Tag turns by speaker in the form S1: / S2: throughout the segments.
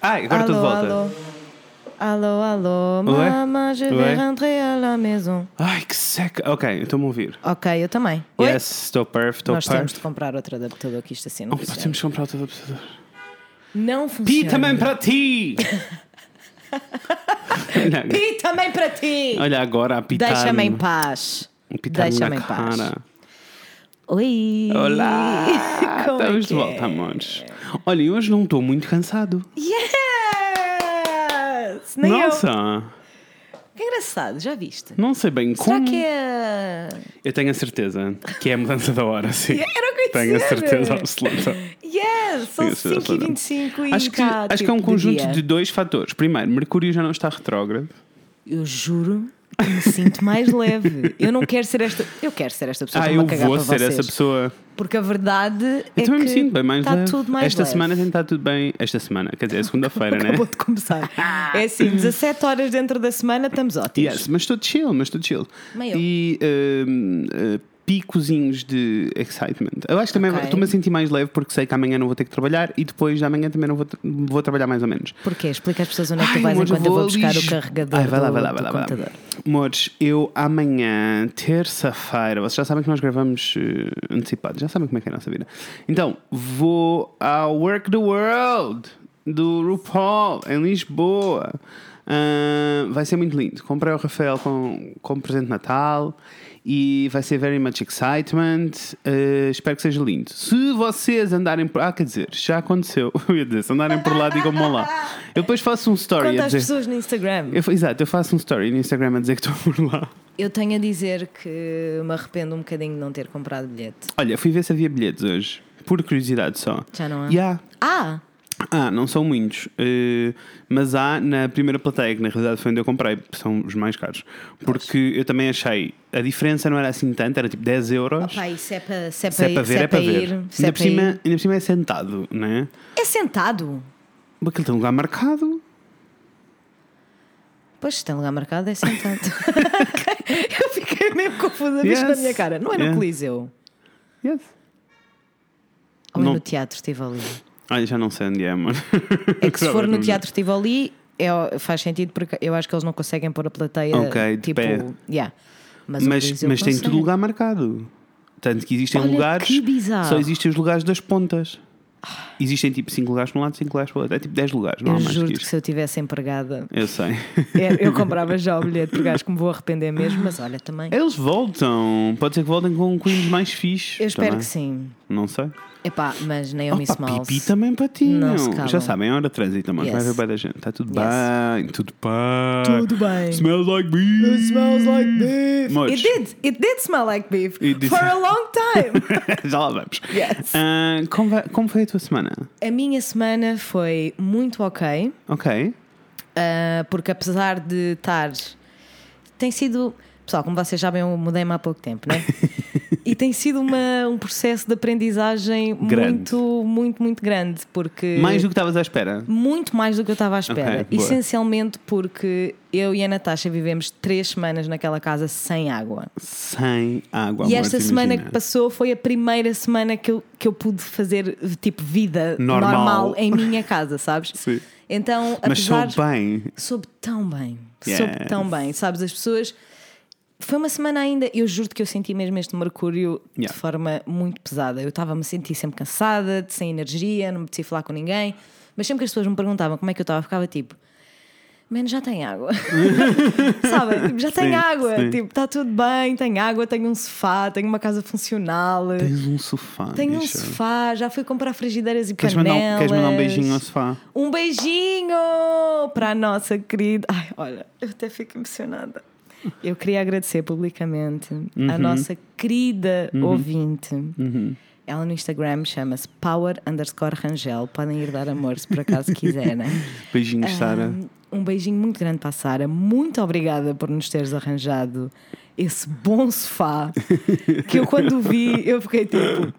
S1: Ai, agora tudo volta.
S2: Alô, alô, alô,
S1: Ué?
S2: mamãe, je vais
S1: Ué?
S2: rentrer à la maison.
S1: Ai, que seca. Ok, eu estou-me a ouvir.
S2: Ok, eu também. Oi?
S1: Yes, estou perf, estou
S2: Nós temos
S1: perf.
S2: de comprar outro adaptador que isto assim não
S1: Opa,
S2: funciona.
S1: temos que comprar outro adaptador.
S2: Não
S1: Pi
S2: funciona.
S1: também para ti! Olha,
S2: Pi também para ti!
S1: Olha agora a pitar
S2: Deixa-me em paz. Deixa-me em paz. Oi!
S1: Olá!
S2: Como é
S1: Estamos de
S2: que é?
S1: Então, volta, amores. Olha, eu hoje não estou muito cansado.
S2: Yes! Nem
S1: Nossa,
S2: eu. Que engraçado, já viste?
S1: não sei bem
S2: Será
S1: como.
S2: que é.
S1: Eu tenho a certeza que é a mudança da hora, sim.
S2: Era o que eu ia
S1: Tenho a
S2: dizer.
S1: certeza absoluta.
S2: Yes! São
S1: Tenho a certeza
S2: 5h25 e
S1: Acho que,
S2: cá,
S1: acho
S2: tipo,
S1: que é um
S2: de
S1: conjunto
S2: dia.
S1: de dois fatores. Primeiro, Mercúrio já não está retrógrado.
S2: Eu juro que me sinto mais leve. Eu não quero ser esta. Eu quero ser esta pessoa.
S1: ah,
S2: estou-me
S1: eu
S2: a cagar
S1: vou
S2: para
S1: ser
S2: vocês.
S1: essa pessoa.
S2: Porque a verdade é
S1: eu também
S2: que
S1: me sinto bem mais
S2: está
S1: leve.
S2: tudo mais
S1: Esta
S2: leve.
S1: semana tem estado tudo bem. Esta semana, quer dizer, é segunda-feira, né?
S2: Acabou de começar. É assim, 17 horas dentro da semana estamos ótimos.
S1: Yes, mas estou chill, mas estou chill.
S2: Meio.
S1: E hum, eh, picozinhos de excitement. Eu acho que também
S2: Ok.
S1: estou-me a sentir mais leve porque sei que amanhã não vou ter que trabalhar e depois de amanhã também não vou, tra- vou trabalhar mais ou menos.
S2: Porquê? Explica às pessoas onde é que
S1: Ai, um
S2: tu vais
S1: amores,
S2: enquanto eu vou buscar
S1: Lis-
S2: o carregador
S1: Ai, vai lá,
S2: do,
S1: vai lá, vai
S2: do
S1: lá, vai lá.
S2: computador.
S1: Amores, eu amanhã, terça-feira, vocês já sabem que nós gravamos eh, antecipado, já sabem como é que é a nossa vida. Então, vou ao Work the World do RuPaul em Lisboa. Ah, vai ser muito lindo. Comprei o Rafael com, com presente de Natal e vai ser very much excitement. Eh, espero que seja lindo. Se vocês andarem por. Ah, quer dizer, já aconteceu. Eu ia dizer, se andarem por lá, digam-me lá. Eu depois faço um story
S2: Conta
S1: a
S2: às
S1: dizer.
S2: pessoas no Instagram.
S1: Eu, fa- exato, eu faço um story no Instagram a dizer que estou por lá.
S2: Eu tenho a dizer que me arrependo um bocadinho de não ter comprado bilhete.
S1: Olha, fui ver se havia bilhetes hoje. Por curiosidade só.
S2: Já não há?
S1: E há.
S2: Ah!
S1: Ah, não são muitos. eh, mas há na primeira plateia, que na realidade foi onde eu comprei, que são os mais caros. Porque eu também achei. A diferença não era assim tanto, era tipo 10 euros.
S2: Opa, isso é para se é
S1: se é para
S2: para
S1: ver, é para ver.
S2: ir. se
S1: ainda, por
S2: é para ir.
S1: cima, ainda por cima é sentado, né?
S2: É sentado.
S1: Aquilo tem um lugar marcado.
S2: Pois, se tem lugar marcado, é sentado. eu fiquei mesmo confusa, viste na
S1: Yes.
S2: minha cara. Não é no
S1: Yeah.
S2: Coliseu.
S1: Yes.
S2: Ou é
S1: Não.
S2: no Teatro Tivoli.
S1: Olha, já não sei onde é, amor.
S2: É que se for no Teatro Tivoli, é, faz sentido porque eu acho que eles não conseguem pôr a plateia
S1: Ok, de
S2: tipo.
S1: pé.
S2: Yeah. Mas, o
S1: Mas,
S2: Coliseu
S1: mas tem
S2: consegue.
S1: tudo lugar marcado. Tanto que existem
S2: Olha,
S1: lugares.
S2: que bizarro.
S1: Só existem os lugares das pontas. Existem tipo 5 lugares para um lado, 5 lugares para o outro. É tipo 10 lugares, não
S2: Eu
S1: há mais
S2: juro
S1: que
S2: que
S1: isto.
S2: se eu tivesse empregada,
S1: Eu sei.
S2: é, eu comprava já o bilhete, porque acho que me vou arrepender mesmo. Mas olha, também.
S1: Eles voltam. Pode ser que voltem com coelhos mais fixes.
S2: Eu espero
S1: também.
S2: que sim. É
S1: Não sei.
S2: Epá, mas nem eu me
S1: Opa,
S2: mal.
S1: pipi também para ti.
S2: Não se
S1: não. Já
S2: calam.
S1: sabem, é hora de trânsito, mas vai
S2: Yes.
S1: ver bem da gente. Está tudo
S2: Yes.
S1: bem, tudo bem.
S2: Tudo bem.
S1: Smells like beef.
S2: beef.
S1: Much.
S2: It did. It did smell like beef.
S1: It did.
S2: For a long time.
S1: Já lá vamos.
S2: Yes.
S1: Ah, como, vai- como foi a tua semana?
S2: A minha semana foi muito ok,
S1: Ok.
S2: ah, porque apesar de estar. Tem sido. Pessoal, como vocês sabem, eu mudei-me há pouco tempo, né? e tem sido uma- um processo de aprendizagem
S1: Grande.
S2: muito, muito, muito grande, porque.
S1: Mais do que estavas à espera.
S2: Muito mais do que eu estava à espera.
S1: Ok, boa.
S2: Essencialmente porque eu e a Natasha vivemos três semanas naquela casa sem água.
S1: Sem água.
S2: E
S1: amor,
S2: esta
S1: tu
S2: semana
S1: imagina.
S2: que passou foi a primeira semana que eu, que eu pude fazer tipo vida
S1: Normal.
S2: normal, em minha casa, sabes?
S1: Sim.
S2: Então,
S1: Mas
S2: apesar
S1: soube bem.
S2: soube tão bem,
S1: Yes.
S2: soube tão bem, sabes? As pessoas foi uma semana ainda, eu juro que eu senti mesmo este mercúrio
S1: Yeah.
S2: de forma muito pesada. Eu estava-me a sentir sempre cansada, de- sem energia, não me podia falar com ninguém, mas sempre que as pessoas me perguntavam como é que eu estava, ficava tipo. Menos já tem água. Sabe? Tipo, já tem
S1: Sim,
S2: água.
S1: sim.
S2: Tipo, está tudo bem, tem água, tenho um sofá, tenho uma casa funcional,
S1: Tens um sofá.
S2: tenho um
S1: bicha.
S2: sofá, já fui comprar frigideiras e
S1: Queres mandar,
S2: panelas.
S1: um, queres mandar um beijinho ao sofá?
S2: Um beijinho para a nossa querida. Ai, olha, eu até fico emocionada. Eu queria agradecer publicamente à nossa querida ouvinte. Ela no Instagram chama-se Power underscore Rangel. Podem ir dar amor se por acaso quiserem.
S1: Beijinho, Sara.
S2: Um beijinho muito grande para a Sara. Muito obrigada por nos teres arranjado esse bom sofá que eu quando o vi eu fiquei tipo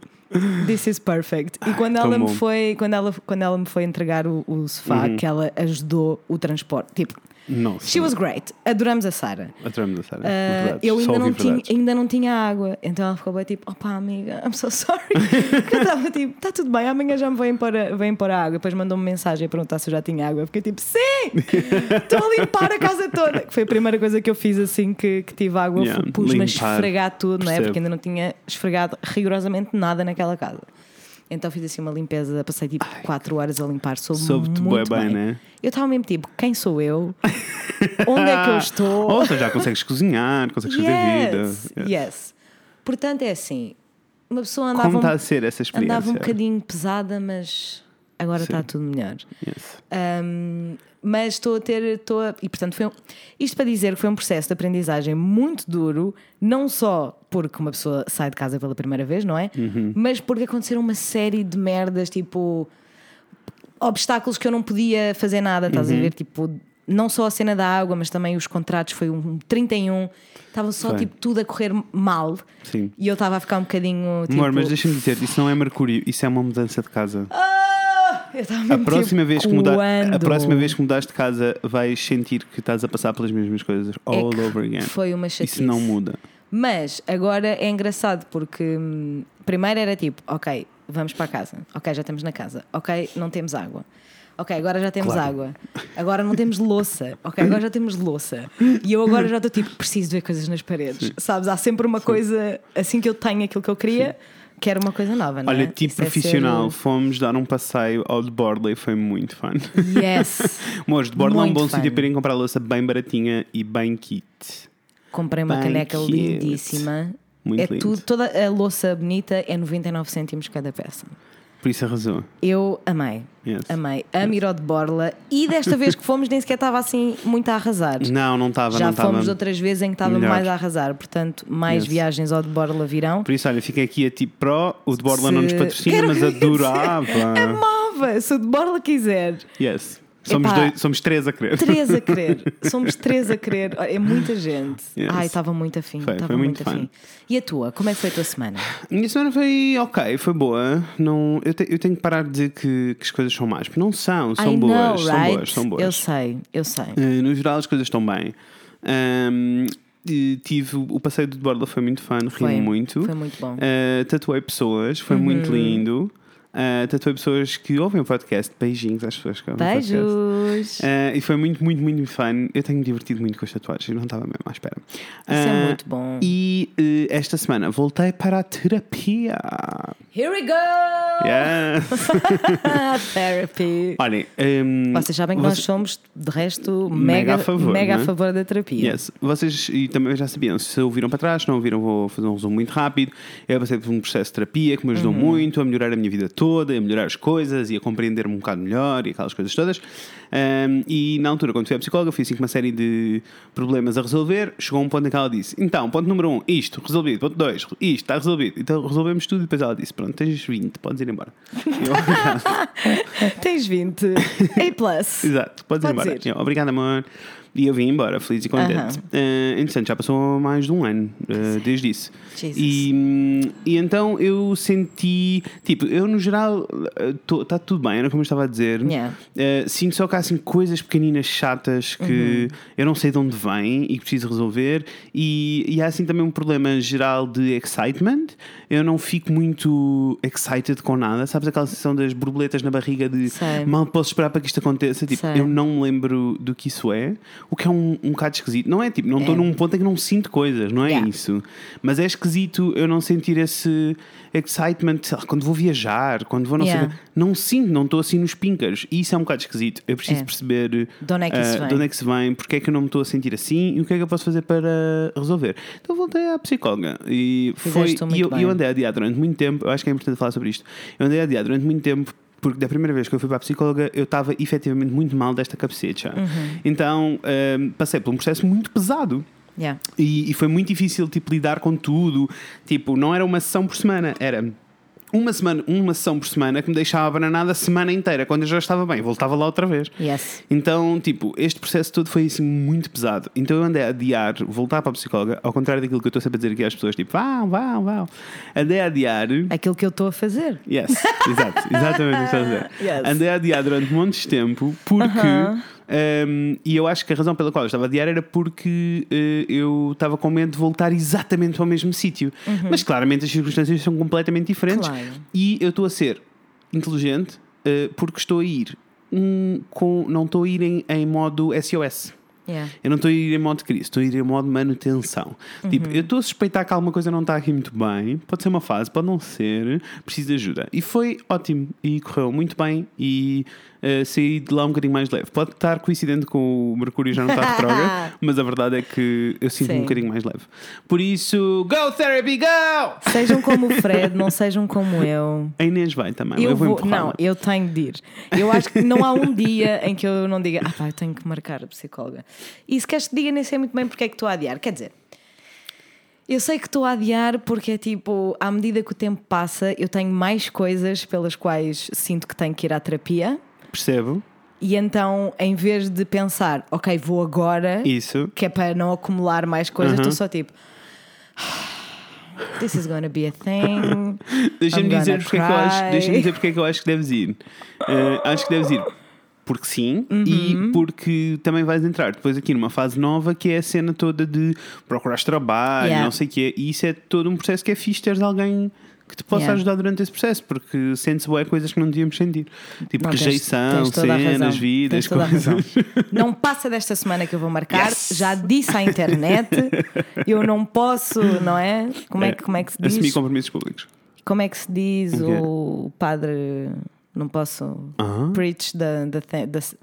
S2: This is perfect. E quando
S1: tão
S2: ela me
S1: bom. Uhum.
S2: foi, quando ela, quando ela me foi entregar o, o sofá, que ela ajudou o transporte, tipo,
S1: Nossa.
S2: She was great. Adoramos a Sarah.
S1: Adoramos a Sarah.
S2: Ah,
S1: Verdades.
S2: eu
S1: Só
S2: ainda não,
S1: ouvi
S2: tinha,
S1: verdades.
S2: ainda não tinha água. Então ela ficou bem tipo, opa, amiga, I'm so sorry. Porque eu estava tipo, está tudo bem, amanhã já me vou impor, a, vou impor a água. Depois mandou-me mensagem a perguntar se eu já tinha água. Eu Fiquei tipo, sim! Estou a limpar a casa toda. Que foi a primeira coisa que eu fiz assim que, que tive água.
S1: Yeah,
S2: Fui- Pus-me a
S1: limpar.
S2: esfregar tudo, não é?
S1: Percebo.
S2: Porque ainda não tinha esfregado rigorosamente nada naquela casa. Então fiz assim uma limpeza, passei tipo 4 horas a limpar. Soube,
S1: Soube-te bué
S2: muito
S1: bem,
S2: bem,
S1: né?
S2: Eu estava mesmo tipo, quem sou eu? Onde é que eu estou?
S1: Ou seja, já consegues cozinhar, consegues
S2: Yes,
S1: fazer vida.
S2: yes. Portanto, é assim: uma pessoa
S1: Como está a
S2: andava, um
S1: ser essa experiência?
S2: andava um bocadinho pesada, mas agora está tudo melhor.
S1: Yes.
S2: Um, mas estou a ter. Estou a- e portanto, foi um- isto para dizer que foi um processo de aprendizagem muito duro, não só porque uma pessoa sai de casa pela primeira vez, não é?
S1: Uhum.
S2: Mas porque aconteceram uma série de merdas, tipo. Obstáculos que eu não podia fazer nada, estás
S1: Uhum.
S2: a ver? Tipo, não só a cena da água, mas também os contratos, foi um 31. Estava só
S1: Foi.
S2: tipo tudo a correr mal.
S1: Sim.
S2: E eu estava a ficar um bocadinho. Tipo,
S1: Amor, mas deixa-me dizer, isso não é mercúrio, isso é uma mudança de casa.
S2: "Ah!" Eu estava
S1: A
S2: mesmo,
S1: próxima,
S2: tipo,
S1: vez que muda, a
S2: "Quando?"
S1: próxima vez que mudares de casa, vais sentir que estás a passar pelas mesmas coisas all
S2: É que
S1: over again.
S2: foi uma
S1: Isso
S2: chatice.
S1: não muda.
S2: Mas agora é engraçado porque hum, primeiro era tipo, ok, vamos para a casa, ok, já estamos na casa, ok, não temos água. Ok, agora já temos
S1: Claro.
S2: água. Agora não temos louça. Ok, agora já temos louça. E eu agora já estou tipo, preciso ver coisas nas paredes. Sabes? Há sempre uma coisa, assim que eu tenho aquilo que eu queria, quero uma coisa nova, não é?
S1: Olha, tipo
S2: Isso é ser-
S1: profissional, fomos dar um passeio ao de Borla e foi muito fun.
S2: Yes!
S1: Mas de Borla é um
S2: Muito
S1: bom
S2: fun.
S1: sítio para ir comprar louça bem baratinha e bem kit.
S2: Comprei uma
S1: Bem
S2: caneca
S1: cute.
S2: lindíssima.
S1: Muito
S2: é
S1: lindo.
S2: tudo, toda a louça bonita é 99 cêntimos cada peça.
S1: Por isso arrasou.
S2: Eu amei.
S1: Yes.
S2: Amei. Amo ir ao de Borla. E desta vez que fomos, nem sequer estava assim muito a arrasar.
S1: Não, não estava,
S2: Já
S1: não estava.
S2: fomos outras vezes em que estava
S1: Melhor.
S2: mais a arrasar. Portanto, mais
S1: Yes.
S2: viagens ao de Borla virão.
S1: Por isso, olha, fica aqui a tipo pro, o de Borla não nos
S2: Se-
S1: patrocina,
S2: Quero É
S1: mas
S2: dizer,
S1: adorava.
S2: Amava! Se o de Borla quiser.
S1: yes. Somos,
S2: Epá.
S1: dois, somos três a querer.
S2: Três a querer. Somos três a querer. Olha, É muita gente.
S1: Yes.
S2: Ai, estava muito afim.
S1: Foi-
S2: Estava
S1: foi muito
S2: muito afim. E a tua? Como é que foi a tua semana?
S1: Minha semana foi ok, foi boa. Não, eu, te- eu tenho que parar de dizer que, que as coisas são más, porque não são, são
S2: I
S1: boas,
S2: know,
S1: são
S2: right?
S1: boas, são boas.
S2: Eu sei, eu sei.
S1: Eh, no geral as coisas estão bem. Ahm, e tive o o passeio de borda foi muito fun,
S2: Foi.
S1: ri muito.
S2: Foi muito bom. Uhum.
S1: Eh, tatuei pessoas, foi muito lindo. Eh, tatuei pessoas que ouvem o podcast. Beijinhos às pessoas que ouvem o podcast.
S2: Beijos.
S1: Eh, e foi muito, muito, muito fun. Eu tenho me divertido muito com as tatuagens, eu não estava mesmo à espera.
S2: Isso é
S1: Ah,
S2: muito bom.
S1: E eh, esta semana voltei para a terapia.
S2: Here we go!
S1: Yes!
S2: Therapy.
S1: Olhem, ehm,
S2: Vocês sabem que nós somos, de resto,
S1: Mega
S2: mega,
S1: a
S2: mega,
S1: favor, não é?
S2: a favor da terapia.
S1: Yes. Vocês e também já sabiam, se ouviram para trás, se não ouviram, vou fazer um resumo muito rápido. Eu passei por um processo de terapia que me ajudou muito a melhorar a minha vida toda, a melhorar as coisas e a compreender-me um bocado melhor e aquelas coisas todas. Ahm, e na altura, quando fui à psicóloga, fiz assim, uma série de problemas a resolver. Chegou um ponto em que ela disse: Então, ponto número um, isto, resolvido. Ponto dois, isto, está resolvido. Então resolvemos tudo. E depois ela disse: Pronto, tens 20, podes ir embora. Eu,
S2: Tens 20. A plus.
S1: Exato, podes ir
S2: Podes
S1: embora.
S2: ir.
S1: Eu, Obrigado, amor. E eu vim embora, feliz e contente.
S2: Aham.
S1: Eh, entretanto, já passou mais de um ano eh, desde isso.
S2: Jesus.
S1: E, hum, e então eu senti. Tipo, eu no geral. Está tudo bem, era como eu estava a dizer.
S2: Yeah.
S1: Eh, sinto só que há assim, coisas pequeninas chatas que
S2: Uhum.
S1: eu não sei de onde vêm e que preciso resolver. E, e há assim também um problema geral de excitement. Eu não fico muito excited com nada. Sabes aquela sensação das borboletas na barriga de
S2: Sei.
S1: mal posso esperar para que isto aconteça? Tipo,
S2: Sei.
S1: eu não me lembro do que isso é, o que é um, um bocado esquisito. Não é tipo, não estou
S2: É.
S1: num ponto em que não sinto coisas, não é
S2: Yeah.
S1: isso. Mas é esquisito eu não sentir esse excitement sei lá, quando vou viajar, quando vou não sei.
S2: Yeah.
S1: quê. Não sinto, não estou assim nos pincas. E isso é um bocado esquisito. Eu preciso
S2: É.
S1: perceber
S2: De onde é que isso
S1: ah,
S2: vem?
S1: de onde é que se vem, porque é que eu não me estou a sentir assim e o que é que eu posso fazer para resolver. Então voltei à psicóloga e foi.
S2: Fizeste muito
S1: E eu,
S2: bem.
S1: e eu andei a adiar durante muito tempo, eu acho que é importante falar sobre isto. Eu andei a adiar durante muito tempo. Porque da primeira vez que eu fui para a psicóloga eu estava efetivamente muito mal desta cabeceta.
S2: Uhum.
S1: Então ah, passei por um processo muito pesado.
S2: Yeah.
S1: E, e foi muito difícil tipo, lidar com tudo. Tipo, não era uma sessão por semana, era uma, semana, uma sessão por semana que me deixava bananada a semana inteira. Quando eu já estava bem, voltava lá outra vez.
S2: Yes.
S1: Então, tipo, este processo todo foi assim muito pesado. Então eu andei a adiar, voltar para a psicóloga, ao contrário daquilo que eu estou sempre a dizer aqui às pessoas, tipo, vão, vão, vão. Andei a adiar.
S2: Aquilo que eu estou a fazer.
S1: Yes, exato, exatamente o que estás a dizer.
S2: Yes.
S1: Andei a adiar durante montes de tempo porque
S2: Aham.
S1: eh, Um, e eu acho que a razão pela qual eu estava a adiar era porque uh, eu estava com medo de voltar exatamente ao mesmo sítio. Mas claramente as circunstâncias são completamente diferentes.
S2: Uhum. Claro.
S1: E eu estou a ser inteligente uh, porque estou a ir um, com. Não estou a ir em, em modo SOS.
S2: Yeah.
S1: Eu não estou a ir em modo crise, estou a ir em modo manutenção. Tipo, eu estou a suspeitar que alguma coisa não está aqui muito bem, pode ser uma fase, pode não ser, preciso de ajuda. E foi ótimo, e correu muito bem, e eh, saí de lá um bocadinho mais leve. Pode estar coincidente com o Mercúrio já não está de droga, mas a verdade é que eu sinto-me um
S2: Sim.
S1: bocadinho mais leve. Por isso, go therapy, go!
S2: Sejam como o Fred, não sejam como eu.
S1: A Inês vai também, eu,
S2: Eu
S1: vou,
S2: vou,
S1: empurrar.
S2: não, eu tenho de ir. Eu acho que não há um dia em que eu não diga, ah, pá, eu tenho que marcar a psicóloga. E se queres que diga, nem sei muito bem porque é que estou a adiar. Quer dizer, eu sei que estou a adiar porque é tipo, à medida que o tempo passa, eu tenho mais coisas pelas quais sinto que tenho que ir à terapia.
S1: Percebo?
S2: E então, em vez de pensar, ok, vou agora,
S1: Isso.
S2: que é para não acumular mais coisas,
S1: Uhum.
S2: estou só tipo. This is gonna be a thing.
S1: Deixa-me
S2: I'm gonna
S1: dizer, porque é que eu acho-
S2: cry.
S1: deixa-me dizer porque é que eu acho que deves ir. Eh, acho que deves ir porque sim
S2: Uhum.
S1: e porque também vais entrar depois aqui numa fase nova que é a cena toda de procurar trabalho,
S2: Yeah.
S1: não sei o quê. E isso é todo um processo que é fixe teres alguém que te possa
S2: Yeah.
S1: ajudar durante esse processo, porque sentes boas coisas que não devíamos sentir. Tipo
S2: Não, tens-
S1: rejeição,
S2: tens toda a razão.
S1: cenas, vidas,
S2: Tens toda a razão.
S1: coisas.
S2: Não passa desta semana que eu vou marcar.
S1: Yes!
S2: Já disse à internet. Eu não posso, não é? Como é, que como é que se diz?
S1: Assumir compromissos públicos.
S2: Como é que se diz
S1: O quê?
S2: o padre? Não posso
S1: Ah.
S2: preach the, the, thi- the-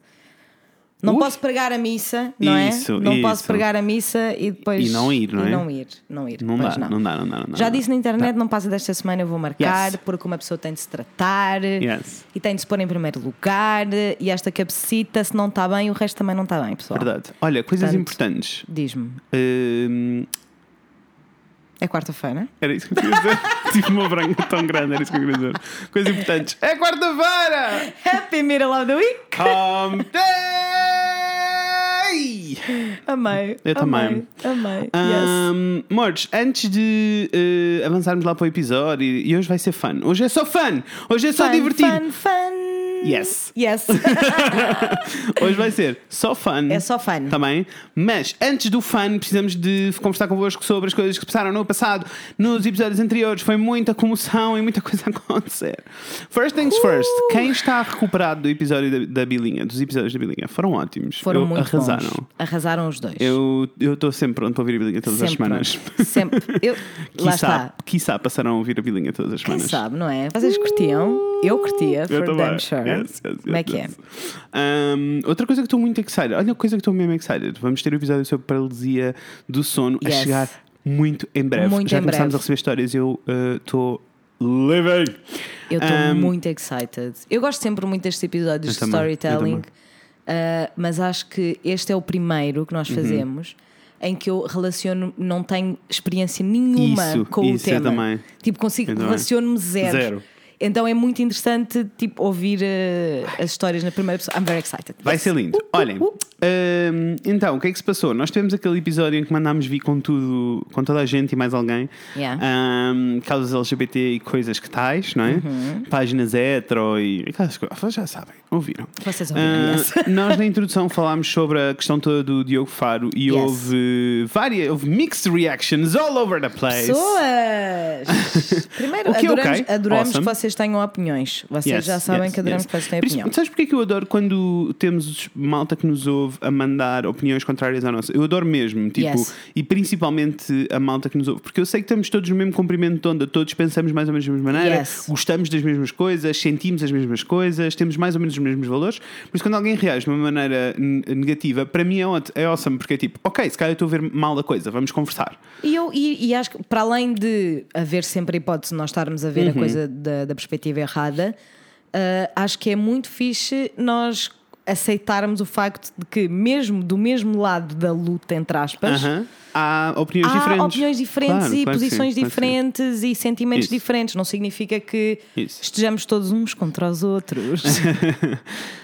S2: Não
S1: Ui.
S2: posso pregar a missa, não
S1: Isso,
S2: é? Não posso
S1: isso.
S2: pregar a missa e depois
S1: E não ir, não
S2: e
S1: é?
S2: não ir, não ir.
S1: Não
S2: Pois
S1: dá, não. dá, não dá, não dá.
S2: Já
S1: não dá. Tá.
S2: disse na internet, não passa desta semana, eu vou marcar,
S1: Yes.
S2: porque uma pessoa tem de se tratar
S1: Yes.
S2: e tem de se pôr em primeiro lugar. E esta cabecita, se não está bem, o resto também não está bem, pessoal.
S1: Verdade. Olha, coisas
S2: Portanto,
S1: importantes.
S2: Diz-me,
S1: Hum,
S2: é quarta-feira?
S1: Era isso que eu queria dizer. Tive uma branca tão grande, era isso que eu queria dizer. Coisas importantes. É quarta-feira!
S2: Happy Middle of the Week!
S1: Home Day!
S2: Amei.
S1: Eu
S2: amei,
S1: também.
S2: Amei. yes.
S1: Um, Mores, antes de eh, avançarmos lá para o episódio, e hoje vai ser fun. Hoje é só fun! Hoje é só
S2: Fun,
S1: divertido!
S2: Fun, fun.
S1: Yes.
S2: Yes.
S1: Hoje vai ser só fun.
S2: é só fun.
S1: Tá bem? Mas antes do fun, precisamos de conversar convosco sobre as coisas que passaram no passado, nos episódios anteriores. Foi muita comoção e muita coisa a acontecer. First things
S2: Uh!
S1: first, quem está recuperado do episódio da, da Bilinha, dos episódios da Bilinha, foram ótimos.
S2: Foram
S1: Eu-
S2: muito
S1: arrasaram.
S2: bons. Arrasaram os dois.
S1: Eu estou sempre pronto para ouvir a Bilinha todas
S2: Sempre.
S1: as semanas.
S2: Sempre. Eu, lá está.
S1: Quiçá, quiçá passaram a ouvir a Bilinha todas as
S2: Quem
S1: semanas.
S2: sabe, não é? Vocês curtiam? Eu curtia, for
S1: também.
S2: damn sure.
S1: Yes, yes,
S2: Como é
S1: yes,
S2: que é?
S1: yes. Um, outra coisa que estou muito excited. Olha, a coisa que estou mesmo excited. Vamos ter o episódio sobre paralisia do sono a
S2: Yes.
S1: chegar muito em breve.
S2: Muito
S1: Já
S2: em
S1: começámos
S2: breve.
S1: a receber histórias e eu uh, estou living.
S2: Eu estou
S1: Um,
S2: muito excited. Eu gosto sempre muito destes
S1: Eu
S2: episódios de
S1: também, eu
S2: storytelling,
S1: também.
S2: uh, mas acho que este é o primeiro que
S1: Uhum.
S2: nós fazemos em que eu relaciono, não tenho experiência nenhuma
S1: Isso,
S2: com
S1: isso,
S2: o tema.
S1: eu também.
S2: Tipo, consigo,
S1: Eu também.
S2: relaciono-me zero.
S1: Zero.
S2: Então é muito interessante tipo, ouvir uh, as histórias na primeira pessoa. I'm very excited.
S1: Vai
S2: Yes.
S1: ser lindo. Olhem,
S2: uh.
S1: um, então, o que é que se passou? Nós tivemos aquele episódio em que mandámos vir com tudo, com toda a gente e mais alguém.
S2: Yeah.
S1: Um, causas LGBT e coisas que tais, não é?
S2: Uhum.
S1: Páginas hetero e aquelas coisas. Já sabem, ouviram.
S2: Vocês ouviram,
S1: Ah,
S2: yes.
S1: Nós na introdução falámos sobre a questão toda do Diogo Faro e
S2: Yes.
S1: houve várias, houve mixed reactions all over the place.
S2: Pessoas! Primeiro,
S1: O que é
S2: adoramos,
S1: ok,
S2: adoramos
S1: awesome.
S2: que vocês tenham opiniões. Vocês
S1: Yes,
S2: já sabem
S1: yes,
S2: que adoramos
S1: yes.
S2: que vocês tenham
S1: Por isso,
S2: opinião.
S1: Sabes porque é que eu adoro quando temos malta que nos ouve a mandar opiniões contrárias à nossa? Eu adoro mesmo, tipo,
S2: Yes.
S1: e principalmente a malta que nos ouve, porque eu sei que estamos todos no mesmo comprimento de onda, todos pensamos mais ou menos da mesma maneira,
S2: Yes.
S1: gostamos das mesmas coisas, sentimos as mesmas coisas, temos mais ou menos os mesmos valores. Por isso, quando alguém reage de uma maneira n- negativa, para mim é, ótimo, é awesome, porque é tipo, ok, se calhar eu estou a ver mal a coisa, vamos conversar.
S2: E, eu, e, e acho que, para além de haver sempre a hipótese de nós estarmos a ver
S1: Uhum.
S2: a coisa da, da perspectiva errada, ah, acho que é muito fixe nós aceitarmos o facto de que, mesmo do mesmo lado da luta, entre aspas,
S1: Aham. há opiniões
S2: Há
S1: diferentes.
S2: opiniões diferentes
S1: Claro,
S2: e
S1: claro que sim,
S2: posições
S1: claro que sim.
S2: diferentes e sentimentos
S1: Isso.
S2: diferentes. Não significa que
S1: Isso.
S2: estejamos todos uns contra os outros.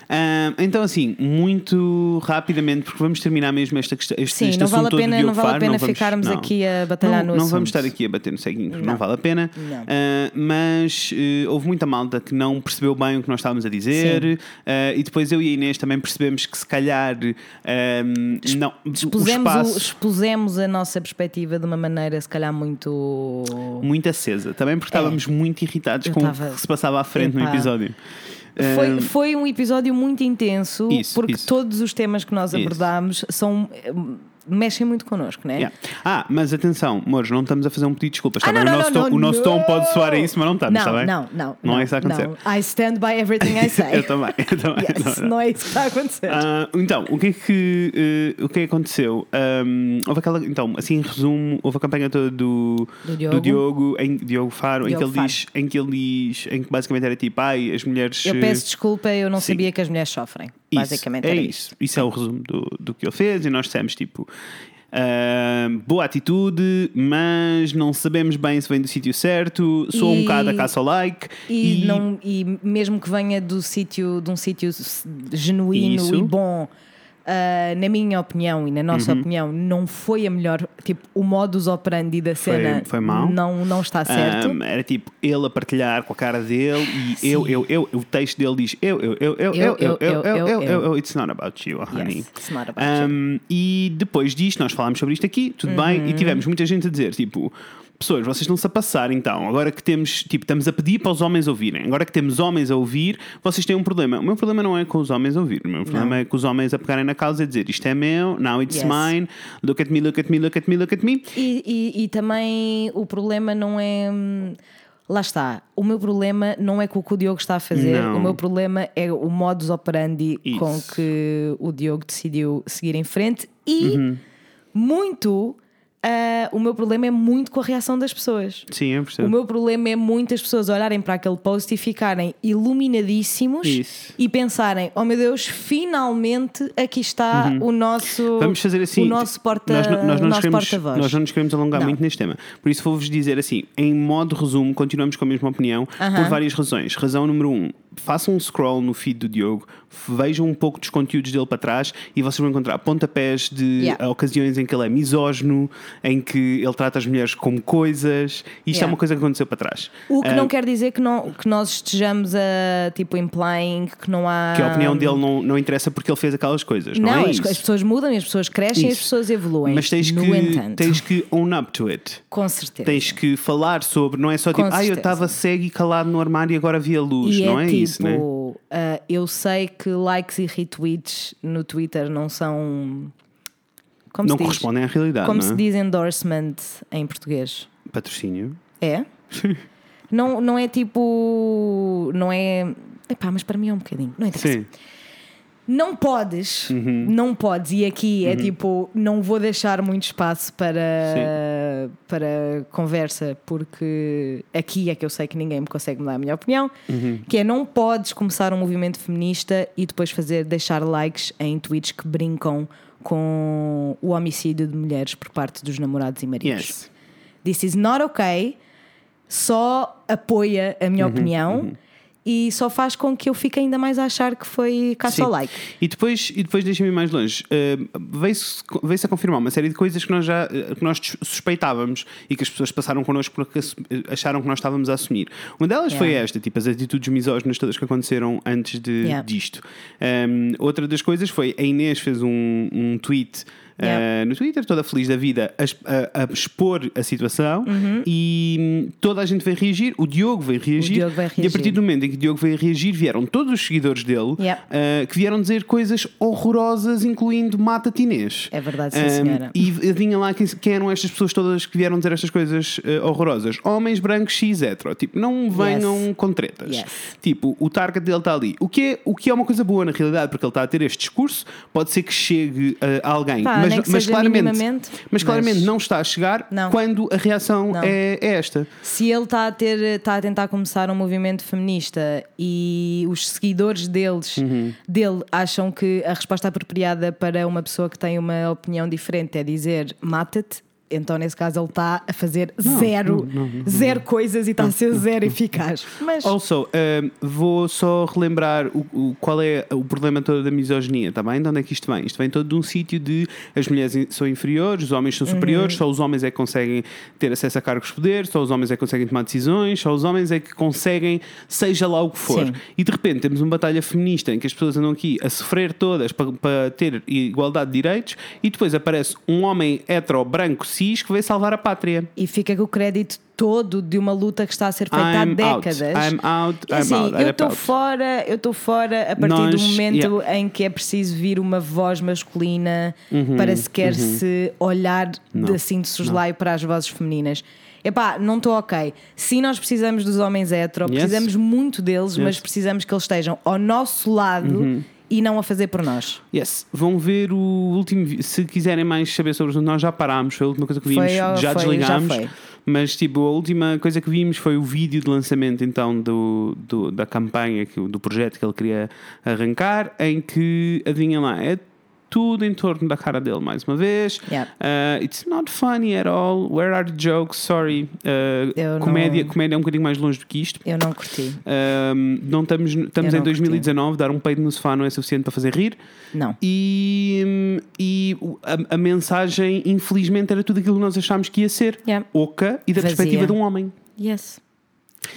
S1: Ah, então, assim, muito rapidamente, porque vamos terminar mesmo esta questão. Este,
S2: Sim,
S1: este
S2: não vale a
S1: assunto é assim todo
S2: pena,
S1: de
S2: não vale a
S1: Ofar,
S2: pena
S1: vamos-
S2: ficarmos
S1: não.
S2: aqui a batalhar
S1: não,
S2: no
S1: não vamos
S2: assunto.
S1: estar aqui a bater no ceguinho, porque não,
S2: Não.
S1: vale a pena.
S2: Não.
S1: Ah, mas eh, houve muita malta que não percebeu bem o que nós estávamos a dizer. Ah, e depois eu e a Inês também percebemos que se calhar ahm, não, o
S2: Expusemos, o-
S1: espaço
S2: expusemos a nossa perspectiva de uma maneira, se calhar, muito.
S1: muito acesa. Também porque estávamos muito irritados
S2: É. Eu
S1: com o
S2: estava-
S1: que se passava à frente no
S2: Epá.
S1: episódio.
S2: Foi, foi um episódio muito intenso,
S1: Hum, Isso,
S2: porque
S1: isso.
S2: todos os temas que nós
S1: Isso.
S2: abordámos são. eh, mexem muito connosco, não é?
S1: Yeah. Ah, mas atenção, Mouros, não estamos a fazer um pedido de desculpas. Está
S2: Ah,
S1: bem?
S2: não,
S1: o
S2: não,
S1: nosso,
S2: não,
S1: tom,
S2: não,
S1: o nosso tom
S2: não.
S1: pode soar a isso, mas não estamos,
S2: não,
S1: está bem?
S2: não, não.
S1: Não é isso que está a acontecer.
S2: não. I stand by everything I say.
S1: Eu também, eu também. eu
S2: Yes,
S1: também.
S2: não é isso que está a acontecer.
S1: Ah, então, o que é que, eh, o que é que aconteceu? Ahm, houve aquela, então, assim em resumo, houve a campanha toda do,
S2: Do Diogo.
S1: em, Diogo Faro, em, que
S2: Diogo
S1: ele
S2: Faro.
S1: Diz, em que ele diz, em que basicamente era tipo, ai, as mulheres.
S2: eu
S1: eh,
S2: peço desculpa, eu não
S1: sim.
S2: sabia que as mulheres sofrem.
S1: isso,
S2: Basicamente
S1: é
S2: era
S1: isso. isso. é o resumo do, do que ele fez e nós dissemos tipo. ah, boa atitude, mas não sabemos bem se vem do sítio certo. Sou um
S2: E-
S1: bocado a caça ao like
S2: E, não, e mesmo que venha do sítio, de um sítio s- genuíno
S1: Isso.
S2: e bom, ah, na minha opinião e na nossa
S1: Uhum.
S2: opinião, não foi a melhor. Tipo, o modus operandi da cena
S1: foi mau.
S2: Não, não está certo.
S1: Ahm, era tipo ele a partilhar com a cara dele e eu, eu, eu, o texto dele diz eu, eu, eu, eu, eu, eu, eu, eu, eu, eu, eu, it's not about you, honey.
S2: Yes, it's not about
S1: Ahm, e depois disto, nós falámos sobre isto aqui, tudo bem, e tivemos muita gente a dizer tipo. Pessoas, vocês estão-se a passar então. Agora que temos, tipo, estamos a pedir para os homens ouvirem. Agora que temos homens a ouvir, vocês têm um problema. O meu problema não é com os homens a ouvir. O meu problema é com os homens a pegarem na causa e dizer isto é meu, now it's
S2: Yes.
S1: mine, look at me, look at me, look at me, look at me.
S2: E, e- e também o problema não é. hum, Lá está. O meu problema não é com o que o Diogo está a fazer.
S1: Não.
S2: O meu problema é o modus operandi
S1: Isso.
S2: com que o Diogo decidiu seguir em frente e
S1: Uhum.
S2: muito. ah, o meu problema é muito com a reação das pessoas.
S1: Sim, eu percebo.
S2: O meu problema é muitas pessoas olharem para aquele post e ficarem iluminadíssimos
S1: Isso.
S2: e pensarem: oh meu Deus, finalmente aqui está o nosso
S1: Uhum. Vamos fazer assim.
S2: o nosso porta
S1: nós, não- nós
S2: o
S1: não nos
S2: nosso
S1: queremos,
S2: porta-voz.
S1: nós não nos queremos alongar
S2: Não.
S1: muito neste tema. Por isso vou-vos dizer assim, em modo resumo, continuamos com a mesma opinião por
S2: Aham.
S1: várias razões. Razão número um, façam um scroll no feed do Diogo, vejam um pouco dos conteúdos dele para trás e vocês vão encontrar pontapés de
S2: Yeah.
S1: ah, ocasiões em que ele é misógino, em que ele trata as mulheres como coisas. Isto é
S2: Yeah.
S1: uma coisa que aconteceu para trás.
S2: O que
S1: Ah,
S2: não quer dizer que, não, que nós estejamos a tipo implying que não há.
S1: que a opinião dele não, não interessa porque ele fez aquelas coisas, não,
S2: Um. Não,
S1: é
S2: as,
S1: isso?
S2: as pessoas mudam, e as pessoas crescem, e as
S1: Isso.
S2: pessoas evoluem.
S1: Mas tens
S2: no
S1: que,
S2: entanto,
S1: tens que own up to it.
S2: com certeza.
S1: Tens que falar sobre, não é só
S2: Com
S1: tipo, ah, eu
S2: certeza.
S1: estava cego e calado no armário e agora vi a luz,
S2: e
S1: não é,
S2: tipo,
S1: isso, né?
S2: ah, eu sei que likes e retweets no Twitter não são. Como
S1: Não
S2: se diz?
S1: correspondem à realidade,
S2: Como
S1: não
S2: se
S1: é?
S2: diz endorsement em português?
S1: Patrocínio.
S2: É? não, não é tipo. Não é. Epá, mas para mim é um bocadinho. Não interessa.
S1: Sim.
S2: Não podes,
S1: Uhum.
S2: não podes, e aqui é tipo, não vou deixar muito espaço para, para conversa, porque aqui é que eu sei que ninguém me consegue mudar a minha opinião,
S1: Uhum.
S2: que é não podes começar um movimento feminista e depois fazer deixar likes em tweets que brincam com o homicídio de mulheres por parte dos namorados e maridos.
S1: Yes.
S2: This is not okay. Só apoia a
S1: Uhum.
S2: minha opinião e só faz com que eu fique ainda mais a achar que foi caça ao
S1: Sim.
S2: like.
S1: E depois, e depois deixa-me ir mais longe. Uh, Veio-se veio-se a confirmar uma série de coisas que nós já eh, que nós sus- suspeitávamos e que as pessoas passaram connosco porque assu- eh, acharam que nós estávamos a assumir. Uma delas
S2: Yeah.
S1: foi esta, tipo as atitudes misóginas todas que aconteceram antes de,
S2: Yeah.
S1: disto. Um, outra das coisas foi a Inês fez um, um tweet. eh,
S2: Yeah.
S1: no Twitter, toda feliz da vida, a, es- a- a expor a situação
S2: Uhum.
S1: e hum, toda a gente veio reagir. O Diogo veio reagir,
S2: Diogo
S1: e
S2: veio
S1: a partir
S2: reagir.
S1: do momento em que o Diogo veio reagir, vieram todos os seguidores dele
S2: Yeah.
S1: Uh, que vieram dizer coisas horrorosas, incluindo mata tinês.
S2: É verdade, sim,
S1: Um,
S2: senhora.
S1: E adivinha lá quem, quem eram estas pessoas todas que vieram dizer estas coisas uh, horrorosas. Homens brancos cis hetero. Tipo, não venham com tretas.
S2: Yes.
S1: Tipo, o target dele está tá ali. O que, é, o que é uma coisa boa na realidade, porque ele está a ter este discurso. Pode ser que chegue uh, a alguém
S2: Pá, mas, nem que seja minimamente.
S1: mas claramente não está a chegar
S2: Não.
S1: quando a reação
S2: Não.
S1: é, é esta.
S2: Se ele está a, ter, está a tentar começar um movimento feminista e os seguidores deles, dele acham que a resposta apropriada para uma pessoa que tem uma opinião diferente é dizer mata-te, então nesse caso ele está a fazer zero, zero coisas e está a ser zero eficaz. Mas
S1: Also, ehm, vou só relembrar o, o- qual é o problema todo da misoginia, está bem? De onde é que isto vem? Isto vem todo de um sítio de as mulheres in- são inferiores, os homens
S2: Uhum.
S1: são superiores, só os homens é que conseguem ter acesso a cargos de poder, só os homens é que conseguem tomar decisões, só os homens é que conseguem, seja lá o que for.
S2: Sim.
S1: E de repente temos uma batalha feminista em que as pessoas andam aqui a sofrer todas para, para ter igualdade de direitos e depois aparece um homem hetero, branco, cis que veio salvar a pátria.
S2: E fica com o crédito todo de uma luta que está a ser feita há
S1: I'm out.
S2: décadas.
S1: I'm out.
S2: E
S1: I'm
S2: assim,
S1: out.
S2: eu
S1: I'm
S2: estou
S1: out.
S2: fora, eu estou fora a partir
S1: Nós-
S2: do momento
S1: yeah. Uhum,
S2: em que é preciso vir uma voz masculina para sequer se olhar de, assim de soslaio para as vozes femininas. Epá, não estou ok. Sim, nós precisamos dos homens hetero,
S1: Yes.
S2: precisamos muito deles, mas
S1: Yes. Uhum.
S2: precisamos que eles estejam ao nosso lado e não a fazer por nós.
S1: Yes, vão ver o último. vi- Se quiserem mais saber sobre o assunto, nós já parámos, foi a última coisa que vimos,
S2: Foi, ó,
S1: já
S2: foi,
S1: desligámos.
S2: já foi.
S1: Mas tipo, a última coisa que vimos foi o vídeo de lançamento então do, do- da campanha, que, o- do projeto que ele queria arrancar, em que, adivinhem lá, é tudo em torno da cara dele mais uma vez.
S2: Yeah.
S1: Uh, it's not funny at all. Where are the jokes? Sorry. Uh,
S2: Eu não-
S1: comédia, comédia é um bocadinho mais longe do que isto.
S2: Eu não curti.
S1: Um, não estamos, estamos
S2: Eu
S1: em
S2: não
S1: 2019, dar um peito no sofá não é suficiente para fazer rir.
S2: Não.
S1: E, e o- a, a mensagem, infelizmente, era tudo aquilo que nós achámos que ia ser.
S2: Yeah.
S1: Oca e da
S2: Vazia.
S1: perspectiva de um homem.
S2: Yes.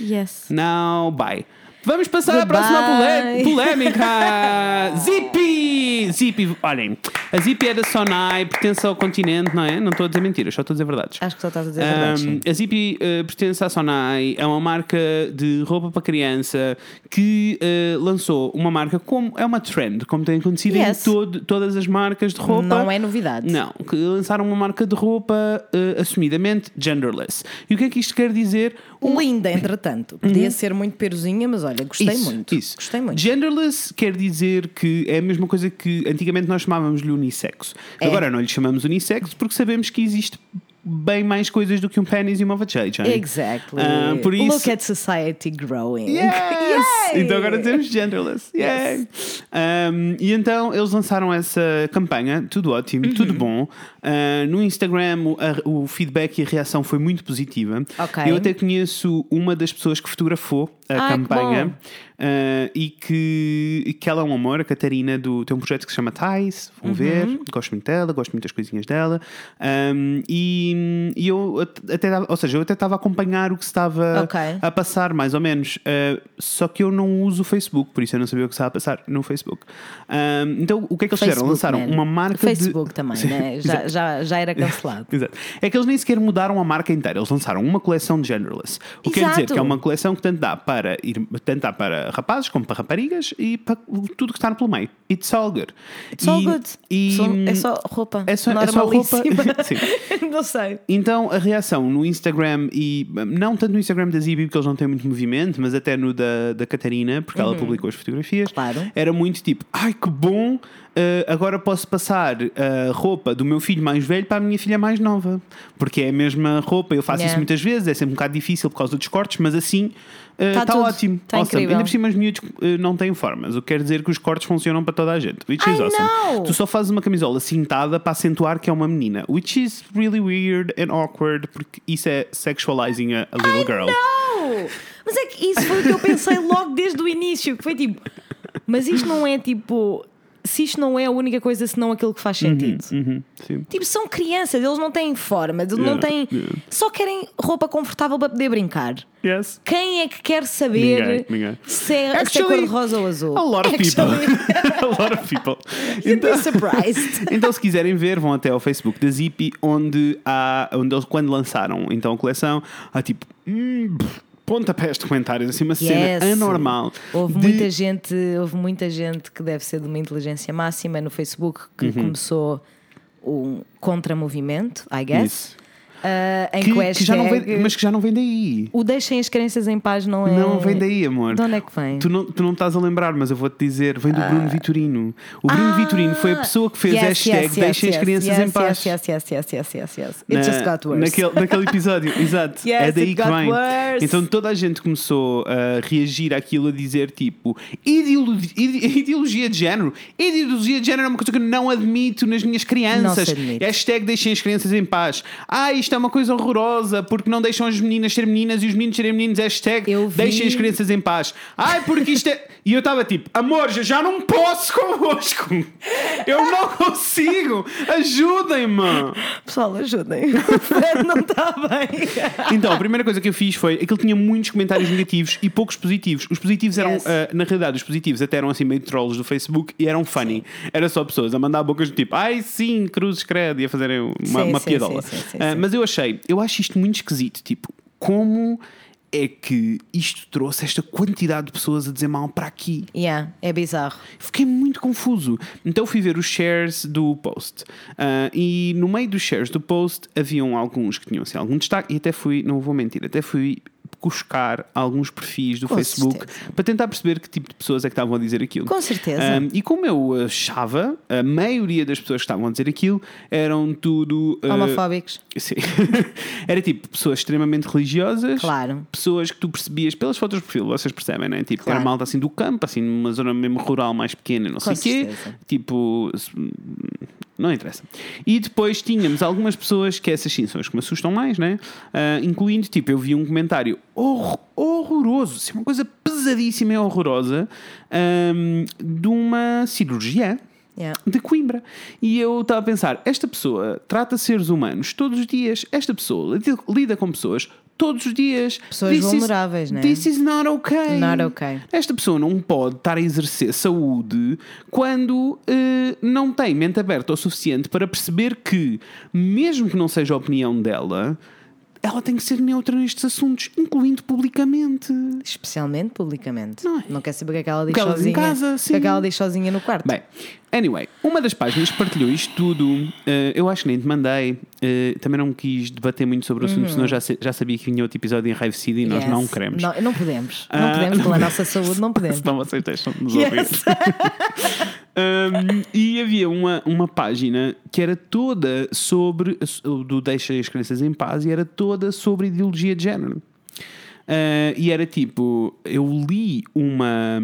S2: Yes.
S1: Não, bye. Vamos passar à próxima
S2: Goodbye.
S1: pole- polémica! Zippy! Zippy, olhem, a Zippy é da Sonai, pertence ao continente, não é? Não estou a dizer mentiras, só estou a dizer verdades.
S2: Acho que só estás a Ah, dizer a verdade. sim.
S1: Um, a Zippy uh, pertence à Sonai, é uma marca de roupa para criança que uh, lançou uma marca como é uma trend, como tem acontecido
S2: Yes.
S1: em todo- todas as marcas de roupa.
S2: Não é novidade.
S1: Não, que lançaram uma marca de roupa uh, assumidamente genderless. E o que é que isto quer dizer?
S2: Linda, entretanto. Podia ser muito peruzinha, mas olha, gostei
S1: Uhum. Isso,
S2: muito.
S1: Isso.
S2: Gostei muito.
S1: Genderless quer dizer que é a mesma coisa que antigamente nós chamávamos-lhe unissexo.
S2: É.
S1: Agora não lhe chamamos unissexo porque sabemos que existe bem mais coisas do que um pênis e uma vagina.
S2: Exactly.
S1: Ah, por isso-
S2: Look at society growing.
S1: Yes!
S2: Yay!
S1: Então agora temos genderless. Yay! Um, e então eles lançaram essa campanha, tudo ótimo, tudo
S2: Uhum.
S1: bom. Uh, no Instagram o, a- o feedback e a reação foi muito positiva.
S2: Ok.
S1: Eu até conheço uma das pessoas que fotografou a
S2: Ah, que
S1: campanha
S2: bom.
S1: uh, e, que, e que ela é um amor, a Catarina do, tem um projeto que se chama Thais, vão
S2: Uhum.
S1: ver, gosto muito dela, gosto muito das coisinhas dela. Um, e, e eu at- até, dava- ou seja, eu até estava a acompanhar o que se estava
S2: Ok.
S1: a passar, mais ou menos. Uh, só que eu não uso o Facebook, por isso eu não sabia o que estava a passar no Facebook. Um, então, o que é que eles fizeram?
S2: Facebook,
S1: Lançaram
S2: man.
S1: uma marca
S2: Facebook
S1: de...
S2: também,
S1: Sim,
S2: né?
S1: exato.
S2: já, já, já era cancelado.
S1: Exato. É que eles nem sequer mudaram a marca inteira, eles lançaram uma coleção de genderless. O que quer
S2: Exato.
S1: dizer que é uma coleção que tanto dá para ir, tanto dá para rapazes como para raparigas e para tudo que está pelo meio. It's all good.
S2: It's all
S1: E-
S2: good.
S1: E,
S2: Só- é só roupa.
S1: é só- é só roupa.
S2: Normalíssima.
S1: Sim.
S2: não sei.
S1: Então a reação no Instagram e não tanto no Instagram da Zibi porque eles não têm muito movimento, mas até no da, da Catarina, porque ela publicou as fotografias,
S2: Uhum. Claro.
S1: era muito tipo, ai que bom, eh, agora posso passar a roupa do meu filho mais velho para a minha filha mais nova, porque é a mesma roupa, eu faço isso
S2: Yeah.
S1: muitas vezes, é sempre um bocado difícil por causa dos cortes, mas assim está
S2: Tá tudo.
S1: ótimo.
S2: Tá
S1: Awesome.
S2: incrível.
S1: Ainda por cima os miúdos eh, não têm formas, o que quer dizer que os cortes funcionam para toda a gente, which is
S2: I
S1: awesome.
S2: know.
S1: Tu só fazes uma camisola cintada para acentuar que é uma menina. Which is really weird and awkward, porque isso é sexualizing a, a little girl.
S2: Não! Mas é que isso foi o que eu pensei logo desde o início, que foi tipo, mas isto não é tipo, se isto não é a única coisa senão aquilo que faz sentido.
S1: Uhum, sim.
S2: Tipo, são crianças, eles não têm forma, eles não
S1: Yeah,
S2: têm.
S1: yeah.
S2: Só querem roupa confortável para poder brincar.
S1: Yes.
S2: Quem é que quer saber
S1: Ninguém, ninguém.
S2: se é, se é
S1: Actually,
S2: cor-de-rosa ou azul?
S1: A lot of people.
S2: Actually,
S1: a lot of people.
S2: you'd
S1: Então-
S2: be surprised.
S1: Então, se quiserem ver, vão até ao Facebook da Zippy, onde há, onde eles, quando lançaram então a coleção, há tipo. Hum, pff, pontapés de comentários, assim, uma
S2: Yes.
S1: cena anormal.
S2: Houve
S1: de-
S2: muita gente, houve muita gente que deve ser de uma inteligência
S1: Uhum.
S2: máxima no Facebook que começou um contra-movimento, I guess.
S1: Isso.
S2: ah, em
S1: Que,
S2: que,
S1: que já não vem, mas que já não vem daí.
S2: O Deixem as Crenças em Paz não é.
S1: Não vem daí, amor.
S2: De onde é que vem?
S1: Tu não, tu não estás a lembrar, mas eu vou-te dizer, vem do Bruno Vitorino. O Bruno
S2: Ah!
S1: Vitorino foi a pessoa que fez
S2: Yes,
S1: hashtag
S2: yes, yes,
S1: Deixem as
S2: yes,
S1: crianças
S2: yes,
S1: em paz.
S2: Yes, yes, yes, yes, yes, yes. It just got worse.
S1: Naquele, naquele episódio, exato.
S2: Yes,
S1: é daí
S2: it
S1: que
S2: got
S1: vem.
S2: worse.
S1: Então toda a gente começou a reagir àquilo a dizer tipo "Ideolo- ide- ideologia de género. Ideologia de género é uma coisa que eu não admito nas minhas
S2: Não
S1: crianças.
S2: se admite.
S1: Hashtag deixem as crianças em paz. Ah, isto é uma coisa horrorosa porque não deixam as meninas serem meninas e os meninos serem meninos. Hashtag
S2: Eu vi-
S1: deixem as crianças em paz. Ai, porque isto é. E eu estava tipo, amor, eu já não posso convosco. Eu não consigo. Ajudem-me.
S2: Pessoal, ajudem. O Fred não está bem.
S1: Então, a primeira coisa que eu fiz foi aquilo tinha muitos comentários negativos e poucos positivos. Os positivos eram,
S2: Yes.
S1: ah, na realidade, os positivos até eram assim meio trolls do Facebook e eram funny. Era só pessoas a mandar bocas do tipo, ai sim, cruzes credo, e a fazerem uma,
S2: Sim,
S1: uma
S2: sim,
S1: piadola.
S2: sim, sim, sim,
S1: Ah,
S2: sim.
S1: Mas eu achei, eu acho isto muito esquisito. Tipo, como é que isto trouxe esta quantidade de pessoas a dizer mal para aqui?
S2: Yeah, é bizarro.
S1: Fiquei muito confuso. Então fui ver os shares do post. Ah, e no meio dos shares do post haviam alguns que tinham assim, algum destaque, e até fui, não vou mentir, até fui buscar alguns perfis do
S2: Com
S1: Facebook para tentar perceber que tipo de pessoas é que estavam a dizer aquilo.
S2: Com certeza.
S1: Ah, e como eu achava, a maioria das pessoas que estavam a dizer aquilo eram tudo. ah,
S2: Homofóbicos.
S1: Sim. Era tipo pessoas extremamente religiosas.
S2: Claro.
S1: Pessoas que tu percebias pelas fotos de perfil, vocês percebem, né? Tipo,
S2: Claro.
S1: era malta assim do campo, assim, numa zona mesmo rural mais pequena, não sei
S2: Com
S1: o quê.
S2: certeza.
S1: Tipo. se- Não interessa. E depois tínhamos algumas pessoas que essas sim são as que me assustam mais, né? Ah, incluindo, tipo, eu vi um comentário hor- horroroso, assim, uma coisa pesadíssima e horrorosa, ahm, de uma cirurgiã
S2: Yeah.
S1: de Coimbra. E eu estava a pensar: esta pessoa trata seres humanos todos os dias, esta pessoa lida- lida com pessoas todos os dias.
S2: Pessoas vulneráveis,
S1: is,
S2: né?
S1: This is not okay.
S2: Not okay.
S1: Esta pessoa não pode estar a exercer saúde quando eh, não tem mente aberta o suficiente para perceber que, mesmo que não seja a opinião dela. Ela tem que ser neutra nestes assuntos, incluindo publicamente.
S2: Especialmente publicamente.
S1: Não é?
S2: quer saber o que é que ela diz
S1: que ela diz em
S2: sozinha.
S1: casa,
S2: o que é
S1: sim.
S2: que ela diz sozinha no quarto.
S1: Bem, anyway, uma das páginas partilhou isto tudo. eh, eu acho que nem te mandei. eh, também não quis debater muito sobre o assunto, senão já, se- já sabia que vinha outro episódio enraivecido e nós
S2: Uhum. Yes.
S1: não queremos.
S2: Não, não podemos.
S1: Ah,
S2: não podemos,
S1: não
S2: pela nossa saúde, não podemos.
S1: Senão vocês deixam de nos
S2: Yes.
S1: ouvir. Um, e havia uma, uma página que era toda sobre o do Deixa as Crianças em Paz e era toda sobre ideologia de género. Uh, e era tipo, eu li uma.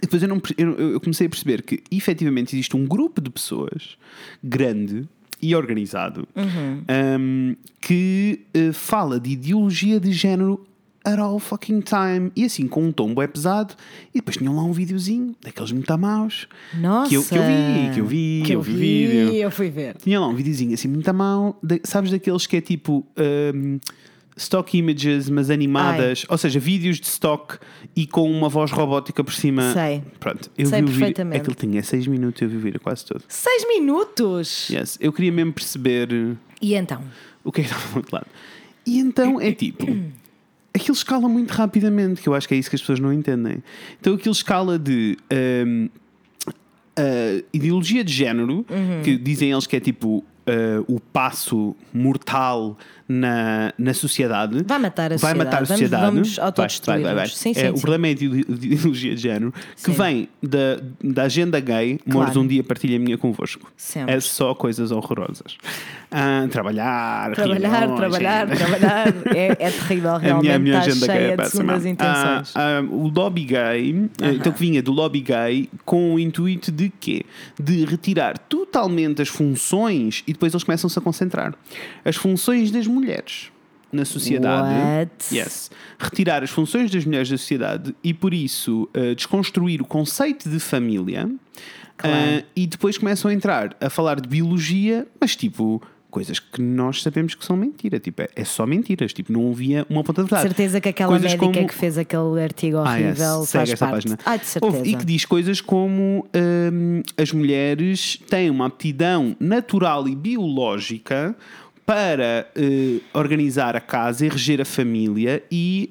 S1: Depois eu, não, per- eu, eu comecei a perceber que efetivamente existe um grupo de pessoas grande e organizado um, que uh, fala de ideologia de género at all fucking time e assim com um tom é pesado e depois tinham lá um videozinho daqueles muito maus
S2: Nossa.
S1: que eu, que eu vi, que eu vi,
S2: Que
S1: eu vi o vídeo.
S2: Eu fui ver.
S1: Tinha lá um videozinho assim muito a mal, da- sabes daqueles que é tipo hum, stock images, mas animadas, ou seja, vídeos de stock e com uma voz robótica por cima.
S2: Sei.
S1: Pronto, eu
S2: Sei
S1: vi o vídeo.
S2: perfeitamente.
S1: Aquilo tinha 6 minutos, eu vi o vídeo quase todo.
S2: Seis minutos!
S1: Yes. Eu queria mesmo perceber
S2: E então?
S1: o que é que estava do outro lado. E então é tipo. Aquilo escala muito rapidamente, que eu acho que é isso que as pessoas não entendem. Então aquilo escala de hum, a ideologia de género, que dizem eles que é tipo eh, o passo mortal na, na sociedade.
S2: Vai matar a
S1: Vai matar a
S2: sociedade.
S1: sociedade.
S2: Vamos- vamos
S1: Vai,
S2: autodestruir-nos.
S1: vai, vai, vai.
S2: Sim,
S1: Eh,
S2: sim,
S1: o
S2: sim.
S1: problema é a ide- ideologia de género, que
S2: Sim.
S1: vem da, da agenda gay.
S2: Claro.
S1: Mores, um dia partilha a minha convosco.
S2: Sempre.
S1: É só coisas horrorosas. Ah, trabalhar,
S2: Trabalhar,
S1: reuniões,
S2: trabalhar, trabalhar. É, é terrível,
S1: a
S2: realmente.
S1: minha, a minha
S2: está
S1: agenda gay
S2: cheia
S1: é
S2: de
S1: péssima.
S2: segundas
S1: Ah,
S2: intenções.
S1: ah, o lobby gay, eh, então que vinha do lobby gay com o intuito de quê? De retirar totalmente as funções e depois eles começam-se a concentrar. As funções das mulheres na sociedade.
S2: What?
S1: Yes. Retirar as funções das mulheres da sociedade e por isso eh, desconstruir o conceito de família.
S2: Claro.
S1: Ah, e depois começam a entrar a falar de biologia, mas tipo coisas que nós sabemos que são mentira, tipo é, é só mentiras, tipo não havia uma ponta de verdade.
S2: certeza que aquela
S1: Coisas
S2: médica
S1: como-
S2: que fez aquele artigo
S1: Ah, é,
S2: horrível faz
S1: segue essa
S2: parte.
S1: página.
S2: Ah, de certeza.
S1: Ouve, e que diz coisas como hum, as mulheres têm uma aptidão natural e biológica para eh, organizar a casa e reger a família e,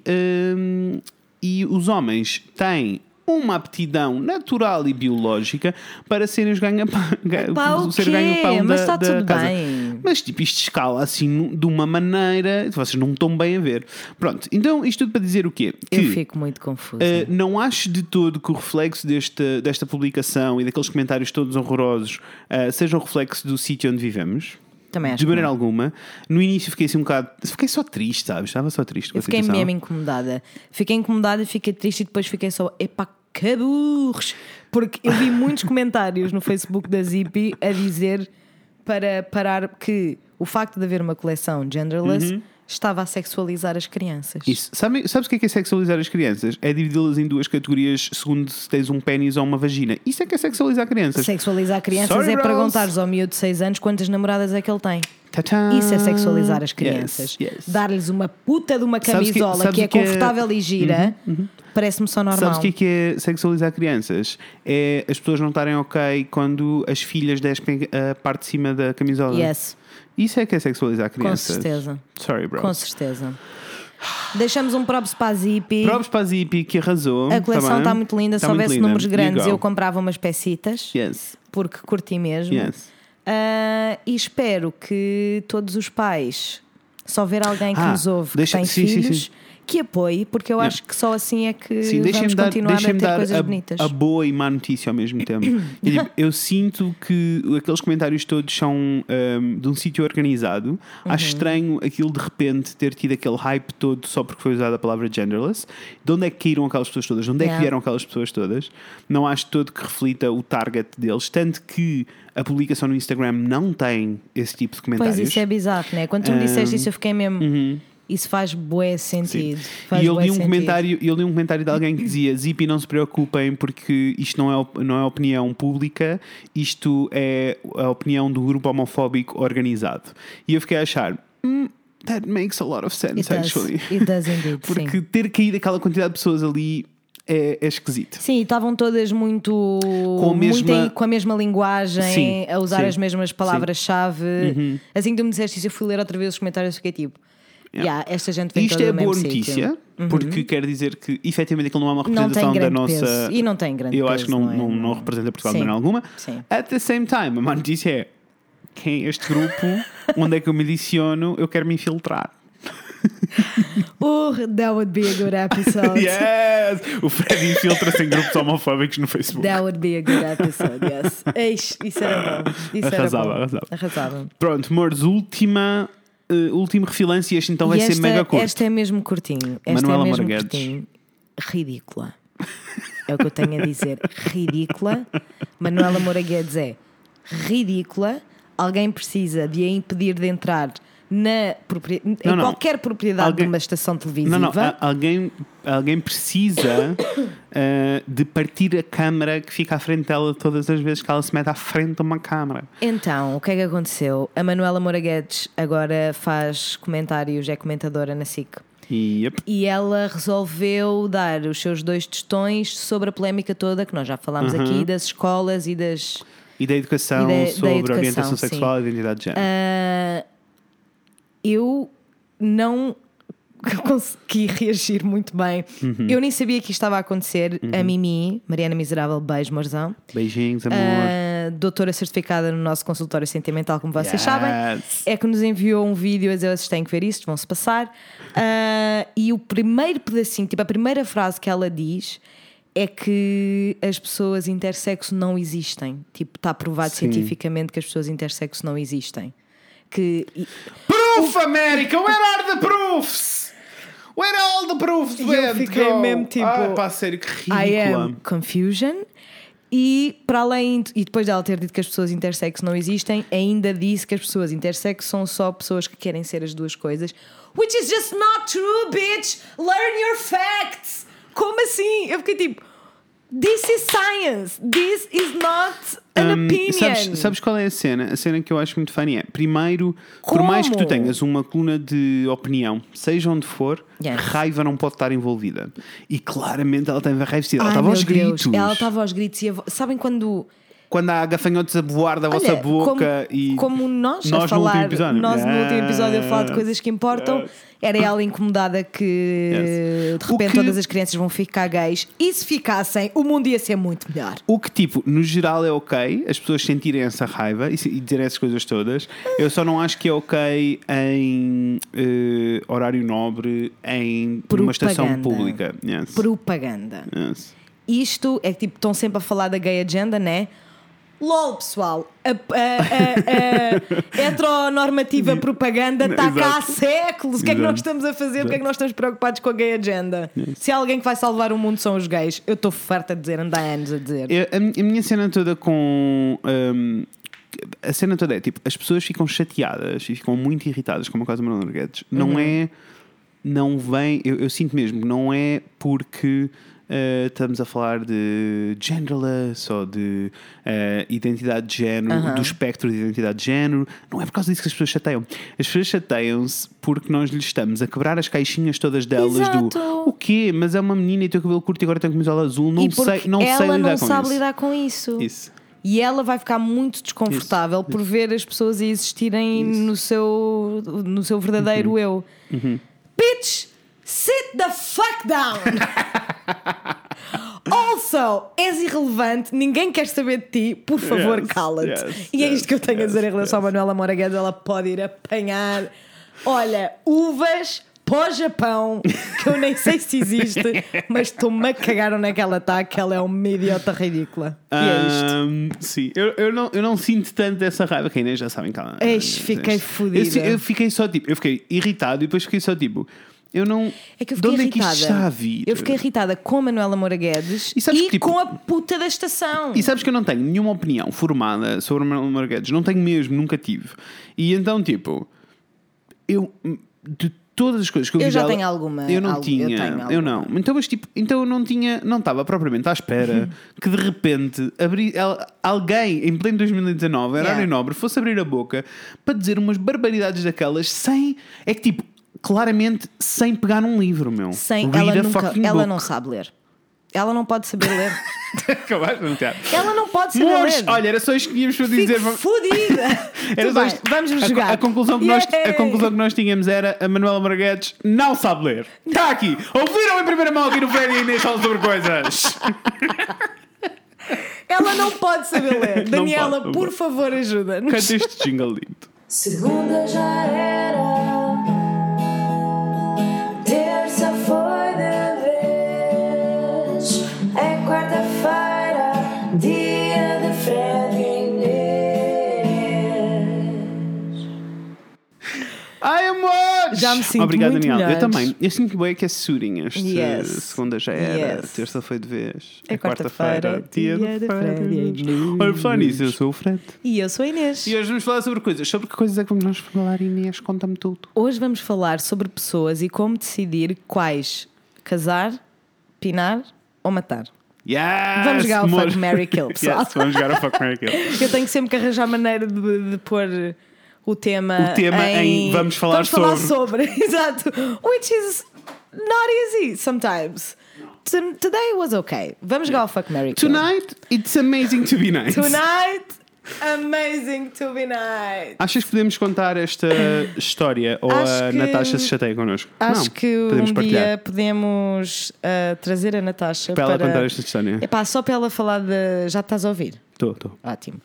S1: hum, e os homens têm uma aptidão natural e biológica para serem os ganha
S2: Pá, o
S1: ser
S2: quê?
S1: ganha-pão
S2: Mas
S1: da,
S2: está
S1: da
S2: tudo
S1: casa.
S2: bem.
S1: Mas tipo, isto escala assim de uma maneira que vocês não estão bem a ver. Pronto, então isto tudo para dizer o quê? Que,
S2: Eu fico muito confusa.
S1: Uh, não acho de todo que o reflexo desta, desta publicação e daqueles comentários todos horrorosos uh, seja um reflexo do sítio onde vivemos.
S2: Também acho
S1: de
S2: que
S1: maneira alguma. No início fiquei assim um bocado. Fiquei só triste, sabes? Estava só triste com
S2: Eu
S1: a
S2: fiquei
S1: situação.
S2: mesmo incomodada. Fiquei incomodada, fiquei triste e depois fiquei só, epá, caburros! Porque eu vi muitos comentários no Facebook da Zippy a dizer para parar que o facto de haver uma coleção genderless estava a sexualizar as crianças.
S1: Uhum. Isso. Sabe, sabes o que é, que é sexualizar as crianças? É dividi-las em duas categorias segundo se tens um pênis ou uma vagina. Isso é que é sexualizar crianças.
S2: Sexualizar crianças
S1: Sorry,
S2: é
S1: bros.
S2: perguntares ao miúdo de 6 anos quantas namoradas é que ele tem.
S1: Tadã!
S2: Isso é sexualizar as crianças.
S1: Ah, Yes, yes.
S2: Dar-lhes uma puta de uma
S1: Sabes que-
S2: camisola que,
S1: sabes
S2: é
S1: o que é- Uhum,
S2: confortável e gira parece-me só normal.
S1: Sabes o que é, que é sexualizar crianças? É as pessoas não estarem ok quando as filhas despem a parte de cima da camisola.
S2: Yes.
S1: Isso é que é sexualizar crianças.
S2: certeza.
S1: Sorry, bro.
S2: Com certeza. Deixamos um props para a Zippy.
S1: Props para a Zippy que arrasou.
S2: A coleção
S1: bem?
S2: está muito linda.
S1: Tá
S2: Se
S1: muito
S2: houvesse
S1: linda.
S2: números
S1: You
S2: grandes,
S1: go.
S2: eu comprava umas pecitas,
S1: Yes,
S2: porque curti mesmo.
S1: yes.
S2: Ah, e espero que todos os pais, se houver alguém que
S1: Ah,
S2: nos ouve,
S1: deixa-
S2: que tem
S1: sim, sim,
S2: filhos,
S1: sim.
S2: que apoie, porque eu
S1: Yeah.
S2: acho que só assim é que
S1: Sim, deixem-me
S2: vamos
S1: dar,
S2: continuar a
S1: deixem
S2: ter
S1: dar
S2: coisas
S1: a,
S2: bonitas.
S1: a boa e má notícia ao mesmo tempo. Eu, digo, eu sinto que aqueles comentários todos são hum, de um sítio organizado. Acho
S2: Uhum.
S1: estranho aquilo de repente ter tido aquele hype todo só porque foi usada a palavra genderless. De onde é que caíram aquelas pessoas todas? De onde é que
S2: Yeah.
S1: vieram aquelas pessoas todas? Não acho de todo que reflita o target deles. Tanto que a publicação no Instagram não tem esse tipo de comentários.
S2: Pois isso é bizarro, né? Quando tu me disseste isso, eu fiquei mesmo. Isso faz bué
S1: Uhum. Sim.
S2: sentido. Faz
S1: E eu
S2: bué
S1: li, um
S2: sentido.
S1: comentário, eu li um comentário de alguém que dizia: Zippy, não se preocupem, porque isto não é, op- não é opinião pública, isto é a opinião do grupo homofóbico organizado. E eu fiquei a achar: "Hmm, That makes a lot of sense,
S2: It does,
S1: actually.
S2: it does indeed, sim.
S1: Porque ter caído aquela quantidade de pessoas ali é, é esquisito.
S2: Sim, e estavam todas muito
S1: a mesma-
S2: muito em- com a mesma linguagem,
S1: Sim,
S2: a usar
S1: sim, Uhum.
S2: as mesmas palavras-chave. Assim que tu me disseste isso, eu fui ler outra vez os comentários e fiquei tipo, yeah. esta gente vem
S1: Isto
S2: toda
S1: é
S2: do mesmo
S1: boa notícia,
S2: sítio. Uhum.
S1: porque quer dizer que efetivamente aquilo não é uma
S2: Não tem
S1: representação da
S2: grande
S1: nossa.
S2: peso. E não tem grande
S1: Eu
S2: peso.
S1: acho que não,
S2: é?
S1: não, não representa Portugal de
S2: Sim.
S1: maneira alguma.
S2: Sim.
S1: At the same time, a má notícia é quem é este grupo, onde é que eu me adiciono, eu quero me infiltrar.
S2: Oh, that would be a good episode.
S1: Yes! O Fred infiltra-se em grupos homofóbicos no Facebook.
S2: That would be a good episode, yes. Eis, isso era bom. Isso
S1: Arrasava,
S2: era bom.
S1: arrasava.
S2: Arrasava.
S1: Pronto, Mores, última, eh, último refilance e este então vai
S2: e
S1: ser
S2: esta,
S1: mega curto.
S2: Esta é mesmo curtinho. Esta
S1: Manuela
S2: é mesmo
S1: Morguedes.
S2: curtinho. Ridícula. É o que eu tenho a dizer. Ridícula. Manuela Moraguedes é ridícula. Alguém precisa de a impedir de entrar na propri- em
S1: Não, não.
S2: qualquer propriedade
S1: Alguém-
S2: de uma estação televisiva.
S1: Não, não, a- alguém, alguém precisa eh, de partir a câmara que fica à frente dela todas as vezes que ela se mete à frente de uma câmara.
S2: Então, o que é que aconteceu? A Manuela Moraguedes agora faz comentários, é comentadora na SIC.
S1: E yep.
S2: e ela resolveu dar os seus dois testões sobre a polémica toda que nós já falámos aqui das escolas e das.
S1: E da educação
S2: E da- da
S1: sobre
S2: educação,
S1: orientação
S2: sim.
S1: sexual e identidade de género.
S2: Ah, eu não consegui reagir muito bem. Eu nem sabia que isto estava a acontecer. A Mimi, Mariana Miserável, beijo, Morzão.
S1: Beijinhos, amor.
S2: Ah, doutora certificada no nosso consultório sentimental, como vocês
S1: Yes.
S2: sabem, é que nos enviou um vídeo a dizer vocês têm que ver isto, vão-se passar. Ah, e o primeiro pedacinho, tipo a primeira frase que ela diz é que as pessoas intersexo não existem. Tipo, está provado cientificamente que as pessoas intersexo não existem. Que, e-
S1: Proof, America! Where are the proofs? Where are all the proofs?
S2: eu
S1: went
S2: fiquei
S1: go?
S2: mesmo tipo,
S1: Ai, pá, sério, que
S2: I am
S1: ridícula.
S2: confusion. E para além e depois dela ter dito que as pessoas intersexo não existem, ainda disse que as pessoas intersexo são só pessoas que querem ser as duas coisas. Which is just not true, bitch! Learn your facts! Como assim? Eu fiquei tipo, this is science! This is not an
S1: Hum,
S2: opinion!
S1: sabes, sabes qual é a cena? A cena que eu acho muito funny é, primeiro, por
S2: Como?
S1: mais que tu tenhas uma coluna de opinião, seja onde for,
S2: Yes.
S1: raiva não pode estar envolvida. E claramente ela tem raiva vestida. Ela
S2: Ai,
S1: estava aos
S2: meu Deus.
S1: gritos.
S2: Ela estava aos gritos e a vo- sabem quando
S1: quando há gafanhotos a voar da vossa
S2: Olha,
S1: boca
S2: como,
S1: e.
S2: como nós, a
S1: nós no último
S2: falar,
S1: episódio. Ah.
S2: nós no último episódio a falar de
S1: Yes.
S2: coisas que importam, era ela incomodada que
S1: Yes.
S2: de
S1: O
S2: repente
S1: que-
S2: todas as crianças vão ficar gays e se ficassem, o mundo ia ser muito melhor.
S1: O que, tipo, no geral é ok as pessoas sentirem essa raiva e, se- e dizerem essas coisas todas. Eu só não acho que é ok em eh, horário nobre, em uma estação
S2: Propaganda.
S1: pública. Yes.
S2: Propaganda.
S1: Yes.
S2: Isto é que tipo, estão sempre a falar da gay agenda, né? LOL, pessoal, a, a, a, a heteronormativa propaganda está cá há
S1: Exato.
S2: séculos. O que é que
S1: Exato.
S2: nós estamos a fazer? O que é que nós estamos preocupados com a gay agenda?
S1: Yes.
S2: Se há alguém que vai salvar o mundo são os gays. Eu estou farta de dizer, anda há anos a dizer.
S1: Eu- a, mi- a minha cena toda com. hum, a cena toda é tipo, as pessoas ficam chateadas e ficam muito irritadas com uma coisa do Manuel Guedes. Não é. Não vem. Eu, eu sinto mesmo, não é porque. uh, estamos a falar de genderless ou de uh, identidade de género, do espectro de identidade de género. Não é por causa disso que as pessoas chateiam. As pessoas chateiam-se porque nós lhes estamos a quebrar as caixinhas todas delas
S2: Exato.
S1: do o quê? Mas é uma menina e teu cabelo curto e agora tem um camisola azul. Não
S2: e porque
S1: sei, não
S2: ela
S1: sei lidar
S2: não
S1: com
S2: sabe
S1: isso.
S2: lidar com isso.
S1: Isso.
S2: E ela vai ficar muito desconfortável por ver as pessoas a existirem no seu, no seu verdadeiro
S1: Uhum.
S2: eu. Bitch, sit the fuck down! Also, és irrelevante, ninguém quer saber de ti, por favor,
S1: Yes,
S2: cala-te.
S1: yes,
S2: e é
S1: yes,
S2: isto que eu tenho a
S1: yes,
S2: dizer em relação à Manuela Moura Guedes, ela pode ir apanhar. Olha, uvas para o Japão, que eu nem sei se existe, mas estou-me a cagar onde é que ela está, que ela é uma idiota ridícula. E
S1: Ah,
S2: é isto.
S1: Ahm, sim, eu, eu, não, eu não sinto tanto dessa raiva, que a Inês já sabem que ela.
S2: Eish, fiquei
S1: Eu-
S2: fodida.
S1: Eu, fiquei só tipo, eu fiquei irritado e depois fiquei só tipo, eu não.
S2: É que eu fiquei
S1: de onde
S2: irritada.
S1: é que isto está a vir?
S2: Eu fiquei irritada com a Manuela Moura Guedes
S1: E
S2: e,
S1: sabes que, tipo-
S2: com a puta da estação.
S1: E sabes que eu não tenho nenhuma opinião formada sobre o Manuel Moura Guedes. Não tenho mesmo, nunca tive. E então, tipo, eu. De todas as coisas que eu,
S2: Eu
S1: vi
S2: já
S1: dela,
S2: tenho alguma-
S1: Eu não
S2: algo- eu
S1: tinha.
S2: tenho alguma.
S1: não. Então, mas, tipo, então eu não tinha. Não estava propriamente à espera que de repente abri, al- alguém em pleno 2019, horário
S2: Yeah.
S1: nobre, fosse abrir a boca para dizer umas barbaridades daquelas sem. É que, tipo, claramente sem pegar um livro, meu.
S2: Sem
S1: Read
S2: ela
S1: a
S2: nunca,
S1: fucking
S2: ela
S1: book.
S2: não sabe ler. Ela não pode saber ler.
S1: Acabaste de anunciar.
S2: ela não pode saber
S1: Mores,
S2: ler.
S1: olha, era só isto que tínhamos para dizer.
S2: Fico
S1: Vamos-
S2: fodida.
S1: Era só
S2: Tudo bem,
S1: É isto.
S2: Vamos
S1: a,
S2: jogar.
S1: a conclusão que nós, a
S2: Yay!
S1: conclusão que nós tínhamos era a Manuela Marguetes não sabe ler. Está aqui. Ouviram em primeira mão aqui no Fred e Inês falam sobre coisas.
S2: Ela não pode saber ler.
S1: Não
S2: Daniela,
S1: pode, não
S2: por
S1: pode.
S2: favor, ajuda-nos.
S1: Canta este jingle lindo.
S3: Segunda já era, terça foi de vez, é quarta-feira, dia de Fred e Inês.
S1: Ai, amor!
S2: Já me sinto
S1: Obrigado,
S2: muito
S1: Daniel. Eu
S2: melhor.
S1: também. Eu sinto bem que é surinho este.
S2: Yes.
S1: Segunda já era,
S2: Yes.
S1: terça foi de vez.
S2: É quarta-feira,
S1: dia
S2: dia
S1: de
S2: de
S1: Fred.
S2: Fred e Inês.
S1: Olha, pessoal, nisso, eu sou o Fred.
S2: E eu sou a Inês.
S1: E hoje vamos falar sobre coisas. Sobre que coisas é que vamos nós falar, Inês? Conta-me tudo.
S2: Hoje vamos falar sobre pessoas e como decidir quais casar, pinar ou matar.
S1: Yes,
S2: Vamos jogar ao
S1: amor.
S2: Fuck, Marry, Kill, pessoal.
S1: Yes, vamos jogar ao Fuck, Marry, Kill.
S2: Eu tenho sempre que arranjar maneira de, de pôr o tema,
S1: O tema em vamos falar
S2: sobre. Exato. Which is not easy sometimes. To- Today was okay. Vamos jogar ao Fuck Mary Kill.
S1: Tonight, it's amazing to be nice.
S2: Tonight, amazing to be night.
S1: Achas que podemos contar esta história ou
S2: Acho
S1: a
S2: que-
S1: Natasha se chateia connosco?
S2: Acho
S1: Não,
S2: que um
S1: podemos partilhar.
S2: dia podemos ah, trazer a Natasha
S1: Para
S2: para,
S1: ela contar esta história.
S2: Epá, só para ela falar de. Já estás a ouvir?
S1: Estou, estou.
S2: Ótimo.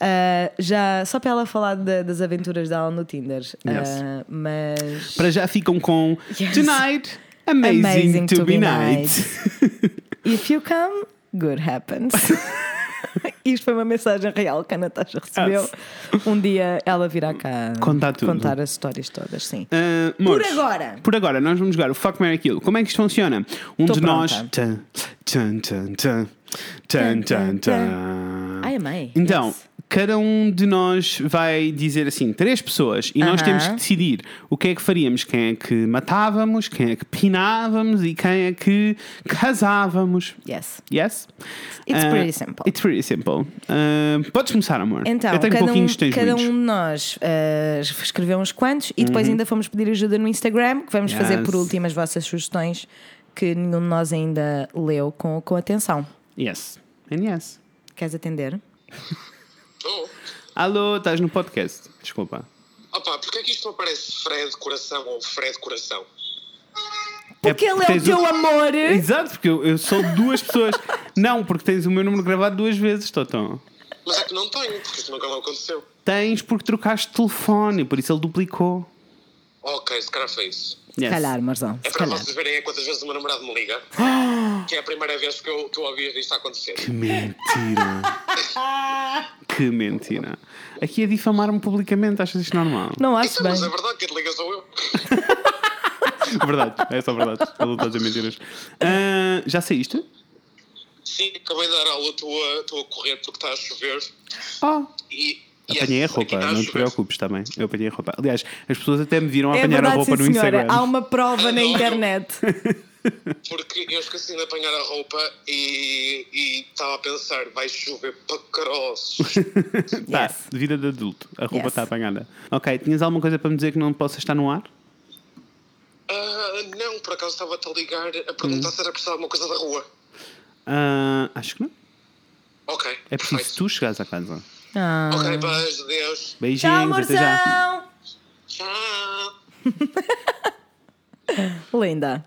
S2: Ah, já, só para ela falar da- das aventuras dela no Tinder. Ah,
S1: Yes.
S2: mas.
S1: Para já ficam com
S2: Yes.
S1: Tonight, amazing, to, be, nice.
S2: If you come, good happens. Isto foi uma mensagem real que a Natasha recebeu. Um dia ela virá cá
S1: Contar Ah, tudo.
S2: contar as histórias todas, sim.
S1: Ah,
S2: Por
S1: Mores,
S2: agora.
S1: Por agora, nós vamos jogar o Fuck Mary Kill. Como é que isto funciona? Um
S2: Tô
S1: de nós.
S2: pronta.
S1: Tan, tan, tan, tan, tan, tan, tan.
S2: Ai, amei.
S1: Então,
S2: Yes.
S1: cada um de nós vai dizer assim, três pessoas, e nós
S2: Aham.
S1: temos que decidir o que é que faríamos, quem é que matávamos, quem é que pinávamos e quem é que casávamos.
S2: Yes.
S1: Yes?
S2: It's
S1: Ah,
S2: pretty simple.
S1: It's pretty simple. Ah, podes começar, amor.
S2: Então,
S1: Eu tenho
S2: cada, um,
S1: pouquinhos, tens
S2: cada um
S1: muitos. Uhum.
S2: de nós eh, escreveu uns quantos e depois ainda fomos pedir ajuda no Instagram, que vamos fazer por
S1: Yes.
S2: último as vossas sugestões que nenhum de nós ainda leu com, com atenção.
S1: Yes. And yes. É
S2: Queres atender?
S4: Estou.
S1: Alô, estás no podcast. Desculpa.
S4: Opa, porquê é que isto não aparece Fred Coração ou Fred Coração?
S2: Porque ele é o
S1: tens
S2: teu amor.
S1: Exato, porque eu, eu sou duas pessoas. não, porque tens o meu número gravado duas vezes, Totão.
S4: Mas é que não tenho, porque isso nunca lá aconteceu.
S1: Tens porque trocaste telefone, por isso ele duplicou.
S4: Ok, se calhar foi isso.
S1: Yes.
S2: Calhar, Marzão.
S4: É
S2: Se
S4: para
S2: calhar.
S4: vocês verem é quantas vezes o meu namorado me liga. que é a primeira vez que eu estou a ouvir isto a acontecer.
S1: Ah! Que mentira. que mentira. Aqui a difamar-me publicamente, achas isto normal?
S2: Não acho
S4: Isso,
S2: bem.
S4: mas é verdade, quem te liga sou eu.
S1: Verdade, é só verdade. Ele está a dizer mentiras. Ah, já saíste?
S4: Sim, acabei de dar aula, estou a, estou a correr porque está a chover.
S1: Oh.
S4: E, e é
S1: Apanhei a
S4: aqui tá
S1: roupa,
S4: está a
S1: não te
S4: chover.
S1: preocupes, também. Eu apanhei a roupa. Aliás, as pessoas até me viram a
S2: É
S1: apanhar
S2: verdade,
S1: a roupa
S2: sim,
S1: no
S2: senhora.
S1: Instagram.
S2: Há um- uma prova na internet.
S4: Porque eu esqueci de apanhar a roupa e e estava a pensar, vai chover para caroços.
S1: Tá,
S2: Yes.
S1: de vida de adulto. A roupa
S2: Yes.
S1: está apanhada. Ok, tinhas alguma coisa para me dizer que não possa estar no ar?
S4: Ah, não, por acaso estava-te a ligar a
S1: Hum.
S4: perguntar se era preciso alguma coisa da rua.
S1: Ah, acho que não.
S4: Ok.
S1: É preciso tu chegares à casa.
S2: Ah.
S4: Ok, paz, Deus.
S1: Beijinhos,
S2: Tchau,
S1: até já.
S2: Marzão.
S4: Tchau.
S2: Linda.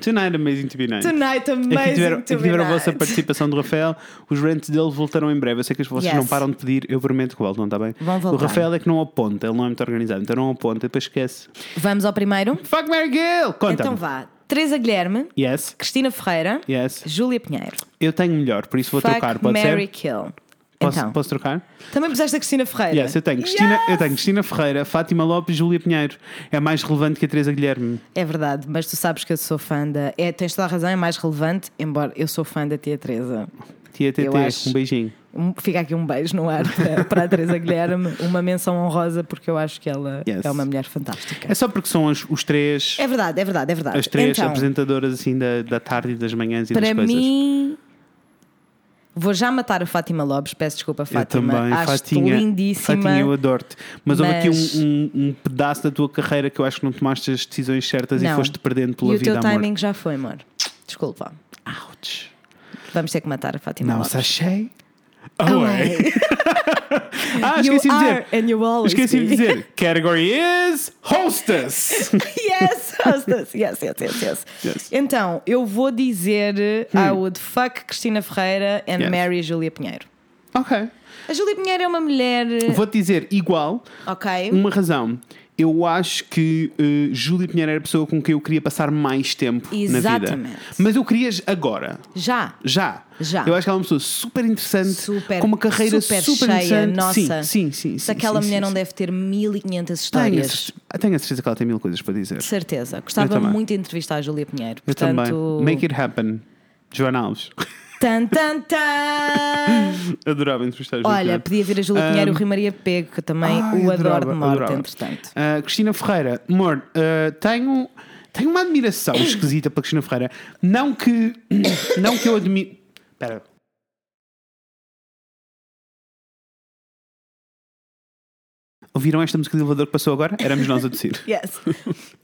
S1: Tonight amazing to be nice.
S2: Tonight amazing
S1: Aqui É tiveram,
S2: to
S1: aqui
S2: be
S1: tiveram a
S2: night.
S1: vossa participação do Rafael. Os rants dele voltaram em breve. Eu sei que vocês
S2: Yes.
S1: não param de pedir. Eu prometo que voltam, está bem?
S2: Vão
S1: o
S2: voltar.
S1: Rafael é que não aponta. Ele não é muito organizado. Então não aponta e depois esquece.
S2: Vamos ao primeiro?
S1: Fuck Mary Gill! Conta.
S2: Então vá. Teresa Guilherme,
S1: Yes,
S2: Cristina Ferreira,
S1: yes.
S2: Júlia Pinheiro.
S1: Eu tenho melhor, por isso vou
S2: Fuck,
S1: trocar. Pode
S2: Mary,
S1: ser?
S2: Kill.
S1: Posso,
S2: então,
S1: posso trocar?
S2: também puseste a Cristina Ferreira.
S1: Yes, eu tenho. Cristina,
S2: Yes!
S1: eu tenho Cristina Ferreira, Fátima Lopes, Júlia Pinheiro. É mais relevante que a Teresa Guilherme.
S2: É verdade, mas tu sabes que eu sou fã da. É, tens toda a razão, é mais relevante, embora eu sou fã da Tia Teresa.
S1: Tia TT,
S2: Eu acho-
S1: um beijinho.
S2: Um- Fica aqui um beijo no ar para, para a Teresa Guilherme, uma menção honrosa, porque eu acho que ela
S1: Yes.
S2: é uma mulher fantástica.
S1: É só porque são os, os três,
S2: É verdade, é verdade, é verdade.
S1: as três
S2: então,
S1: apresentadoras assim da, da tarde e das manhãs e
S2: para
S1: das coisas.
S2: mim. Vou já matar a Fátima Lobes, peço desculpa,
S1: Eu
S2: Fátima.
S1: também,
S2: Acho-te
S1: Fatinha.
S2: lindíssima.
S1: Fatinha, eu adoro-te. Mas, houve aqui
S2: mas-
S1: um, um- um pedaço da tua carreira que eu acho que não tomaste as decisões certas e
S2: Não.
S1: foste perdendo pela
S2: E
S1: vida,
S2: o teu
S1: amor.
S2: timing já foi, amor. Desculpa.
S1: Ouch.
S2: Vamos ter que matar a Fátima
S1: Não, é?
S2: Lopes.
S1: sachei. Away. Ah,
S2: Oh, é. You
S1: esqueci de
S2: are
S1: dizer.
S2: and you always
S1: Esqueci de
S2: be.
S1: dizer. Category is hostess.
S2: Yes, hostess. Yes, yes, yes, yes.
S1: Yes. Hum.
S2: Então, eu vou dizer I would fuck Cristina Ferreira and
S1: Yes.
S2: marry Júlia Pinheiro.
S1: ok.
S2: A Júlia Pinheiro é uma mulher.
S1: Vou-te dizer igual,
S2: Ok.
S1: uma razão. Eu acho que eh, Júlia Pinheiro era a pessoa com quem eu queria passar mais tempo na
S2: Exatamente.
S1: vida. Mas eu queria agora.
S2: Já.
S1: Já.
S2: Já.
S1: Eu acho que ela é uma pessoa super interessante,
S2: Super,
S1: com uma carreira
S2: super
S1: super,
S2: cheia,
S1: interessante. Sim,
S2: nossa.
S1: sim, sim.
S2: Se
S1: sim,
S2: aquela
S1: sim,
S2: mulher
S1: sim,
S2: não
S1: sim.
S2: deve ter 15500
S1: Tenho a,
S2: histórias.
S1: certeza, tenho a certeza que ela tem mil coisas para dizer.
S2: De certeza. Gostava
S1: também.
S2: muito de entrevistar a Júlia Pinheiro.
S1: Eu também.
S2: Portanto.
S1: Make it happen. Joana Alves.
S2: Tan, tan, tan.
S1: Adorava entrevistar a Júlia
S2: Olha,
S1: Pinheiro.
S2: podia vir a Júlia
S1: Ahm,
S2: Pinheiro e o Rui Maria Pego, que eu também
S1: Um, Ai,
S2: o adoro
S1: adorava,
S2: de morte,
S1: adorava.
S2: entretanto.
S1: Ah, Cristina Ferreira, amor, ah, tenho, tenho uma admiração esquisita para Cristina Ferreira. Não que, não que eu admiro. Espera. Ouviram esta música de elevador que passou agora? Éramos nós a descer.
S2: Yes.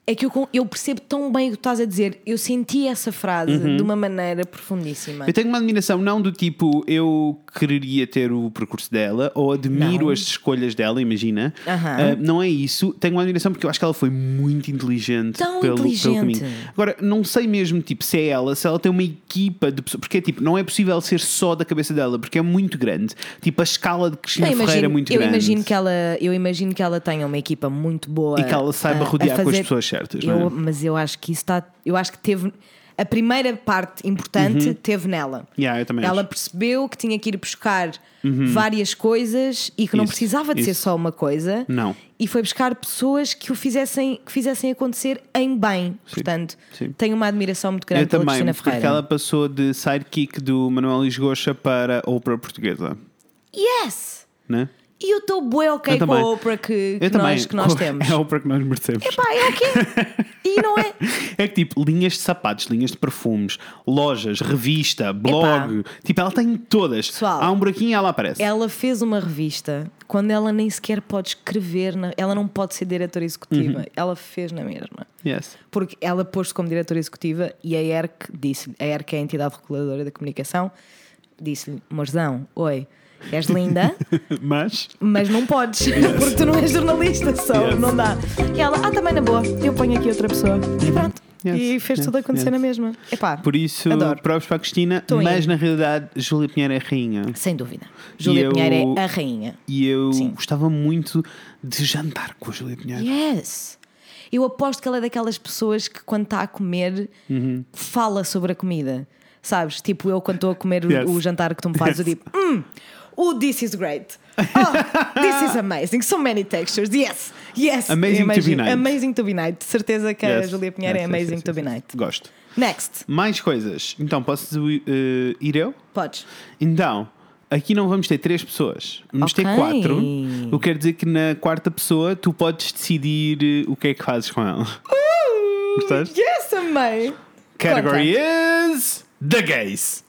S2: É que eu, con- eu percebo tão bem o que estás a dizer. Eu senti essa frase de uma maneira profundíssima.
S1: Uhum. Eu tenho uma admiração não do tipo eu quereria ter o percurso dela ou admiro
S2: Não.
S1: as escolhas dela, imagina.
S2: Aham.
S1: Ah, não é isso. Tenho uma admiração porque eu acho que ela foi muito inteligente,
S2: Tão
S1: pelo, pelo
S2: inteligente.
S1: caminho. Agora, não sei mesmo tipo, se é ela, se ela tem uma equipa de pessoas. Porque é tipo, não é possível ser só da cabeça dela, porque é muito grande. Tipo, a escala de Cristina
S2: Eu
S1: Ferreira é
S2: imagino,
S1: muito
S2: eu,
S1: grande.
S2: imagino que ela, eu imagino que ela tenha uma equipa muito boa
S1: E que ela saiba rodear com as
S2: fazer-
S1: pessoas certas,
S2: Eu-
S1: não é?
S2: Mas eu acho que isso está. Eu acho que teve. A primeira parte
S1: Uhum.
S2: importante teve nela.
S1: Yeah, eu também
S2: Ela
S1: acho. Uhum.
S2: percebeu que tinha que ir buscar várias coisas e que não
S1: Isso,
S2: precisava de ser
S1: isso.
S2: só uma coisa.
S1: Não.
S2: E foi buscar pessoas que o fizessem, que fizessem acontecer em bem. Portanto,
S1: sim.
S2: tenho uma admiração muito grande
S1: Eu
S2: pela
S1: também,
S2: Cristina
S1: porque
S2: Ferreira.
S1: ela passou de sidekick do Manuel Lisgocha para a Oprah Portuguesa,
S2: Yes!
S1: né?
S2: E eu estou bué ok
S1: Eu
S2: com
S1: também.
S2: a Oprah que,
S1: Eu
S2: que
S1: também.
S2: nós, que nós temos.
S1: É a Oprah que nós merecemos.
S2: Pá, é o quê? E não é?
S1: É que tipo, linhas de sapatos, linhas de perfumes, lojas, revista, blog, tipo, ela tem todas.
S2: Pessoal,
S1: Há um buraquinho e ela aparece.
S2: Ela fez uma revista quando ela nem sequer pode escrever, na- ela não pode ser diretora
S1: Uhum.
S2: executiva. Ela fez na mesma.
S1: Yes.
S2: Porque ela pôs-se como diretora executiva e a ERC disse-lhe, a ERC é a entidade reguladora da comunicação, disse-lhe, Morzão, oi, És linda,
S1: Mas.
S2: mas não podes, porque tu não és jornalista só,
S1: Yes.
S2: não dá. E ela, ah, também na boa, eu ponho aqui outra pessoa. E pronto.
S1: Yes,
S2: E fez
S1: yes,
S2: tudo acontecer
S1: yes.
S2: na mesma. Epá,
S1: Por isso,
S2: Adoro.
S1: provas para a Cristina,
S2: Tô
S1: mas
S2: indo.
S1: na realidade, Júlia Pinheiro é rainha.
S2: sem dúvida. Júlia
S1: eu-
S2: Pinheiro é a rainha.
S1: E eu
S2: Sim.
S1: gostava muito de jantar com a Júlia Pinheiro.
S2: Yes! Eu aposto que ela é daquelas pessoas que, quando está a comer, fala sobre a comida. Sabes? Tipo, eu, quando estou a comer o-
S1: Yes.
S2: o jantar que tu me fazes, eu digo: hum, oh, this is great. Oh, this is amazing. So many textures. Yes! Yes!
S1: Amazing
S2: Imagino-
S1: to be night.
S2: Amazing to be night. De certeza que a
S1: Yes.
S2: Julia Pinheiro
S1: Yes,
S2: é
S1: yes,
S2: amazing
S1: yes,
S2: to be
S1: yes, yes.
S2: night.
S1: Gosto.
S2: Next.
S1: Mais coisas. Então, posso eh, ir eu?
S2: Podes.
S1: Então, aqui não vamos ter três pessoas, vamos ter
S2: Ok.
S1: quatro. Eu quero dizer que na quarta pessoa tu podes decidir eh, o que é que fazes com ela. Gostaste?
S2: Yes, amei!
S1: Category is The Gays.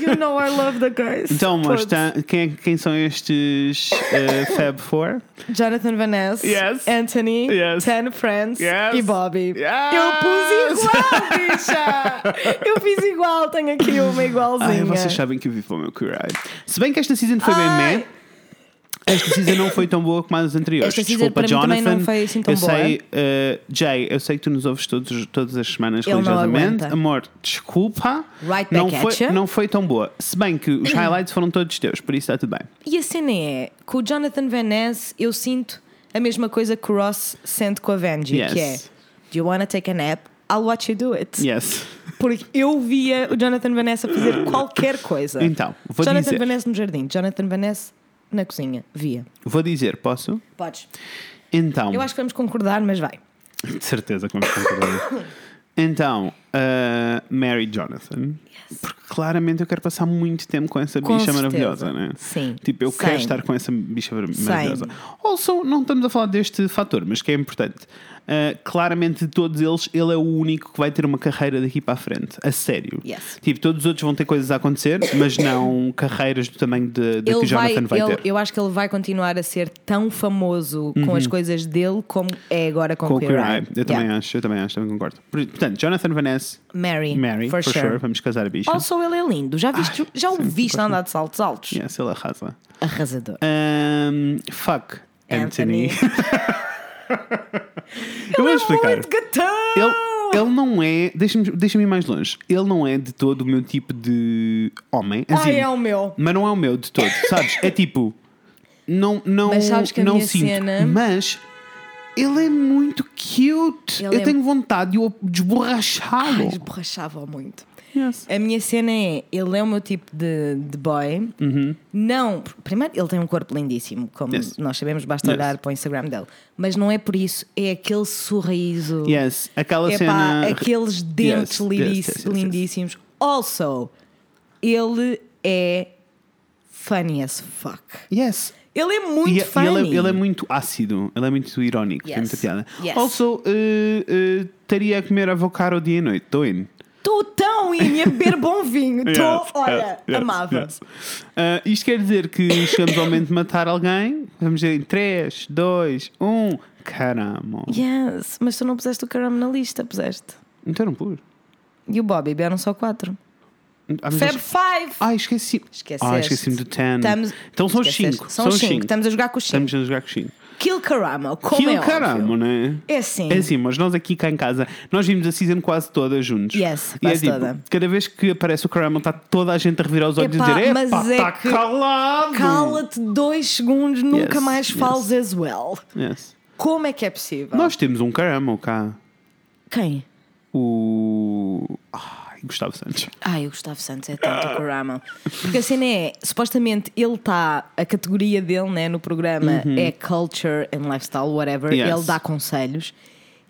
S2: You know I love the guys.
S1: Então, mas
S2: Podes.
S1: tá- quem, quem são estes eh, Fab Four?
S2: Jonathan Van Ness,
S1: Yes.
S2: Anthony,
S1: Yes.
S2: Ten Friends
S1: Yes.
S2: e Bobby.
S1: Yes.
S2: Eu pus igual, bicha! Eu fiz igual, tenho aqui uma igualzinha.
S1: Ai, Ah, vocês sabem que eu vivo o meu queer eye. Se bem que esta season foi bem
S2: é. Ai.
S1: meh. Esta season não foi tão boa como as anteriores.
S2: Esta season
S1: Desculpa,
S2: para mim também
S1: Jonathan.
S2: não foi assim tão
S1: eu
S2: boa.
S1: sei, eh, Jay, eu sei que tu nos ouves todos, todas as semanas
S2: Ele não
S1: religiosamente.
S2: aguenta.
S1: Amor, desculpa.
S2: Right back
S1: não,
S2: at
S1: foi,
S2: ya.
S1: não foi tão boa. Se bem que os highlights foram todos teus, por isso está tudo bem.
S2: E a cena é, com o Jonathan Van Ness, eu sinto a mesma coisa que o Ross sente com a Vanjie,
S1: Yes.
S2: que é Do you wanna take a nap? I'll watch you do it.
S1: Yes.
S2: Porque eu via o Jonathan Van Ness a fazer qualquer coisa.
S1: Então, vou
S2: Jonathan
S1: dizer.
S2: Van Ness no jardim, Jonathan Van Ness na cozinha, via.
S1: Vou dizer, posso?
S2: Podes.
S1: Então,
S2: Eu acho que vamos concordar, mas vai.
S1: de certeza que vamos concordar. Então, eh, Mary Jonathan. Porque claramente eu quero passar muito tempo com essa
S2: Com
S1: bicha
S2: certeza.
S1: maravilhosa, né?
S2: Sim.
S1: Tipo, eu quero
S2: Same.
S1: estar com essa bicha mar-
S2: Same.
S1: maravilhosa. Also, não estamos a falar deste fator, mas que é importante. Uh, claramente, de todos eles, ele é o único que vai ter uma carreira daqui para a frente. A sério.
S2: Yes.
S1: Tipo, todos os outros vão ter coisas a acontecer, mas não carreiras do tamanho de, de que o Jonathan vai,
S2: ele-
S1: ter.
S2: eu acho que ele vai continuar a ser tão famoso com as coisas dele como é agora com,
S1: Uhum. Com o
S2: Queer
S1: Queer
S2: Eye.
S1: Eye. Eu também acho, eu também acho, também concordo. Por- Portanto, Jonathan Vanessa,
S2: Mary,
S1: Mary,
S2: for, sure.
S1: vamos casar a bicha.
S2: Also, ele é lindo. Já, viste,
S1: Ai,
S2: já o
S1: sim,
S2: viste
S1: gosto
S2: andar de saltos altos?
S1: Yes, ele arrasa.
S2: Arrasador.
S1: Um, fuck, Anthony. eu vou explicar.
S2: é Muito gatão!
S1: Ele, ele não é. Deixa-me deixa-me ir mais longe. Ele não é de todo o meu tipo de homem. Assim,
S2: Ai, é o meu.
S1: Mas não é o meu de todo, sabes? É tipo. Não, não,
S2: Mas sabes que a
S1: não
S2: minha
S1: sinto.
S2: cena-
S1: Mas ele é muito cute.
S2: Ele
S1: eu
S2: é-
S1: tenho vontade de o desborrachá-lo.
S2: Ai, esborrachava muito.
S1: Yes.
S2: A minha cena é, ele é o meu tipo de, de boy. Não, primeiro, ele tem um corpo lindíssimo, como
S1: Uhum. Yes.
S2: nós sabemos, basta
S1: Yes.
S2: olhar para o Instagram dele. Mas não é por isso, é aquele sorriso.
S1: Yes, aquela
S2: Epá, é
S1: cena.
S2: aqueles
S1: Yes, yes,
S2: dentes lindis-
S1: yes, yes, yes.
S2: lindíssimos. Also, ele é funny as fuck.
S1: Yes.
S2: Ele é muito
S1: E- e
S2: funny.
S1: ele, é- ele é muito ácido, ele é muito irónico, tem
S2: Yes.
S1: muita piada.
S2: Yes.
S1: Also, eh, eh, estaria a comer avocado dia e noite, estou indo.
S2: Estou tão em a beber bom vinho. Estou,
S1: Yes,
S2: olha,
S1: yes, yes,
S2: amava.
S1: yes. Ah, isto quer dizer que chegamos ao momento de matar alguém. Vamos dizer em 3, 2, 1. Caramba.
S2: Yes, mas tu não puseste o caramba na lista, puseste.
S1: Então não pus.
S2: E o Bobby vieram só quatro.
S1: Ah, mas
S2: Fab
S1: acho-
S2: Five!
S1: Ah, esqueci.
S2: Esqueceste.
S1: Ah, esqueci-me do 10.
S2: Estamos-
S1: Então são os
S2: Esqueceste.
S1: 5.
S2: São os cinco. Estamos a jogar com os cinco.
S1: Estamos a jogar com os 5.
S2: Kill Caramo, como
S1: Que o
S2: é óbvio.
S1: caramba, não é?
S2: É assim.
S1: É assim, mas nós aqui cá em casa, nós vimos a season quase toda juntos.
S2: Yes,
S1: e é
S2: quase
S1: tipo,
S2: toda.
S1: cada vez que aparece o Caramel, está toda a gente a revirar os olhos e
S2: Epá,
S1: dizer:
S2: mas
S1: Epá,
S2: é
S1: está
S2: que-
S1: calado!
S2: Cala-te dois segundos, nunca
S1: Yes,
S2: mais
S1: yes.
S2: fales as well.
S1: Yes.
S2: Como é que é possível?
S1: Nós temos um Caramel cá.
S2: Quem?
S1: O. Ai, Gustavo Santos.
S2: Ai, o Gustavo Santos é
S1: Ah.
S2: tanto Caramo. Porque a cena é, supostamente ele está, a categoria dele né, no programa é culture and lifestyle, whatever.
S1: Uhum. Yes.
S2: Ele dá conselhos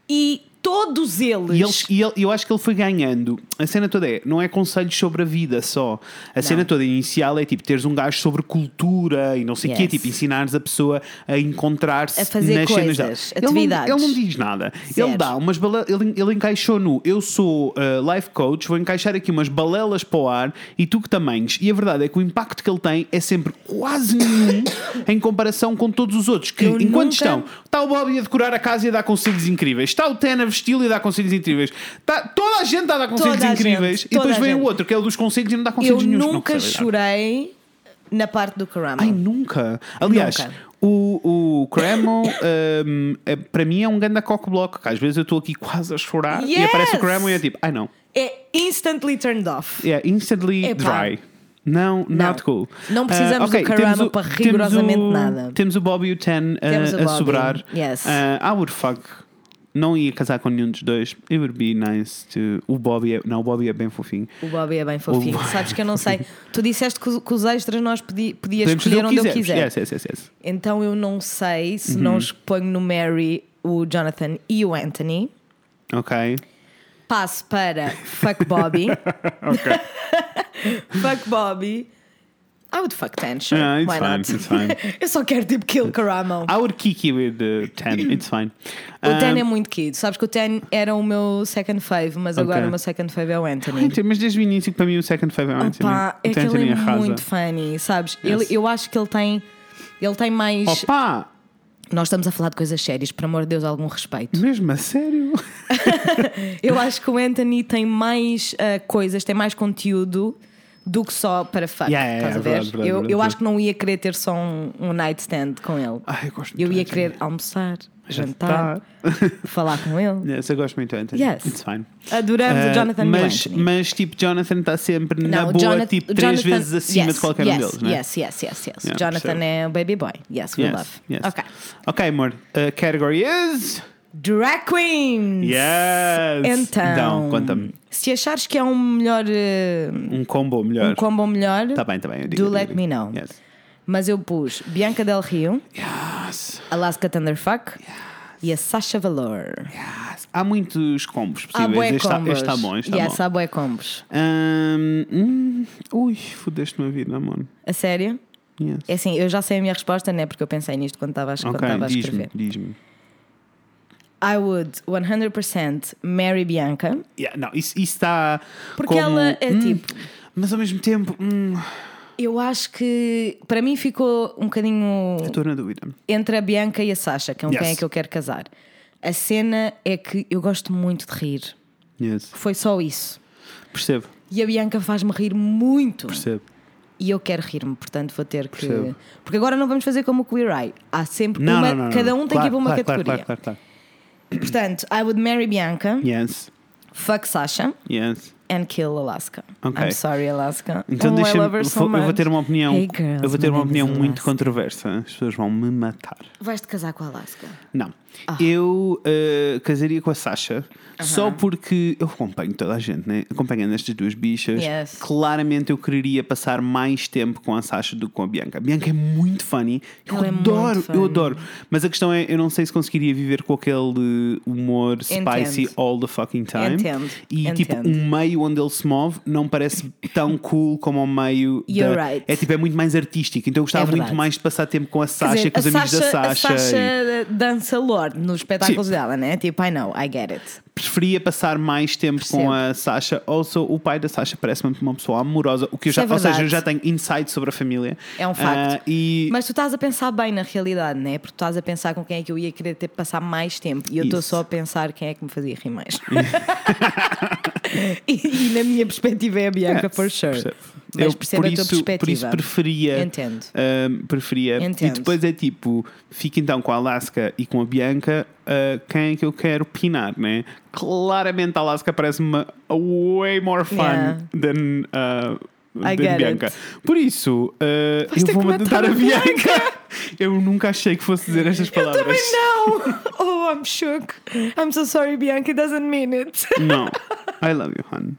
S2: e todos eles.
S1: E, eles, e ele- eu acho que ele foi ganhando. A cena toda é, não é conselhos sobre a vida só. A cena toda inicial é tipo teres um gajo sobre cultura e não sei o quê,
S2: Yes.
S1: tipo ensinares a pessoa a encontrar-se
S2: A fazer
S1: nas cenas
S2: coisas,
S1: dela. Ele não,
S2: atividades.
S1: ele não diz nada.
S2: Zero.
S1: Ele dá umas balelas. Ele, ele encaixou no eu sou uh, life coach, vou encaixar aqui umas balelas para o ar e tu que tamanhos. E a verdade é que o impacto que ele tem é sempre quase nenhum em comparação com todos os outros que
S2: Eu
S1: enquanto
S2: nunca-
S1: estão Está o Bobby a decorar a casa e a dar conselhos incríveis. Está o Ten a vesti-lo e a dar conselhos incríveis. Está, toda a gente está a dar conselhos
S2: Toda a
S1: incríveis.
S2: gente,
S1: e depois
S2: toda a
S1: vem o
S2: gente.
S1: outro, que é o dos conselhos e não dá
S2: Eu
S1: conselhos nenhum.
S2: nunca chorei na parte do Karamo.
S1: Ai, nunca! Aliás,
S2: Nunca.
S1: o, o Cremon hum, é- para mim é um ganda cockblock. que Às vezes eu estou aqui quase a chorar e
S2: Yes!
S1: aparece o Cremon e é tipo, ai não.
S2: É instantly turned off.
S1: É instantly
S2: Epá.
S1: dry. Não, not cool.
S2: Não precisamos
S1: Ah, ok,
S2: do Karama
S1: temos o-
S2: para
S1: temos
S2: rigorosamente
S1: o-
S2: nada.
S1: Temos o Bobby e o Ten ah,
S2: Temos o
S1: a
S2: Bobby,
S1: sobrar.
S2: yes.
S1: Ah, I would fuck. Não ia casar com nenhum dos dois. It would be nice to. O Bobby é. Não, o Bobby é bem fofinho.
S2: O Bobby é bem fofinho.
S1: O Bobby-
S2: Sabes que eu não sei. Tu disseste que, os- que os extras nós podi, podias
S1: Podemos fazer
S2: escolher
S1: o
S2: onde
S1: que
S2: eu
S1: quisermos.
S2: quiser.
S1: Yes, Uhum. yes, yes, yes.
S2: Então eu não sei se não exponho no Mary o Jonathan e o Anthony.
S1: Ok.
S2: Passo para Fuck Bobby. fuck Bobby. I would fuck Tension.
S1: Yeah, Ah, it's
S2: Why
S1: fine,
S2: not?
S1: it's fine.
S2: eu só quero tipo kill Karamo.
S1: I would kick you with uh, Ten. It's fine.
S2: O Ten
S1: Ah,
S2: é muito querido. Sabes que o Ten era o meu second fave, mas agora
S1: Ok.
S2: o meu second fave é o Anthony.
S1: Então, Mas desde o início, que para mim, o second favorite é o Anthony.
S2: Opa, é
S1: O
S2: que ele
S1: Anthony
S2: é
S1: arrasa.
S2: muito funny, sabes?
S1: Yes.
S2: Ele, eu acho que ele tem. Ele tem mais.
S1: Opa!
S2: Nós estamos a falar de coisas sérias, por amor de Deus, algum respeito.
S1: Mesmo a sério?
S2: Eu acho que o Anthony tem mais ah, coisas, tem mais conteúdo do que só para fuck.
S1: Yeah, yeah,
S2: estás
S1: yeah,
S2: a ver?
S1: verdade, verdade,
S2: eu, eu
S1: verdade.
S2: acho que não ia querer ter só um, um nightstand com ele.
S1: Ai, eu gosto
S2: eu
S1: muito
S2: ia
S1: do
S2: querer almoçar, jantar,
S1: Jantar.
S2: falar com ele.
S1: Yes, Eh, eu gosto muito do Anthony.
S2: Yes.
S1: It's fine.
S2: Adoramos
S1: Ah,
S2: o Jonathan e o
S1: mas,
S2: Anthony.
S1: mas, tipo, Jonathan está sempre na
S2: Não, o
S1: boa,
S2: Jonathan-
S1: tipo,
S2: o
S1: três
S2: Jonathan-
S1: vezes acima
S2: yes,
S1: de qualquer um
S2: yes,
S1: deles, né?
S2: Yes, yes, yes, yes.
S1: Yeah,
S2: Jonathan
S1: percebo.
S2: é o baby boy. Yes, we love.
S1: yes.
S2: Ok.
S1: Ok, amor. A category is.
S2: Drag Queens!
S1: Yes!
S2: Então,
S1: Então, conta-me.
S2: se achares que é um melhor, eh,
S1: Um combo melhor.
S2: um combo melhor,
S1: Tá bem, tá bem. eu digo,
S2: do
S1: eu
S2: Let
S1: digo.
S2: Me Know.
S1: Yes.
S2: Mas eu pus Bianca Del Rio,
S1: Yes.
S2: Alaska Thunderfuck e a Sasha Valor.
S1: Yes. Há muitos combos
S2: Há
S1: possíveis.
S2: bué
S1: Este tá-
S2: combos.
S1: este está bom, este está
S2: yes,
S1: bom.
S2: há bué combos.
S1: Hum, hum, ui, fudeste-me a vida, amor.
S2: A sério?
S1: Yes.
S2: É assim, eu já sei a minha resposta, né? Porque eu pensei nisto quando estava a, quando
S1: Ok,
S2: estava a
S1: diz-me,
S2: escrever.
S1: diz-me.
S2: I would 100% marry Bianca.
S1: Yeah, não, isso está.
S2: Porque ela é tipo-
S1: Mas ao mesmo tempo, hum,
S2: Eu acho que para mim ficou um bocadinho
S1: estou na dúvida.
S2: entre a Bianca e a Sasha, que é um
S1: Yes.
S2: quem é que eu quero casar. A cena é que eu gosto muito de rir.
S1: Yes.
S2: Foi só isso.
S1: Percebo,
S2: E a Bianca faz-me rir muito.
S1: percebo.
S2: E eu quero rir-me, portanto vou ter que.
S1: Percebo.
S2: Porque agora não vamos fazer como o Queer Eye. Há sempre
S1: Não,
S2: uma.
S1: não, não,
S2: cada
S1: não.
S2: um tem que ir para uma
S1: Claro, claro,
S2: categoria.
S1: Claro, claro, claro.
S2: Portanto, I would marry Bianca,
S1: Yes,
S2: fuck Sasha
S1: yes.
S2: and kill Alaska.
S1: Ok.
S2: I'm sorry, Alaska.
S1: Então
S2: oh, I
S1: deixa-me.
S2: love her so
S1: vou- eu vou
S2: much.
S1: ter uma opinião.
S2: Hey, girls,
S1: eu vou ter
S2: my
S1: uma
S2: name is
S1: opinião muito
S2: Alaska.
S1: controversa. As pessoas vão me matar.
S2: Vais-te casar com a Alaska.
S1: Não.
S2: Ah.
S1: Eu eh, casaria com a Sasha só porque eu acompanho toda a gente, né? Acompanhando estas duas bichas.
S2: Yes.
S1: Claramente eu quereria passar mais tempo com a Sasha do que com a Bianca. A Bianca é muito funny. Eu
S2: Ela é muito
S1: adoro, eu
S2: funny.
S1: adoro. Mas a questão é, eu não sei se conseguiria viver com aquele humor spicy
S2: Entendo.
S1: all the fucking time.
S2: Entendo,
S1: E tipo,
S2: entendo.
S1: um meio onde ele se move não parece tão cool como o meio.
S2: You're
S1: da-
S2: right. É
S1: É tipo, é muito mais artístico. Então eu gostava muito
S2: verdade.
S1: mais de passar tempo com a Sasha,
S2: Quer dizer,
S1: com os
S2: a
S1: amigos
S2: Sasha,
S1: da
S2: a
S1: Sasha. e-
S2: Sasha dança Lorde nos espetáculos
S1: Sim.
S2: dela, né? Tipo, I know, I get it.
S1: preferia passar mais tempo
S2: Percebo.
S1: com a Sasha. Also, o pai da Sasha parece-me uma pessoa amorosa, o que eu
S2: Isso
S1: já,
S2: é
S1: ou seja, eu
S2: verdade.
S1: já tenho insight sobre a família.
S2: É um
S1: Ah,
S2: facto.
S1: e
S2: Mas tu estás a pensar bem na realidade, né? Porque tu estás a pensar com quem é que eu ia querer ter passar mais tempo. E eu estou
S1: Isso.
S2: só a pensar quem é que me fazia rir mais. e, e na minha perspectiva é a Bianca,
S1: É,
S2: for sure.
S1: percebo.
S2: Mas
S1: Eu,
S2: percebo
S1: por
S2: a tua
S1: isso,
S2: perspectiva.
S1: Por isso preferia.
S2: Entendo.
S1: ah, preferia. E
S2: Entendo.
S1: depois é tipo, fica então com a Alaska e com a Bianca, ah, quem é que eu quero pinar, né? Claramente a Alaska parece-me way more fun
S2: Yeah.
S1: than. ah,
S2: I
S1: than
S2: get
S1: Bianca.
S2: it.
S1: Por isso, ah,
S2: Vais ter
S1: eu vou
S2: que matar
S1: matar
S2: a
S1: a Bianca. eu nunca achei que fosse dizer estas palavras.
S2: Também não! Oh, I'm shook. I'm so sorry, Bianca, it doesn't mean it.
S1: Não. I love you, hon.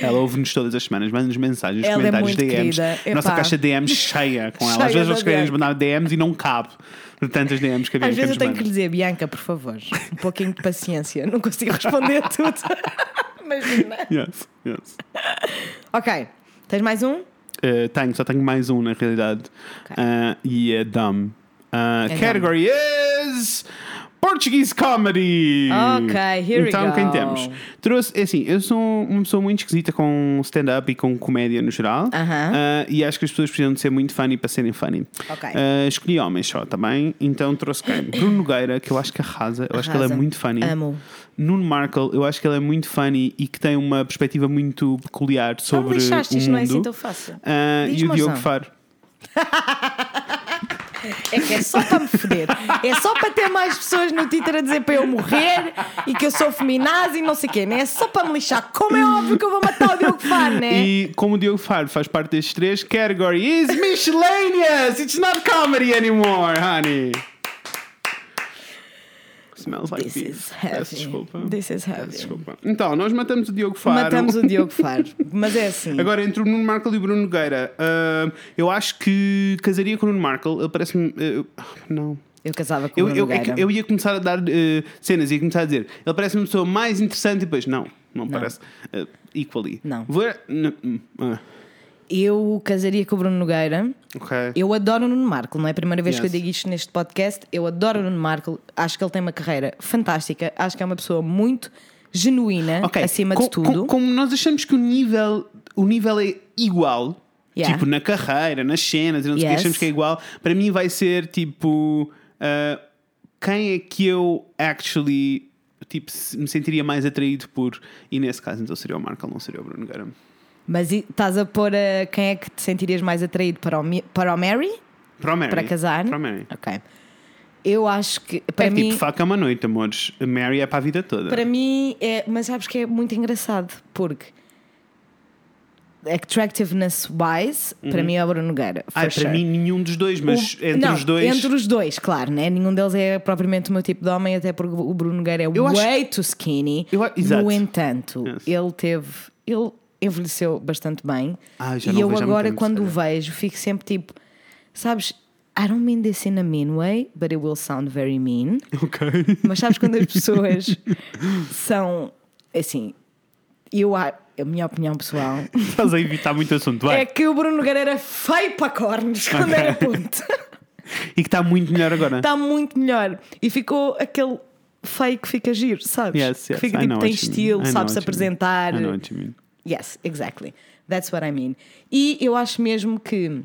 S1: Ela ouve-nos todas as semanas, manda-nos mensagens,
S2: Ela é
S1: comentários,
S2: muito
S1: DMs.
S2: querida. Epá.
S1: Nossa caixa de DMs cheia com ela. Às
S2: Cheia
S1: vezes nós
S2: da
S1: queremos
S2: Bianca.
S1: mandar DMs e não cabe de tantas DMs que a
S2: Às
S1: Bianca
S2: vezes
S1: nos
S2: eu tenho que lhe
S1: manda.
S2: dizer, Bianca, por favor, um pouquinho de paciência, não consigo responder tudo. Imagina.
S1: Yes, yes.
S2: Ok, tens mais um?
S1: Uh, tenho, só tenho mais um na realidade.
S2: Ok.
S1: Uh, e é Dumb. Uh,
S2: É
S1: category is. Portuguese comedy!
S2: Ok, here we
S1: então,
S2: go.
S1: quem temos? Trouxe, é assim, eu sou uma pessoa muito esquisita com stand-up e com comédia no geral.
S2: Aham.
S1: Ah, e acho que as pessoas precisam de ser muito funny para serem funny.
S2: Ok.
S1: Ah, escolhi homens só, tá bem? Então trouxe quem? Bruno Nogueira, que eu acho que arrasa, eu acho que ele é
S2: Arrasa.
S1: muito funny.
S2: Amo.
S1: Nuno Markle, eu acho que ele é muito funny e que tem uma perspectiva muito peculiar sobre
S2: lixaste,
S1: o
S2: isto
S1: mundo.
S2: não é assim tão fácil.
S1: Ah, e
S2: Diz-me,
S1: o Diogo
S2: Zão.
S1: Faro.
S2: É que é só para me foder. É só para ter mais pessoas no Twitter a dizer para eu morrer e que eu sou feminazi e não sei o quê, né? É só para me lixar. Como é óbvio que eu vou matar o Diogo Faro, né?
S1: E como o Diogo Faro faz parte destes três, category is miscellaneous. It's not comedy anymore, honey. Smells like
S2: This
S1: beef.
S2: is
S1: Peço
S2: heavy.
S1: desculpa.
S2: This is
S1: Peço
S2: heavy.
S1: desculpa. Então, nós matamos o Diogo Faro.
S2: Matamos o Diogo Faro. Mas é assim.
S1: Agora entre o Nuno Markle e o Bruno Nogueira. Ah, eu acho que casaria com o Nuno Markle. Ele parece-me. eh, ah, não.
S2: Eu casava com
S1: Eu,
S2: o
S1: eu,
S2: Bruno
S1: é que
S2: Nogueira.
S1: eu ia começar a dar eh, cenas, ia começar a dizer, ele parece uma pessoa mais interessante e depois, não, não, parece. Eh, equally.
S2: Não.
S1: Vou. n- hum, ah,
S2: Eu casaria com o Bruno Nogueira.
S1: ok.
S2: Eu adoro o Nuno Marco, não é a primeira vez que eu
S1: Yes.
S2: digo isto neste podcast. Eu adoro o Nuno Marco, acho que ele tem uma carreira fantástica, acho que é uma pessoa muito genuína,
S1: Ok,
S2: acima
S1: co-
S2: de tudo.
S1: co- como nós achamos que o nível, o nível é igual,
S2: Yeah.
S1: tipo na carreira, nas cenas, e não sei o que,
S2: Yes.
S1: achamos que é igual, para mim vai ser tipo ah, quem é que eu actually tipo, se- me sentiria mais atraído por. E nesse caso, então seria o Marco, não seria o Bruno Nogueira.
S2: Mas e- estás a pôr a quem é que te sentirias mais atraído para o, Mi- para o Mary?
S1: Para o Mary.
S2: Para casar?
S1: Para o Mary.
S2: Ok. Eu acho que para
S1: É
S2: mim.
S1: tipo, faca é uma noite, amores. Mary é para a vida toda.
S2: Para mim é, mas sabes que é muito engraçado porque attractiveness wise, para mim é o Bruno Nogueira. for
S1: Uhum. Ai, Ah, para
S2: sure.
S1: mim, nenhum dos dois, mas
S2: O-
S1: entre
S2: não,
S1: os dois.
S2: Entre os dois, claro, né? Nenhum deles é propriamente o meu tipo de homem, até porque o Bruno Nogueira é
S1: Eu acho-
S2: way too skinny.
S1: Eu a- exato.
S2: No entanto,
S1: Yes.
S2: ele teve. Ele envelheceu bastante bem.
S1: Ah, eu já
S2: e
S1: não
S2: eu
S1: vejo há muito
S2: agora,
S1: tempo,
S2: quando o
S1: se
S2: vejo, fico sempre tipo, sabes. I don't mean this in a mean way, but it will sound very mean.
S1: Ok.
S2: Mas sabes quando as pessoas são assim, eu a, a minha opinião pessoal
S1: Estás a evitar muito assunto, vai.
S2: é que o Bruno Nogueira era feio para cornos quando era puto.
S1: E que está muito melhor agora.
S2: está muito melhor. E ficou aquele feio que fica giro, sabes?
S1: Yes, yes.
S2: que fica
S1: I know
S2: tipo, tem
S1: what you mean. I
S2: estilo,
S1: know what
S2: sabe-se
S1: you
S2: apresentar.
S1: mean. I know what you mean.
S2: Yes, exactly. That's what I mean. E eu acho mesmo que.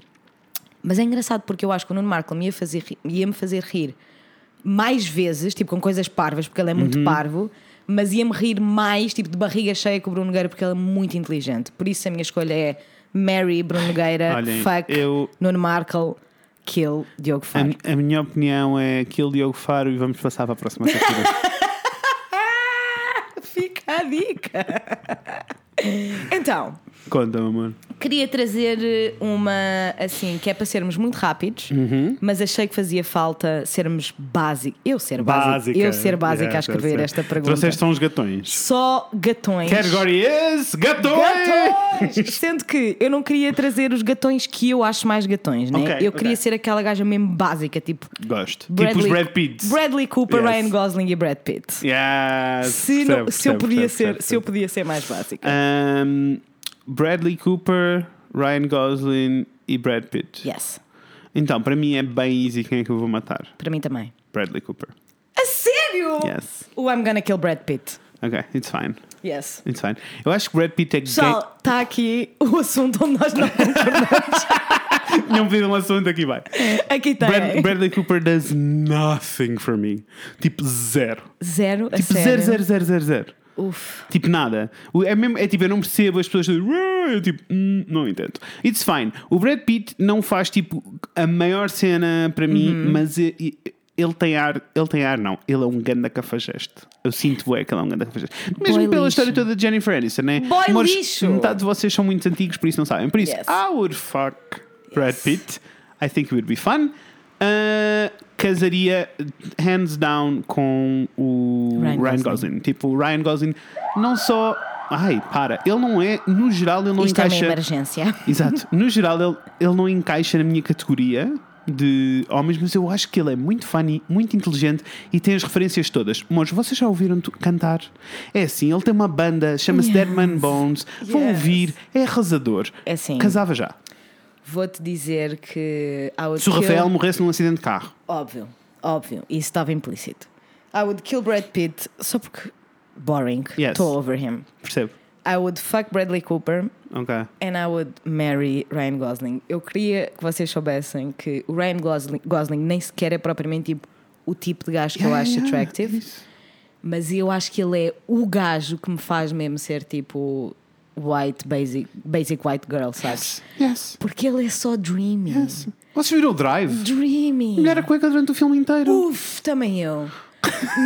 S2: Mas é engraçado porque eu acho que o Nuno Marco me ia, fazer, ri- ia-me fazer rir mais vezes, tipo com coisas parvas, porque ele é
S1: Uhum.
S2: muito parvo, mas ia-me rir mais, tipo de barriga cheia com o Bruno Nogueira, porque ele é muito inteligente. Por isso a minha escolha é Mary, Bruno Nogueira,
S1: Olhem,
S2: fuck,
S1: eu-
S2: Nuno Marco, kill, Diogo Faro.
S1: A, a minha opinião é aquele Diogo Faro e vamos passar para a próxima categoria.
S2: Fica a dica. então,
S1: Conta, amor.
S2: queria trazer eh, uma assim, que é para sermos muito rápidos,
S1: Uhum.
S2: mas achei que fazia falta sermos básicos. Eu ser básica. Eu ser básica a escrever esta pergunta.
S1: Trouxeste um são os gatões.
S2: Só gatões.
S1: Category is gatões!
S2: Gatões! Sendo que eu não queria trazer os gatões que eu acho mais gatões, né?
S1: Ok,
S2: eu queria
S1: ok.
S2: ser aquela gaja mesmo básica, tipo
S1: Gosto. tipo os
S2: Bradley,
S1: Brad Pitts.
S2: Bradley Cooper,
S1: Yes.
S2: Ryan Gosling e Brad Pitt.
S1: Yes. Percebo,
S2: Se, não- se eu
S1: percebo,
S2: podia
S1: percebo,
S2: ser,
S1: percebo,
S2: se eu podia ser mais básica.
S1: Um, Bradley Cooper, Ryan Gosling e Brad Pitt.
S2: Yes.
S1: Então, para mim é bem easy quem é que eu vou matar.
S2: Para mim também.
S1: Bradley Cooper.
S2: A sério?
S1: Yes.
S2: O I'm gonna kill Brad Pitt.
S1: Ok, it's fine.
S2: Yes.
S1: It's fine. Eu acho que Brad Pitt é gay.
S2: Pessoal, está aqui o assunto onde nós não
S1: Não pediram um assunto aqui, vai.
S2: Aqui tá. tem.
S1: Brad- Bradley Cooper does nothing for me. Tipo, zero.
S2: Zero, a
S1: Tipo, zero,
S2: sério.
S1: zero, zero, zero, zero.
S2: Uf.
S1: Tipo, nada. O- É, mesmo, é tipo, eu não percebo as pessoas. dizem, "Ué", Eu tipo, "Hum, não entendo. It's fine. O Brad Pitt não faz tipo a maior cena para mim,
S2: Uhum.
S1: mas e- e- ele tem ar, ele tem ar, não. Ele é um ganda cafajeste. Eu sinto bué que ele é um ganda cafajeste. Mesmo
S2: Boy
S1: pela
S2: lixo.
S1: história toda de Jennifer Aniston, né?
S2: Boy
S1: Amores,
S2: lixo.
S1: Metade de vocês são muito antigos, por isso não sabem. Por isso,
S2: Yes.
S1: I would fuck Brad Pitt. I think it would be fun. Ah, casaria hands down com o
S2: Ryan
S1: Ryan,
S2: Gosling.
S1: Gosling. Tipo, o Ryan Gosling não só. Ai, para. Ele não é. No geral, ele não
S2: Isto é uma
S1: encaixa.
S2: emergência.
S1: Exato. No geral, ele, ele não encaixa na minha categoria de homens, mas eu acho que ele é muito funny, muito inteligente e tem as referências todas. Mas vocês já ouviram tu- cantar? É assim, ele tem uma banda, chama-se
S2: Yes.
S1: Deadman Bones. Vão
S2: Yes.
S1: ouvir, é arrasador.
S2: É assim.
S1: Casava já.
S2: Vou-te dizer que. I would
S1: Se o
S2: kill-
S1: Rafael morresse num acidente de carro.
S2: Óbvio, óbvio. Isso estava implícito. I would kill Brad Pitt só porque. Boring. Estou
S1: Yes.
S2: over him.
S1: Percebo.
S2: I would fuck Bradley Cooper
S1: Ok.
S2: And I would marry Ryan Gosling. Eu queria que vocês soubessem que o Ryan Gosling, Gosling nem sequer é propriamente tipo o tipo de gajo que eu acho attractive, mas eu acho que ele é o gajo que me faz mesmo ser tipo white, basic, basic white girl, sabes?
S1: Yes.
S2: Porque ele é só dreaming.
S1: yes. Vocês viram o Drive?
S2: Dreaming.
S1: Mulher a cueca durante o filme inteiro.
S2: Uf, também eu.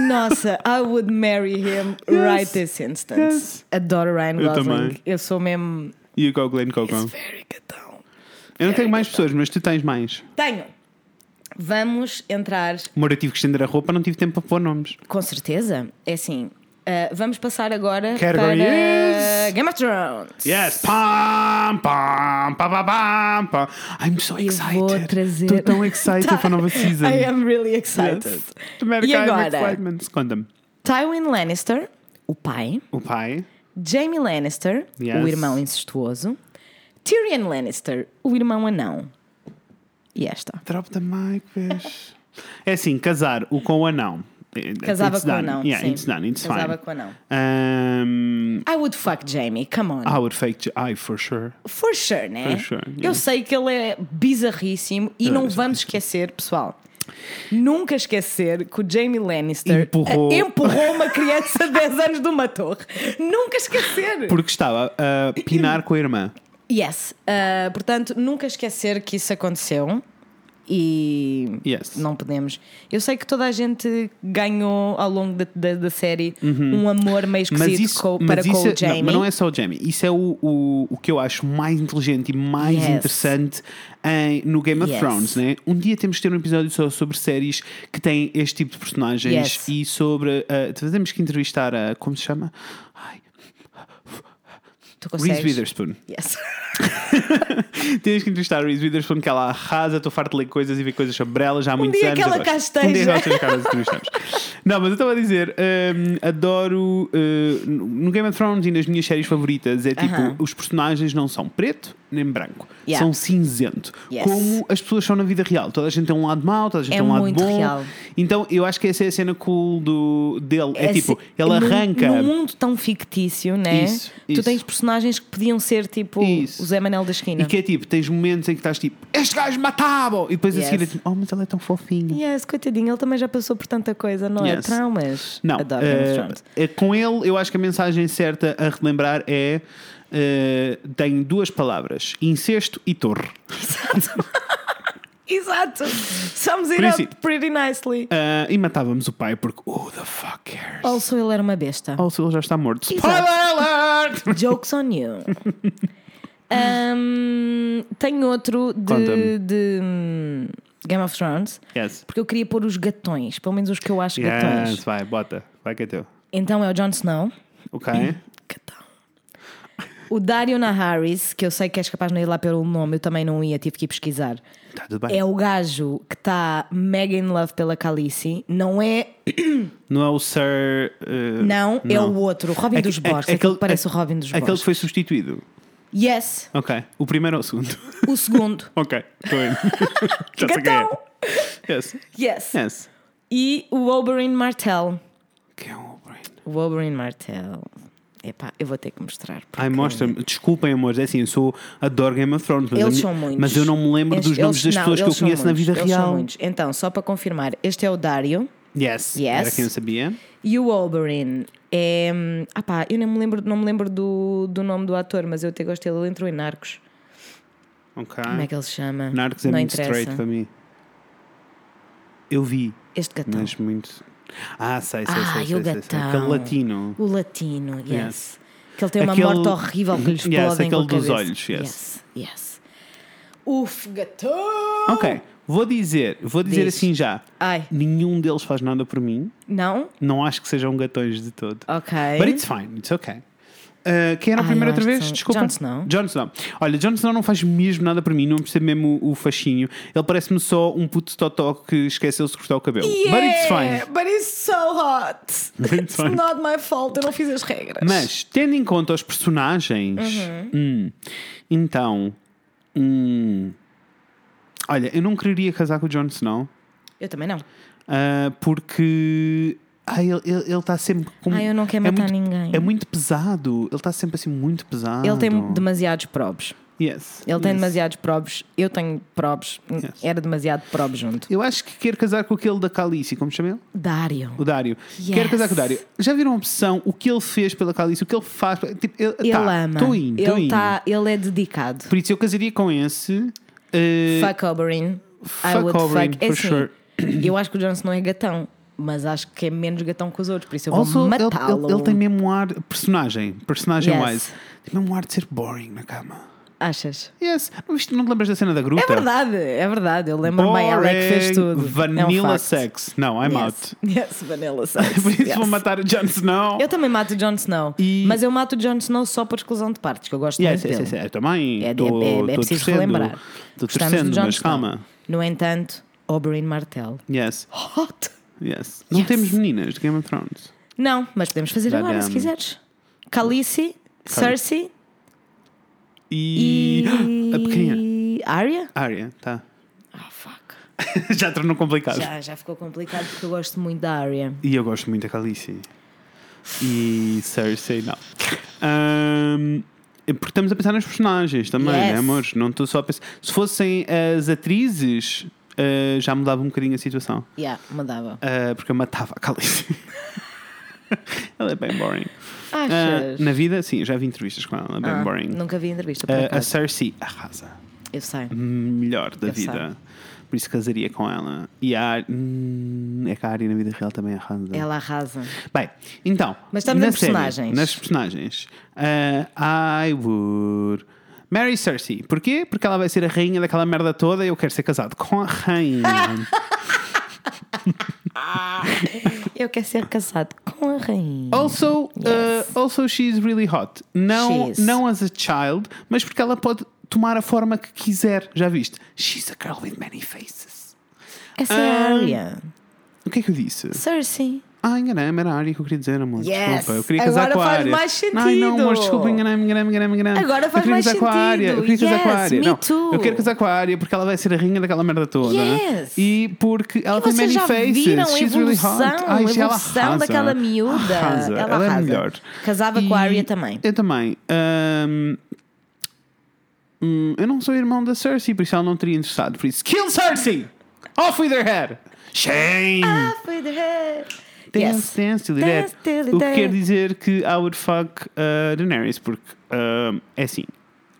S2: Nossa, I would marry him right this instant.
S1: Yes.
S2: Adoro Ryan
S1: Eu
S2: Gosling.
S1: também.
S2: Eu sou mesmo.
S1: E o Glenn
S2: It's
S1: Coco.
S2: very gatão. é
S1: Eu não tenho mais pessoas, mas tu tens mais.
S2: Tenho. Vamos entrar
S1: Amor, eu tive que estender a roupa, não tive tempo para pôr nomes.
S2: Com certeza. É assim. ah, vamos passar agora
S1: Category
S2: para
S1: is-
S2: Game of Thrones.
S1: Yes! Pam, pam, pam, pam, pam, pam. I'm so
S2: Eu
S1: excited.
S2: vou trazer.
S1: Estou tão excited para a nova season.
S2: I am really excited.
S1: Yes. Primeiro
S2: E
S1: que I'm
S2: agora?
S1: excitement. Conta-me.
S2: Tywin Lannister, o pai.
S1: O pai.
S2: Jaime Lannister,
S1: Yes.
S2: o irmão incestuoso. Tyrion Lannister, o irmão anão. E esta.
S1: Drop the mic, bitch. é assim, casar o com o anão.
S2: Casava
S1: It's
S2: com o
S1: done.
S2: anão.
S1: Yeah,
S2: sim.
S1: it's done, it's
S2: Casava
S1: fine.
S2: com o anão.
S1: Um,
S2: I would fuck Jamie, come on.
S1: I would fake J- I for sure.
S2: For sure, né?
S1: For sure, yeah. É,
S2: Eu sei que ele é bizarríssimo e não vamos esquecer, pessoal. Nunca esquecer que o Jamie Lannister
S1: Empurrou.
S2: eh, empurrou uma criança de 10 anos de uma torre. Nunca esquecer.
S1: Porque estava a pinar com a irmã.
S2: Yes. Ah, portanto, nunca esquecer que isso aconteceu e
S1: Yes.
S2: não podemos. Eu sei que toda a gente ganhou ao longo da, da- da série um amor meio esquisito co- para
S1: mas
S2: com
S1: Uhum. isso é-
S2: o Jamie.
S1: Não, mas não é só o Jamie. Isso é o, o, o que eu acho mais inteligente e mais
S2: Yes.
S1: interessante em- no Game of
S2: Yes.
S1: Thrones, né? Um dia temos que ter um episódio só sobre séries que têm este tipo de personagens
S2: Yes.
S1: e sobre. ah, temos que entrevistar a. Como se chama? Ai,
S2: Tu
S1: Reese
S2: consegues?
S1: Witherspoon.
S2: Yes.
S1: Tens que entrevistar a Reese Witherspoon, que ela arrasa, estou farto de ler coisas e ver coisas sobre ela já há muitos
S2: Um dia
S1: anos.
S2: que ela
S1: eu gosto.
S2: cá esteja.
S1: Um dia nós temos cá nós entrevistamos. Não, mas eu estava a dizer, hum, adoro hum, no Game of Thrones e nas minhas séries favoritas é tipo,
S2: Aham.
S1: os personagens não são preto nem branco,
S2: Yeah.
S1: são cinzento.
S2: Yes.
S1: Como as pessoas são na vida real. Toda a gente tem um lado mau, toda a gente
S2: É
S1: tem um lado
S2: muito
S1: bom.
S2: real.
S1: Então eu acho que essa é a cena cool do, dele. É, tipo,
S2: assim,
S1: ele
S2: num-
S1: arranca.
S2: Num mundo tão fictício, né?
S1: Isso,
S2: tu
S1: isso.
S2: tens personagens que podiam ser tipo
S1: Isso.
S2: o Zé Manel da Esquina.
S1: E que é tipo, tens momentos em que estás tipo, este gajo matava! E depois a
S2: Yes.
S1: seguir é tipo, oh, mas ele é tão fofinho.
S2: Yes, coitadinho, ele também já passou por tanta coisa, não é?
S1: Yes.
S2: Traumas.
S1: Não,
S2: Adoro
S1: eh,
S2: Game of Thrones.
S1: eh, com ele eu acho que a mensagem certa a relembrar é eh, tem duas palavras: incesto e torre.
S2: Exato! Sums
S1: Por
S2: it
S1: isso-
S2: up pretty nicely.
S1: Ah, e matávamos o pai porque who the fuck cares?
S2: Also, ele era uma besta.
S1: Also, ele já está morto.
S2: Oh. Exato.
S1: Spoiler alert!
S2: Jokes on you. Ahm, tem outro de,
S1: Conta-me.
S2: de, hum, Game of Thrones.
S1: Yes.
S2: Porque eu queria pôr os gatões, pelo menos os que eu acho
S1: Yes,
S2: gatões.
S1: vai, bota. Vai que é teu.
S2: Então é o Jon Snow.
S1: Ok.
S2: Catão. O Dario Naharis, que eu sei que és capaz de não ir lá pelo nome, eu também não ia, tive que ir pesquisar.
S1: Está Tá tudo bem.
S2: É o gajo que está mega in love pela Calice. Não é.
S1: Não é o Sir. eh, é,
S2: Não, é o outro. Robin
S1: Aque-
S2: dos
S1: aque-
S2: Borges. Aquele que parece o Robin dos
S1: Aquele que
S2: Borges.
S1: foi substituído.
S2: Yes,
S1: Ok. O primeiro ou o segundo?
S2: o segundo.
S1: ok. Estou indo. Já sei quem é.
S2: Gatão!
S1: Yes.
S2: Yes.
S1: Yes.
S2: E o Oberyn Martell.
S1: Que é o Brian.
S2: O Oberyn Martell. Epá, eu vou ter que mostrar. porque-
S1: Ai, mostra-me. Desculpem, amores. É assim, eu sou, adoro Game of Thrones. Mas, a
S2: Eles
S1: mi-
S2: são muitos.
S1: mas eu não me lembro dos
S2: Eles-
S1: nomes das
S2: não,
S1: pessoas que eu
S2: eles são
S1: conheço na
S2: muitos,
S1: vida
S2: eles são
S1: real.
S2: muitos. Então, só para confirmar, este é o Dario
S1: Yes. Era quem eu sabia.
S2: e o Oberyn. É, ah pá, eu não me lembro, não me lembro do, do nome do ator, mas eu até gostei. Ele entrou em Narcos.
S1: Ok.
S2: Como é que ele se chama?
S1: Ah. Narcos é
S2: não
S1: muito
S2: interessa.
S1: straight para mim. Eu vi,
S2: Este gatão.
S1: mas muito. Ah, sei, sei,
S2: Ah,
S1: sei,
S2: e
S1: sei,
S2: o
S1: sei, sei.
S2: gatão.
S1: Aquele latino.
S2: O latino, yes.
S1: Yes.
S2: Que ele tem uma
S1: Aquele-
S2: morte horrível que lhe
S1: Yes,
S2: explode em
S1: aquele
S2: com a
S1: dos
S2: cabeça.
S1: olhos, yes.
S2: yes. yes. Uf, gatão!
S1: Ok, vou dizer, vou dizer
S2: Diz.
S1: assim já.
S2: Ai.
S1: Nenhum deles faz nada por mim.
S2: Não?
S1: Não acho que sejam gatões de todo.
S2: Ok.
S1: But it's fine, it's okay. Uh, quem era a
S2: Ai,
S1: primeira
S2: eu
S1: outra
S2: acho que
S1: vez?
S2: são-
S1: Desculpa.
S2: Jon Snow.
S1: Jon Snow. Olha, Jon Snow não faz mesmo nada para mim, não percebo mesmo o, o fascínio. Ele parece-me só um puto totó que esqueceu-se de cortar o cabelo. But it's
S2: é!
S1: fine.
S2: But it's so hot.
S1: But it's fine.
S2: not my fault. Eu não fiz as regras.
S1: Mas, tendo em conta os personagens,
S2: Uhum.
S1: hum, então. hum, olha, eu não quereria casar com o Jon Snow
S2: Eu também não.
S1: ah, porque. ah, ele está ele, tá sempre com. é
S2: Ah, eu não quero matar
S1: muito-
S2: ninguém.
S1: É muito pesado. Ele está sempre assim, muito pesado.
S2: Ele tem demasiados probes.
S1: Yes.
S2: Ele tem
S1: yes.
S2: demasiados probos, eu tenho probos,
S1: Yes.
S2: era demasiado probos junto.
S1: Eu acho que quer casar com aquele da Calice, como chama ele?
S2: Dário.
S1: O Dário.
S2: Yes.
S1: Quer casar com o Dário. Já viram a opção, o que ele fez pela Calice, o que ele faz? Tipo, ele,
S2: Ele
S1: tá,
S2: ama.
S1: Tô indo, tô
S2: ele,
S1: indo.
S2: tá, ele é dedicado.
S1: Por isso eu casaria com esse. eh,
S2: Fuck Oberyn. I
S1: fuck
S2: would
S1: Oberyn,
S2: fuck. É
S1: for
S2: assim,
S1: sure.
S2: Eu acho que o Jon Snow é gatão, mas acho que é menos gatão que os outros, por isso eu
S1: Also,
S2: vou
S1: ele,
S2: matá-lo.
S1: ele- ele tem mesmo um ar. Personagem. Personagem
S2: Yes.
S1: wise. Tem mesmo um ar de ser boring na cama.
S2: Achas?
S1: Yes. Não, viste- não te lembras da cena da gruta?
S2: É verdade, é verdade. Eu lembro bem, ela é que fez
S1: Então. Boring,
S2: tudo. é um
S1: Vanilla
S2: facto.
S1: sex. Não, I'm out.
S2: yes. Yes, vanilla sex.
S1: Por isso
S2: yes.
S1: vou matar o Jon Snow.
S2: Eu também mato o Jon Snow,
S1: E-
S2: mas eu mato o Jon Snow só por exclusão de partes, que eu gosto
S1: Yes, yes,
S2: muito dele.
S1: yes, yes. Eu também.
S2: É, é,
S1: tô-
S2: é, é
S1: tô
S2: preciso
S1: torcendo,
S2: relembrar.
S1: Estou
S2: Gostamos
S1: torcendo,
S2: do Jon
S1: mas
S2: Snow.
S1: calma.
S2: No entanto, Oberyn Martell.
S1: Yes,
S2: Hot!
S1: yes. Não
S2: Yes.
S1: temos meninas de Game of Thrones.
S2: Não, mas podemos fazer
S1: Madame.
S2: agora, se quiseres. Khaleesi, Cersei
S1: E.
S2: e...
S1: A pequena.
S2: Arya?
S1: Arya, tá.
S2: Ah, fuck.
S1: Já tornou complicado.
S2: Já, já ficou complicado porque eu gosto muito da Arya.
S1: E eu gosto muito da Calice. E Cersei, não. Ahm, porque estamos a pensar nos personagens também,
S2: Yes.
S1: né, amores? Não estou só a pensar. Se fossem as atrizes, ah, já mudava um bocadinho a situação.
S2: Yeah, mudava.
S1: Ah, porque eu matava a Calice. ela é bem boring. Ah,
S2: Achas?
S1: na vida, sim, já vi entrevistas com ela, é bem
S2: Ah,
S1: boring.
S2: Nunca vi entrevista por
S1: Ah, Hum. a
S2: acaso.
S1: Cersei arrasa.
S2: Eu sei.
S1: Melhor da
S2: Eu
S1: vida.
S2: sei.
S1: Por isso casaria com ela. E a Ar- hum, é que a Arya na vida real também arrasa.
S2: Ela arrasa.
S1: Bem, então.
S2: Mas estamos
S1: na
S2: em
S1: série,
S2: personagens.
S1: nas personagens. ah, I would. Mary Cersei. Porquê? Porque ela vai ser a rainha daquela merda toda e eu quero ser casado com a rainha.
S2: Eu quero ser casado com a rainha.
S1: also,
S2: Yes.
S1: uh, also, she's really hot. Não,
S2: She is.
S1: não as a child, mas porque ela pode tomar a forma que quiser. Já viste? She's a girl with many faces.
S2: Essa é a
S1: Ah.
S2: Arya.
S1: O que é que eu disse?
S2: Cersei.
S1: Ah, enganei-me, era a área que eu queria dizer, amor.
S2: Yes.
S1: Desculpa, eu queria
S2: Agora
S1: casar com a
S2: faz
S1: área.
S2: mais
S1: Ai, não, amor,
S2: sentido.
S1: desculpa, enganei-me, enganei-me, enganei-me. enganei-me.
S2: Agora
S1: eu
S2: faz
S1: queria
S2: mais
S1: casar com a
S2: sentido.
S1: área. Eu queria casar com a
S2: Yes,
S1: área.
S2: me
S1: não,
S2: too.
S1: eu quero casar com a área porque ela vai ser a rainha daquela merda toda.
S2: Yes.
S1: E porque ela
S2: E vocês
S1: tem many
S2: já
S1: faces.
S2: viram a
S1: She's really
S2: evolução,
S1: hot. Ai,
S2: a
S1: ela
S2: evolução
S1: arrasa.
S2: daquela miúda.
S1: Arrasa.
S2: Ela
S1: Ela, é
S2: arrasa.
S1: melhor.
S2: Casava com a Arya também.
S1: Eu também. Ahm, hum, eu não sou irmão da Cersei, por isso ela não teria interessado. Por isso, kill Cersei! Off with her head! Shame!
S2: Off with her.
S1: Dance,
S2: Yes.
S1: dance till it
S2: Dance
S1: ends.
S2: till it
S1: O que quer
S2: ends.
S1: dizer que I would fuck uh, Daenerys, porque um, é assim.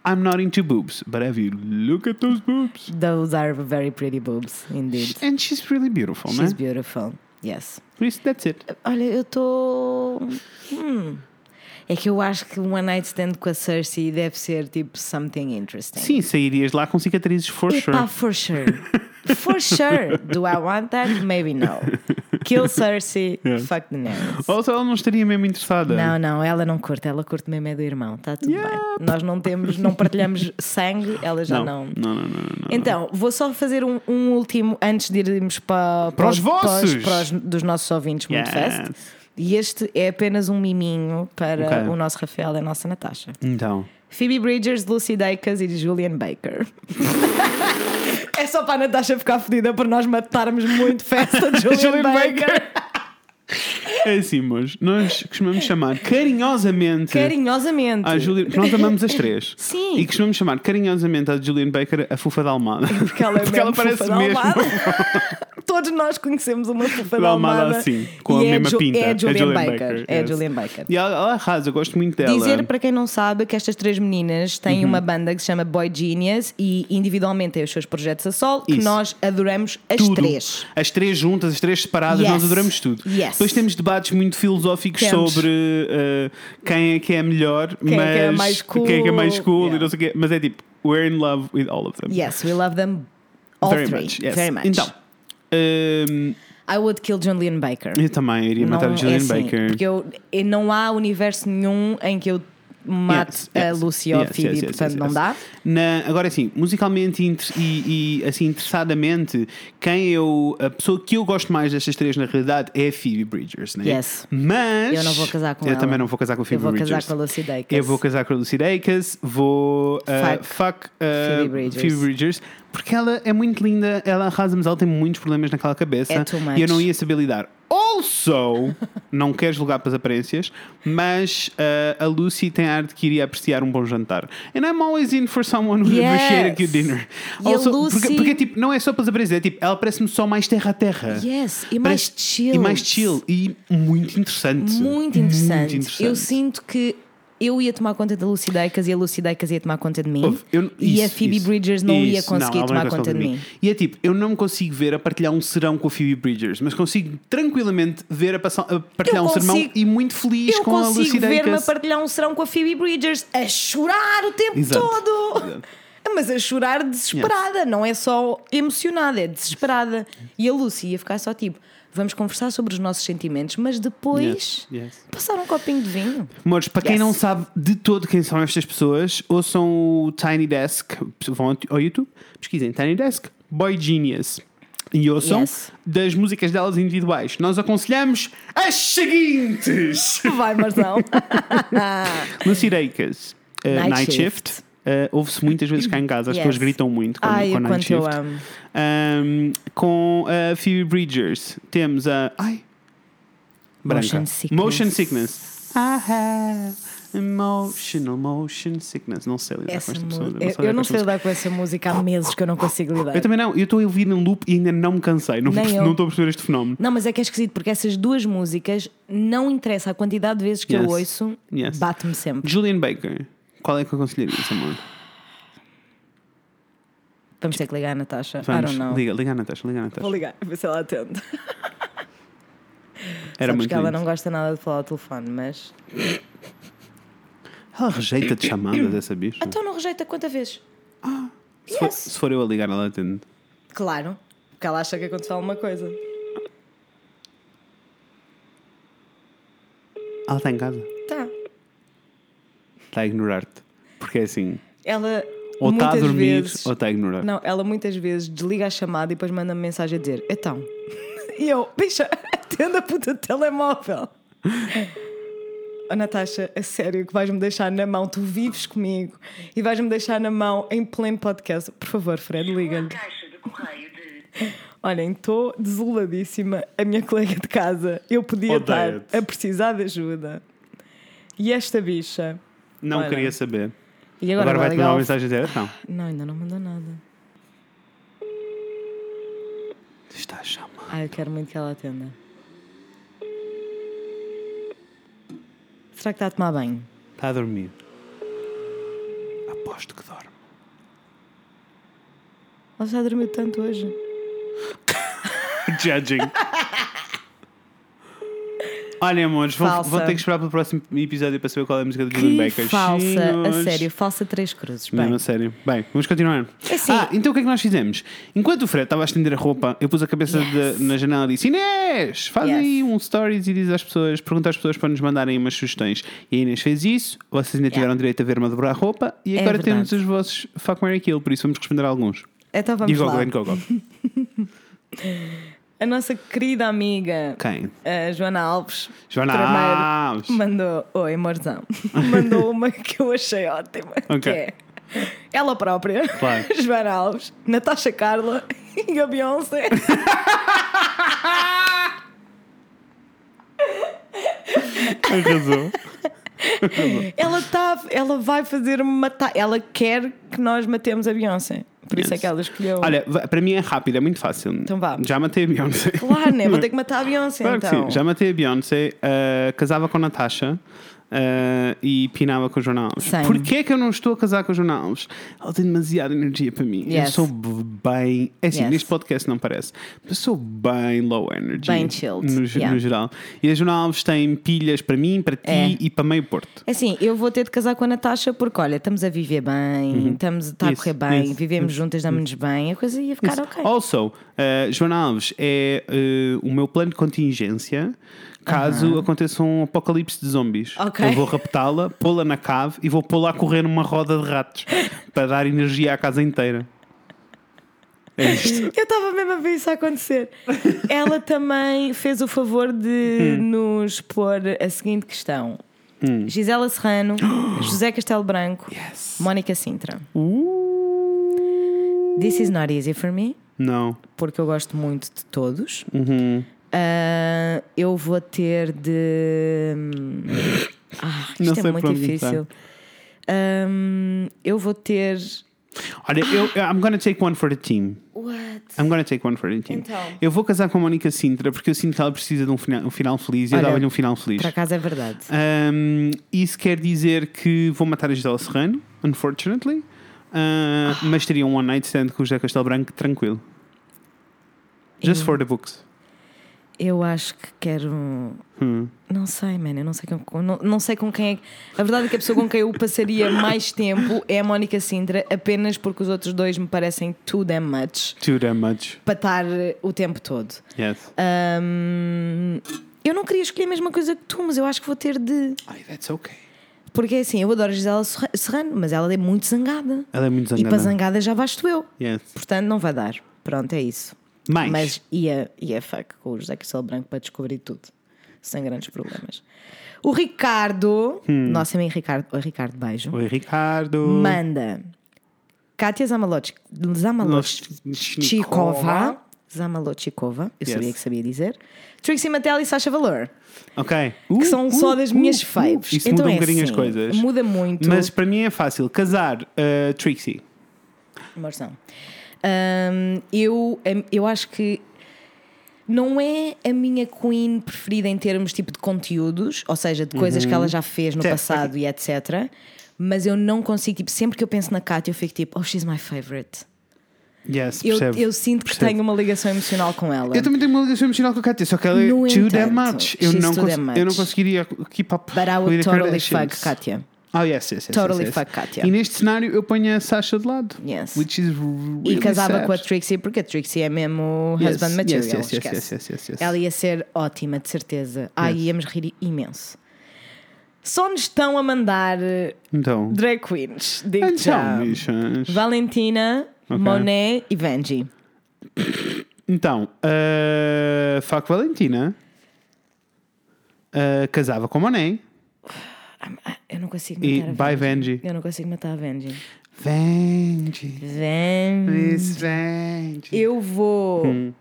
S1: I'm not into boobs, but have you look at those boobs?
S2: Those are very pretty boobs, indeed.
S1: And she's really beautiful,
S2: She's
S1: né?
S2: beautiful. Yes.
S1: Por isso, that's it.
S2: Olha, eu estou. É que eu acho que One Night Stand com a Cersei deve ser tipo something interesting.
S1: Sim, sairias lá com cicatrizes, for sure.
S2: Epá, for sure. For sure. Do I want that? Maybe no. Kill Cersei,
S1: Yeah. Oh.
S2: fuck the nails.
S1: Ou se ela não estaria mesmo interessada.
S2: Não, não, ela não curte, ela curte mesmo é do irmão, está tudo
S1: Yeah.
S2: bem. Nós não temos, não partilhamos sangue, ela já não.
S1: não, não, não, não, não.
S2: Então, vou só fazer um, um último antes de irmos para,
S1: Para os vossos!
S2: para os- dos nossos ouvintes muito
S1: Yes.
S2: fast. E este é apenas um miminho para
S1: Ok.
S2: o nosso Rafael e a nossa Natasha.
S1: Então.
S2: Phoebe Bridgers, Lucy Dacus e Julian Baker. é só para a Natasha ficar fodida por nós matarmos muito festa de Julian,
S1: Julian
S2: Baker.
S1: É assim, mas nós costumamos chamar carinhosamente.
S2: Carinhosamente.
S1: à Ah, Julian, que nós amamos as três.
S2: Sim.
S1: E costumamos chamar carinhosamente a Julian Baker a Fufa da Almada.
S2: Porque ela, é
S1: Porque ela
S2: mesmo
S1: parece
S2: fofa da
S1: mesmo.
S2: Almada. Todos nós conhecemos uma fofa da
S1: Da Almada,
S2: Almada.
S1: sim, com a
S2: e é
S1: mesma
S2: Ju-
S1: pinta.
S2: É
S1: É
S2: Julian,
S1: Julian
S2: Baker.
S1: Baker,
S2: É
S1: yes.
S2: Julian Baker.
S1: E ela, ela arrasa, eu gosto muito dela.
S2: Dizer para quem não sabe que estas três meninas têm
S1: Uhum.
S2: uma banda que se chama Boy Genius e individualmente têm os seus projetos a sol que
S1: Isso.
S2: nós adoramos as
S1: tudo.
S2: três.
S1: As três juntas, as três separadas,
S2: Yes.
S1: nós adoramos tudo.
S2: Yes.
S1: Depois temos debates muito filosóficos
S2: Temos.
S1: sobre eh, quem é que é melhor,
S2: Quem
S1: mas
S2: é que é mais cool.
S1: quem é que é mais cool
S2: Yeah.
S1: e não sei o quê. Mas é tipo, we're in love with all of them.
S2: Yes, we love them all
S1: Very
S2: three.
S1: much. Yes.
S2: Very much.
S1: Então, ehm,
S2: I would kill Julian Baker.
S1: eu também iria matar
S2: Não-
S1: a Julian
S2: é assim,
S1: Baker.
S2: Porque eu, e não há universo nenhum em que eu
S1: Yes,
S2: mate a
S1: yes,
S2: Lucy ou a
S1: yes,
S2: Phoebe,
S1: yes, yes,
S2: portanto
S1: yes,
S2: não
S1: yes.
S2: dá.
S1: Na- agora assim, musicalmente e inter- e, e, assim interessadamente, quem eu a pessoa que eu gosto mais destas três na realidade é a Phoebe Bridgers, né?
S2: Yes.
S1: Mas
S2: Eu não vou casar com
S1: eu
S2: ela.
S1: também não vou casar com a
S2: Eu
S1: Phoebe
S2: vou
S1: Bridgers.
S2: casar com a Lucy Dacus.
S1: Eu vou casar com a Lucy Dacus, vou uh,
S2: Fuck
S1: fuck, uh,
S2: Phoebe Bridgers.
S1: Phoebe Bridgers, porque ela é muito linda, ela arrasa, mas ela tem muitos problemas naquela cabeça
S2: É too much.
S1: e eu não ia saber lidar. Ou Also, não quero julgar pelas aparências, mas uh, a Lucy tem a arte que iria apreciar um bom jantar. And I'm always in for someone who appreciates a good
S2: Yes.
S1: dinner.
S2: E a Lucy-
S1: porque, porque, tipo, não é só pelas aparências, é tipo, ela parece-me só mais terra a terra.
S2: Yes, e mais
S1: Parece-
S2: chill.
S1: E mais chill. E muito interessante.
S2: Muito interessante.
S1: Muito
S2: Eu sinto que eu ia tomar conta da Lucy Dacas e a Lucy Dacas ia tomar conta de mim.
S1: Ouve, eu-
S2: e a
S1: isso,
S2: Phoebe
S1: isso,
S2: Bridgers não ia
S1: isso,
S2: conseguir
S1: ela não ia
S2: tomar
S1: conseguir
S2: conta de mim.
S1: E é tipo, eu não me consigo ver a partilhar um serão com a Phoebe Bridgers, mas consigo tranquilamente ver a, passar- a partilhar
S2: Eu
S1: um sermão
S2: consigo-
S1: e muito feliz
S2: Eu
S1: com a Lucy
S2: consigo ver-me a
S1: Dacus.
S2: partilhar um serão com a Phoebe Bridgers a chorar o tempo
S1: Exato,
S2: todo.
S1: exato.
S2: Mas a chorar desesperada, não é só emocionada, é desesperada. E a Lucy ia ficar só tipo: vamos conversar sobre os nossos sentimentos, mas depois
S1: Yes, yes.
S2: passar um copinho de vinho.
S1: Amores, para quem
S2: Yes.
S1: não sabe de todo quem são estas pessoas, ouçam o Tiny Desk, vão ao- ao YouTube, pesquisem Tiny Desk, Boy Genius. E ouçam
S2: Yes.
S1: das músicas delas individuais. Nós aconselhamos as seguintes:
S2: Vai, Marzão.
S1: Lucireicas, uh, Night,
S2: Night
S1: Shift.
S2: Shift.
S1: Uh, Ouve-se muitas vezes cá em casa, as
S2: Yes.
S1: pessoas gritam muito quando,
S2: Ai,
S1: com Night
S2: quanto eu
S1: Shift.
S2: amo.
S1: Um, com a Phoebe Bridgers temos a. Ai!
S2: Motion sickness.
S1: Motion sickness. I have emotional motion sickness. Não sei lidar com
S2: Essa
S1: esta
S2: mu-
S1: pessoa.
S2: eu, eu não sei lidar com essa música há meses que eu não consigo lidar.
S1: Eu também não. Eu estou a ouvir em loop e ainda não me cansei. Não
S2: Nem
S1: perce-
S2: eu.
S1: não estou a perceber este fenómeno.
S2: Não, mas é que é esquisito porque essas duas músicas não interessa a quantidade de vezes que
S1: Yes.
S2: eu ouço,
S1: Yes.
S2: bate-me sempre.
S1: Julian Baker. Qual é que eu aconselharias, amor?
S2: Vamos ter que ligar a Natasha. I
S1: Vamos,
S2: don't know.
S1: liga, liga a Natasha, liga a Natasha.
S2: Vou ligar, ver se ela atende.
S1: Era
S2: Sabes
S1: muito
S2: que ela
S1: lindo. Hum.
S2: não gosta nada de falar ao telefone, mas.
S1: Ela Oh, rejeita de chamadas, essa bicha.
S2: Então não rejeita quanta vez?
S1: se, for,
S2: yes.
S1: se for eu a ligar, ela atende.
S2: Claro, porque ela acha que aconteceu alguma coisa.
S1: Ela está em casa.
S2: Tá.
S1: Está Tá a ignorar-te. Porque é assim.
S2: Ela.
S1: Ou está
S2: muitas
S1: a dormir
S2: vezes...
S1: ou está a ignorar.
S2: Não, ela muitas vezes desliga a chamada e depois manda-me mensagem a dizer: Então. E eu, bicha, atenda a puta de telemóvel. Oh, Natasha, a sério que vais-me deixar na mão, tu vives comigo e vais-me deixar na mão em pleno podcast. Por favor, Fred, liga-lhe.
S5: caixa de correio de
S2: Olhem, estou desoladíssima. A minha colega de casa, eu podia
S1: Odeia-te.
S2: estar a precisar de ajuda. E esta bicha.
S1: Não
S2: Olha.
S1: queria saber.
S2: E agora,
S1: Agora,
S2: vai
S1: vai-te
S2: ligar
S1: mandar uma
S2: ao-
S1: mensagem dizer "Então, Não,
S2: Não, ainda não mandou nada.
S1: está a chamar.
S2: Ai, Ah, eu quero muito que ela atenda. Será que está a tomar banho?
S1: Está tá a dormir. Aposto que dorme.
S2: Ela já dormiu tanto hoje.
S1: Judging. Olha, amores, vão,
S2: Falsa.
S1: vão ter que esperar pelo próximo episódio para saber qual é a música do Dylan
S2: Que
S1: Baker.
S2: falsa, a
S1: Chinhos.
S2: sério, falsa três cruzes.
S1: Mesmo
S2: Bem,
S1: a sério. Bem, vamos continuar.
S2: Assim-
S1: ah, então o que é que nós fizemos? Enquanto o Fred estava a estender a roupa, eu pus a cabeça
S2: Yes.
S1: de- na janela e disse: Inês, faz
S2: Yes.
S1: aí um stories e diz às pessoas, pergunta às pessoas para nos mandarem umas sugestões. E a Inês fez isso, vocês ainda tiveram direito a ver-me a dobrar a roupa e
S2: É
S1: agora
S2: verdade.
S1: temos os vossos Fuck Mary Kill, por isso vamos responder a alguns.
S2: então vamos
S1: e
S2: lá.
S1: Google, and Google.
S2: A nossa querida amiga
S1: Quem?
S2: a Joana Alves.
S1: Joana
S2: Trameiro,
S1: Alves.
S2: Mandou. Oi, amorzão. Mandou uma que eu achei ótima. Que
S1: Ok.
S2: é ela própria,
S1: Claro.
S2: Joana Alves, Natasha Carla e a Beyoncé.
S1: Arrasou.
S2: Ela, tá, ela vai fazer matar. Ela quer que nós matemos a Beyoncé. Por isso é
S1: Yes.
S2: que ela escolheu.
S1: Olha, va- para mim é rápido, é muito fácil.
S2: Então vá.
S1: Já matei a Beyoncé.
S2: Claro, né? Vou ter que matar a Beyoncé
S1: Claro
S2: então.
S1: que sim. Já matei a Beyoncé, ah, casava com Natasha ah, e pinava com o Joana Alves.
S2: Same.
S1: Porquê que eu não estou a casar com o Joana Alves? Ela tem demasiada energia para mim. Eu
S2: Yes.
S1: sou b- bem. É assim,
S2: Yes.
S1: neste podcast não parece, mas eu sou bem low energy.
S2: Bem chilled,
S1: No, ge-
S2: yeah.
S1: no geral. E a Joana Alves tem pilhas para mim, para ti
S2: É.
S1: e para meio Porto.
S2: Assim, eu vou ter de casar com a Natasha porque, olha, estamos a viver bem, estamos, está a
S1: Uhum. Isso,
S2: correr bem,
S1: isso,
S2: vivemos juntas, damos-nos bem, a coisa ia ficar ok.
S1: Also, eh, Joana Alves é eh, o meu plano de contingência caso aconteça um apocalipse de zombies.
S2: Ok.
S1: Eu vou raptá-la, pô-la na cave e vou pô-la a correr numa roda de ratos para dar energia à casa inteira. É isto.
S2: Eu estava mesmo a ver isso acontecer. Ela também fez o favor de
S1: Hum.
S2: nos pôr a seguinte questão: Gisela Serrano, José Castelo Branco, Mónica Sintra. Uh. This is not easy for me,
S1: Não. Uhum.
S2: porque eu gosto muito de todos. Ah, eu vou ter de. hum, Ah, isto
S1: Não
S2: é
S1: sei
S2: muito
S1: para onde
S2: difícil. Hum, eu vou ter.
S1: Olha, eu, I'm gonna take one for the team.
S2: What?
S1: I'm gonna take one for the team.
S2: Então.
S1: Ah, Eu vou casar com a Mónica Sintra porque eu sinto que ela precisa de um final, um final feliz e eu
S2: Olha,
S1: dava-lhe um final feliz.
S2: Por acaso é verdade.
S1: Um, isso quer dizer que vou matar a Gisela Serrano, unfortunately. Uh,
S2: Ah.
S1: mas teria um one night stand com o José Castelo Branco tranquilo. Just for the books.
S2: Eu acho que quero. um,
S1: Hum.
S2: Não sei, man. Eu não sei, com, não, não sei com quem é. que- A verdade é que a pessoa com quem eu passaria mais tempo é a Mónica Sintra, apenas porque os outros dois me parecem too damn much
S1: Too damn much.
S2: para estar o tempo todo.
S1: Yes.
S2: Hum, eu não queria escolher a mesma coisa que tu, mas eu acho que vou ter de.
S1: Ai, that's okay.
S2: Porque é assim, eu adoro a Gisela Serra- Serrano, mas ela é muito zangada.
S1: Ela é muito
S2: E para
S1: zangada.
S2: zangada já basto eu.
S1: Yes.
S2: Portanto, não vai dar. Pronto, é isso.
S1: Mais.
S2: Mas ia, ia fuck com o José Castelo Branco para descobrir tudo, sem grandes problemas. O Ricardo,
S1: Hum.
S2: nosso amigo Ricardo, o Ricardo Beijo,
S1: Oi, Ricardo.
S2: manda Kátia Zamalochikova,
S1: Chikova.
S2: Zamalochikova, eu
S1: Yes.
S2: sabia que sabia dizer, Trixie Mattel e Sasha Valor,
S1: Ok. Uh,
S2: que são só das minhas faves.
S1: Isso
S2: então
S1: muda um
S2: é
S1: bocadinho
S2: assim,
S1: as coisas.
S2: Muda muito.
S1: Mas para mim é fácil. Casar uh, Trixie.
S2: Amores não. Hum, eu, eu acho que não é a minha queen preferida em termos tipo de conteúdos, ou seja, de coisas
S1: Uhum.
S2: que ela já fez no
S1: Certo.
S2: passado e etc. Mas eu não consigo, tipo, sempre que eu penso na Kátia, eu fico tipo, oh, she's my favorite.
S1: Yes,
S2: Eu,
S1: percebo.
S2: eu sinto que
S1: Percebo.
S2: tenho uma ligação emocional com ela.
S1: Eu também tenho uma ligação emocional com a Katia, só que ela é
S2: No
S1: too damn
S2: entanto,
S1: much. Eu
S2: she's
S1: não,
S2: too
S1: cons-
S2: damn
S1: eu não
S2: much.
S1: conseguiria keep up
S2: But
S1: with
S2: I would
S1: the
S2: totally
S1: Kardashians.
S2: fuck Kátia.
S1: Oh, yes, yes, yes.
S2: Totally
S1: yes, yes.
S2: fuck Katia.
S1: E neste cenário eu ponho a Sasha de lado.
S2: Yes.
S1: Which is
S2: E
S1: really
S2: casava
S1: sad.
S2: com a Trixie, porque a Trixie é mesmo
S1: Yes,
S2: husband material.
S1: yes, yes, yes,
S2: esquece.
S1: yes, yes, yes, yes.
S2: Ela ia ser ótima, de certeza. Ai,
S1: Yes.
S2: íamos rir imenso. Só nos estão a mandar eh,
S1: Então.
S2: drag queens. Digo
S1: Então, bichas.
S2: Valentina,
S1: Ok.
S2: Monet e Vanji.
S1: Então, uh, fuck Valentina. Uh, casava com Monet
S2: Ah, Eu não consigo
S1: e
S2: matar a
S1: by
S2: Vanji.
S1: Vanji.
S2: Eu não consigo matar a Vanji.
S1: Vanji.
S2: Vanji.
S1: This Vanji.
S2: Eu vou.
S1: Hum.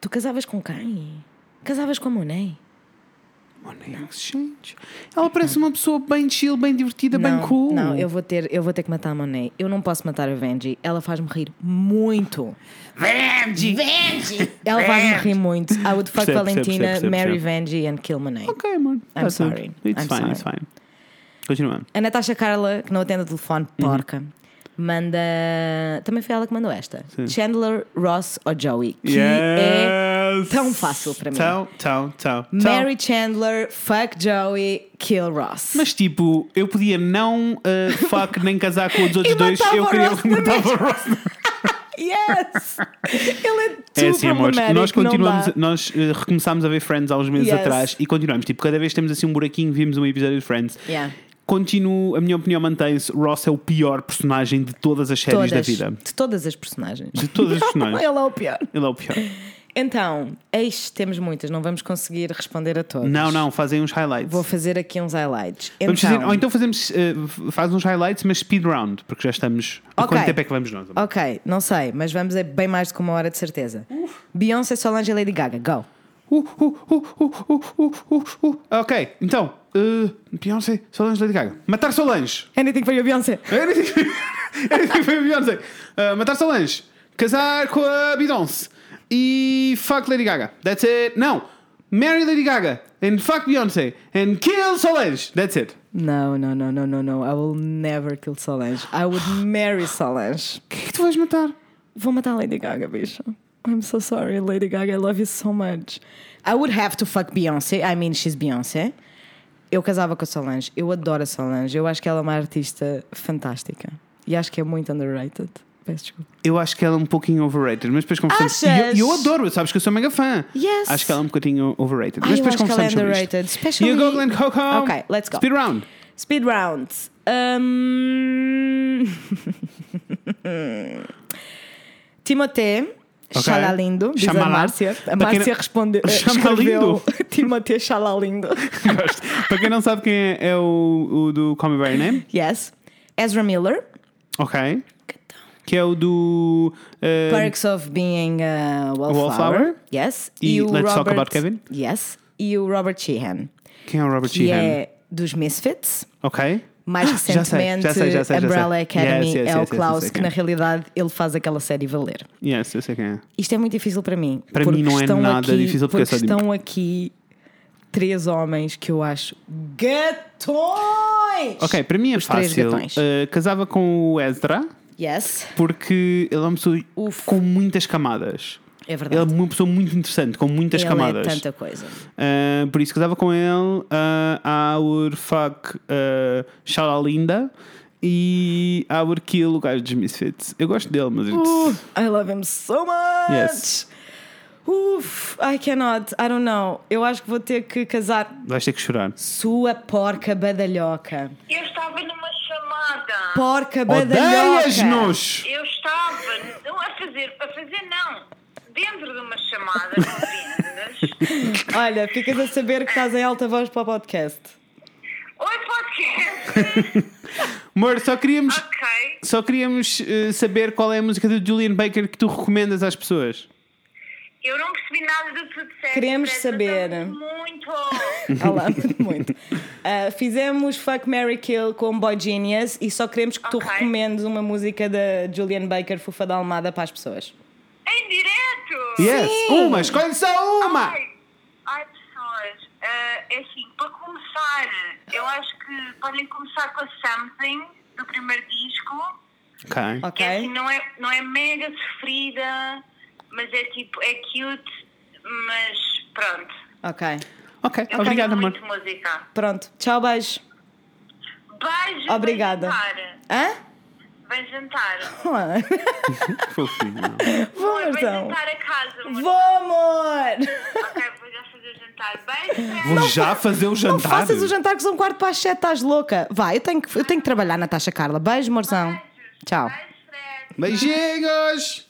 S2: Tu casavas com quem? Casavas com a Monet?
S1: Monet Exchange. Ela parece uma pessoa bem chill, bem divertida, bem
S2: não,
S1: cool.
S2: não, eu vou, ter, eu vou ter que matar a Monet. Eu não posso matar a Vanji. Ela faz-me rir muito.
S1: Vanji!
S2: Ela faz-me rir muito. I would fuck
S1: Percebo, percebo,
S2: Valentina,
S1: percebo, percebo,
S2: marry
S1: percebo.
S2: Vanji and kill Monet.
S1: Ok, amor.
S2: I'm
S1: Tá tudo.
S2: sorry.
S1: It's fine,
S2: I'm sorry.
S1: it's fine. Continuamos.
S2: A Natasha Carla, que não atende o telefone,
S1: Uhum.
S2: porca, manda. Também foi ela que mandou esta. Chandler, Ross ou Joey? Que é. tão fácil para mim.
S1: Tão, tão, tão. tão.
S2: Mary Chandler, fuck Joey, kill Ross.
S1: Mas tipo, eu podia não uh, fuck nem casar com os outros
S2: E
S1: dois.
S2: matava
S1: Eu
S2: o
S1: queria
S2: Ross
S1: que
S2: na
S1: matava o Ross.
S2: Yes! Ele é too
S1: É assim, amores.
S2: problemático.
S1: Nós
S2: não
S1: continuamos,
S2: dá.
S1: nós eh, recomeçámos a ver Friends há uns meses
S2: Yes.
S1: atrás e continuamos. Tipo, cada vez temos assim um buraquinho, vimos um episódio de Friends.
S2: Yeah.
S1: Continuo, a minha opinião mantém-se. Ross é o pior personagem de todas as séries
S2: Todas,
S1: da vida.
S2: De todas as personagens.
S1: De todas as
S2: Ele
S1: personagens.
S2: é o pior.
S1: Ele é o pior.
S2: Então, eis temos muitas, não vamos conseguir responder a todas.
S1: Não, não, fazem uns highlights.
S2: Vou fazer aqui uns highlights. Então,
S1: Vamos fazer, ou então fazemos, eh, faz uns highlights, mas speed round, porque já estamos. Há
S2: Ok.
S1: quanto tempo é que vamos nós? amor?
S2: Ok, não sei, mas vamos a bem mais do que uma hora de certeza. Beyoncé, Solange e Lady Gaga, go.
S1: Uh, uh, uh, uh, uh, uh, uh, uh. Ok, então, eh, Beyoncé, Solange Lady Gaga. Matar Solange.
S2: Anything for you, Beyoncé.
S1: Eh? Anything for Beyoncé. Eh, matar Solange. Casar com a Beyoncé. E fuck Lady Gaga. That's it. Não. Marry Lady Gaga. And fuck Beyoncé. And kill Solange. That's it.
S2: No, no, no, no, no, no. I will never kill Solange. I would marry Solange.
S1: Quem é que tu vais matar?
S2: Vou matar a Lady Gaga, bicho. I'm so sorry, Lady Gaga. I love you so much. I would have to fuck Beyoncé. I mean, she's Beyoncé. Eu casava com a Solange. Eu adoro a Solange. Eu acho que ela é uma artista fantástica. E acho que é muito underrated. Peço desculpa.
S1: Eu acho que ela é um pouquinho overrated, mas depois conversamos.
S2: Achas?
S1: E eu, eu adoro, sabes que eu sou mega fã.
S2: Yes.
S1: Acho que ela é um bocadinho overrated.
S2: Ai,
S1: mas
S2: eu
S1: depois
S2: acho que ela é
S1: conversamos. sobre isto.
S2: underrated. Especially...
S1: You go, Glenn Coco.
S2: Ok, let's go.
S1: Speed round.
S2: Speed round. Um... Timothée Chalalindo. Diz a
S1: Chamalá.
S2: Márcia.
S1: Para
S2: A
S1: quem
S2: Márcia
S1: não-
S2: respondeu.
S1: Chamalindo.
S2: Escreveu Timothée Chalalindo.
S1: Gosto. Para quem não sabe quem é, é o, o do Call Me By Your Name,
S2: Yes. Ezra Miller.
S1: ok? Que é o do. eh,
S2: Perks of being a wallflower.
S1: Wallflower.
S2: Yes.
S1: E
S2: o
S1: Let's Talk
S2: Robert-
S1: About Kevin.
S2: Yes. e o Robert Sheehan,
S1: Quem é o Robert
S2: que
S1: Sheehan?
S2: é dos Misfits.
S1: Ok.
S2: Mais
S1: Já sei,
S2: recentemente,
S1: já sei, já sei, já
S2: Umbrella
S1: sei.
S2: Academy
S1: Yes, yes,
S2: é o
S1: yes, yes, eu
S2: Klaus,
S1: sei
S2: que
S1: quem
S2: na
S1: é.
S2: realidade ele faz aquela série valer.
S1: Yes, eu sei quem é.
S2: Isto é muito difícil para mim.
S1: Para
S2: porque
S1: mim não é
S2: estão
S1: nada
S2: aqui-
S1: difícil, porque é só de-
S2: estão aqui três homens que eu acho gatões.
S1: Ok, para mim é
S2: Os três
S1: fácil.
S2: gatões.
S1: Uh, casava com o Ezra
S2: Yes,
S1: porque ele é uma pessoa
S2: Uf.
S1: com muitas camadas.
S2: é verdade.
S1: Ele é uma pessoa muito interessante, com muitas
S2: Ele
S1: camadas.
S2: é tanta coisa.
S1: Uh, por isso casava com ele, uh, our fuck uh, Shalalinda e our kill o gajo dos Misfits. Eu gosto dele, mas
S2: Uh,
S1: it's-
S2: I love him so much.
S1: Yes.
S2: Uf, I cannot, I don't know. Eu acho que vou ter que casar.
S1: vais ter que chorar.
S2: Sua porca badalhoca.
S5: Eu estava numa chamada.
S2: Porca badalhoca.
S1: Odeias-nos!
S5: Eu estava não a fazer, a fazer não. Dentro de uma chamada, compreendes?
S2: Olha, ficas a saber que estás em alta voz para o podcast.
S5: Oi, podcast!
S1: Amor, só queríamos,
S5: Ok.
S1: só queríamos uh, saber qual é a música do Julian Baker que tu recomendas às pessoas.
S5: Eu não percebi nada do que tu disseste.
S2: Queremos
S5: Teresa,
S2: saber.
S5: estamos Muito.
S2: Olá, muito. Ah, fizemos Fuck Mary Kill com Boy Genius e só queremos que tu
S5: Ok.
S2: recomendes uma música da Julian Baker, Fufa da Almada, para as pessoas.
S5: Em direto!
S1: Yes! Uma! Escolhe só uma!
S5: Ai, ai, pessoas, eh, é assim, para começar, eu acho que podem começar com a Something, do primeiro disco.
S1: Ok.
S2: Ok?
S5: Que é assim, não é, não é mega sofrida, mas é tipo, é cute, mas pronto.
S2: Ok.
S1: Ok,
S5: Eu
S1: obrigada,
S5: tenho
S1: amor.
S5: muito música.
S2: Pronto. Tchau, beijo.
S5: Beijo,
S2: Obrigada. Hã?
S5: Vem jantar. Vem jantar.
S2: Vamos lá.
S1: Fofinho.
S2: Vou,
S5: Vem
S2: Martão.
S5: jantar a casa, amor.
S2: Vou, amor.
S5: Ok, vou já fazer o jantar. Beijo.
S1: Vou já fazer o jantar.
S2: Não faças o jantar que são quarto para as sete, estás louca. Vai, eu tenho que, eu tenho que trabalhar, Natasha Carla. Beijo, amorzão.
S5: Beijos.
S2: Tchau.
S5: Beijo, Fred.
S1: Beijinhos!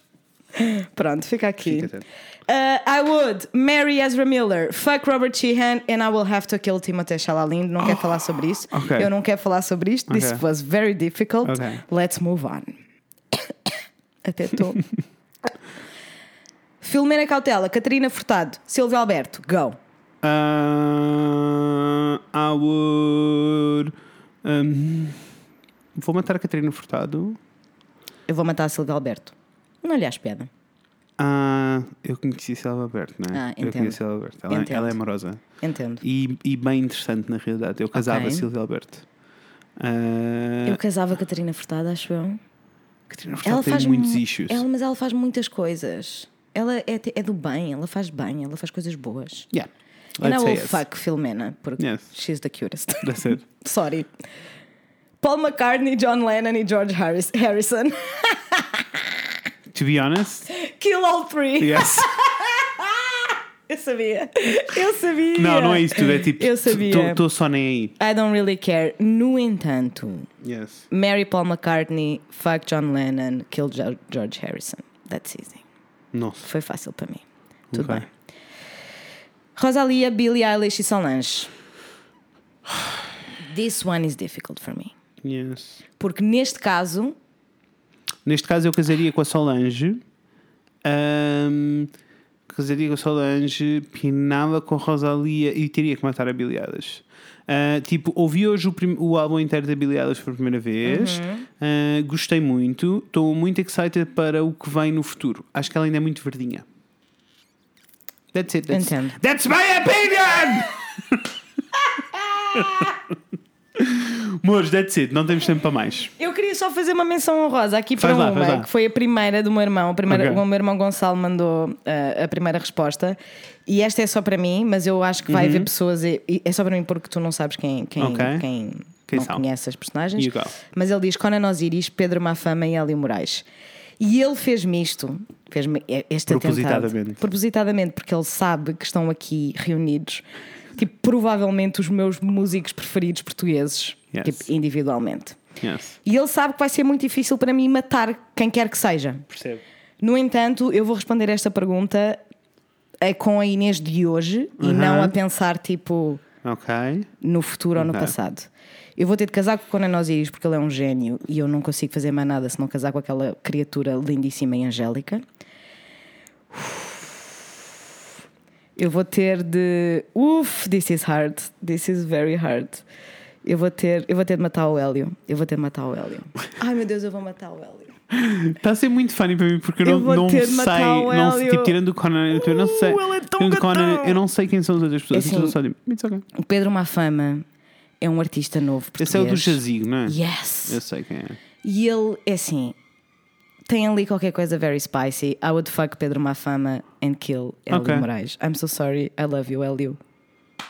S2: Pronto, fica aqui.
S1: Fica, certo.
S2: Uh, I would marry Ezra Miller, fuck Robert Sheehan, and I will have to kill Timothée Chalamet. Não quero falar sobre isso.
S1: Oh, ok.
S2: Eu não quero falar sobre isto. This
S1: Ok.
S2: was very difficult.
S1: Ok.
S2: Let's move on. Até estou. Filomena Cautela, Catarina Furtado, Silvio Alberto, go.
S1: Ah, I would. hum, vou matar a Catarina Furtado.
S2: Eu vou matar a Silvio Alberto. Não lhe acho piada.
S1: Ah, eu conheci a Selva Alberto, não é?
S2: Ah,
S1: eu
S2: entendo.
S1: conheci a Selva Alberto. Ela,
S2: Entendo.
S1: ela é amorosa
S2: Entendo.
S1: e, e bem interessante, na realidade. Eu casava
S2: Ok.
S1: a Silvia Alberto. Ah,
S2: Eu casava a Catarina Furtado, acho eu.
S1: Catarina Furtado tem muitos
S2: mu-
S1: issues.
S2: Ela, mas ela faz muitas coisas. Ela é, te- é do bem, ela faz bem, ela faz coisas boas.
S1: Yeah.
S2: And I
S1: Let's say
S2: will
S1: yes.
S2: é fuck Filomena, porque
S1: Yes.
S2: she's the cutest.
S1: That's it.
S2: Sorry. Paul McCartney, John Lennon e George Harris, Harrison.
S1: To be honest,
S2: Kill all three.
S1: yes.
S2: Eu sabia. Eu sabia.
S1: Não, não é isso tudo. É tipo,
S2: Eu sabia.
S1: estou só nem
S2: I don't really care. No entanto,
S1: aí. Yes.
S2: marry Paul McCartney, fuck John Lennon, kill Jo- George Harrison. That's easy.
S1: Nossa.
S2: Foi fácil para mim. Tudo
S1: Ok.
S2: bem. Rosalia, Billie Eilish e Solange. This one is difficult for me.
S1: Yes.
S2: Porque neste caso,
S1: Neste caso, eu casaria com a Solange. Ahm, casaria com a Solange, pinava com a Rosalia e teria que matar a Billie Eilish. Ah, tipo, ouvi hoje o, prim- o álbum inteiro da Billie Eilish pela primeira vez. Ah, gostei muito. Estou muito excited para o que vem no futuro. Acho que ela ainda é muito verdinha. That's it. That's,
S2: Entendo.
S1: that's my opinion! Mores, that's it. Não temos tempo para mais.
S2: Eu queria só fazer uma menção honrosa aqui
S1: Faz
S2: para
S1: lá, faz lá.
S2: uma, que foi a primeira do meu irmão. A primeira,
S1: Ok.
S2: O meu irmão Gonçalo mandou ah, a primeira resposta. E esta é só para mim, mas eu acho que vai haver pessoas. e- e é só para mim porque tu não sabes quem, quem,
S1: Uhum. Ok.
S2: quem,
S1: Quem
S2: não
S1: são?
S2: conhece as personagens.
S1: You go.
S2: Mas ele diz Conan Osiris, Pedro Mafama e Hélio Moraes. E ele fez-me isto, fez-me este
S1: Propositadamente.
S2: atentado. Propositadamente, porque ele sabe que estão aqui reunidos, tipo, provavelmente os meus músicos preferidos portugueses,
S1: Yes.
S2: tipo, individualmente.
S1: Yes.
S2: E ele sabe que vai ser muito difícil para mim matar quem quer que seja.
S1: Percebo.
S2: No entanto, eu vou responder esta pergunta eh, com a Inês de hoje e não a pensar tipo
S1: Ok.
S2: no futuro ou no
S1: Ok.
S2: passado. Eu vou ter de casar com o Conan Osiris porque ele é um gênio e eu não consigo fazer mais nada se não casar com aquela criatura lindíssima e angélica. Eu vou ter de. Uff, this is hard. This is very hard. Eu vou ter, eu vou ter de matar o Hélio. Eu vou ter de matar o Hélio. Ai meu Deus, eu vou matar o Hélio.
S1: Está a ser muito funny para mim porque eu,
S2: Eu
S1: não,
S2: vou
S1: não
S2: ter
S1: sei.
S2: de matar o
S1: Não, sei-
S2: Hélio.
S1: tipo, tirando o Conan, eu não
S2: Uh,
S1: sei.
S2: ele é tão
S1: tirando o Conan,
S2: gatão.
S1: eu não sei quem são as outras pessoas.
S2: Assim,
S1: eu só digo, "It's okay."
S2: O Pedro Mafama é um artista novo. Português.
S1: Esse é o do Jazigo, não é?
S2: Yes.
S1: Eu sei quem é.
S2: E ele é assim. Tem ali qualquer coisa very spicy. I would fuck Pedro Mafama and kill Hélio
S1: Ok.
S2: Moraes. I'm so sorry. I love you, Hélio.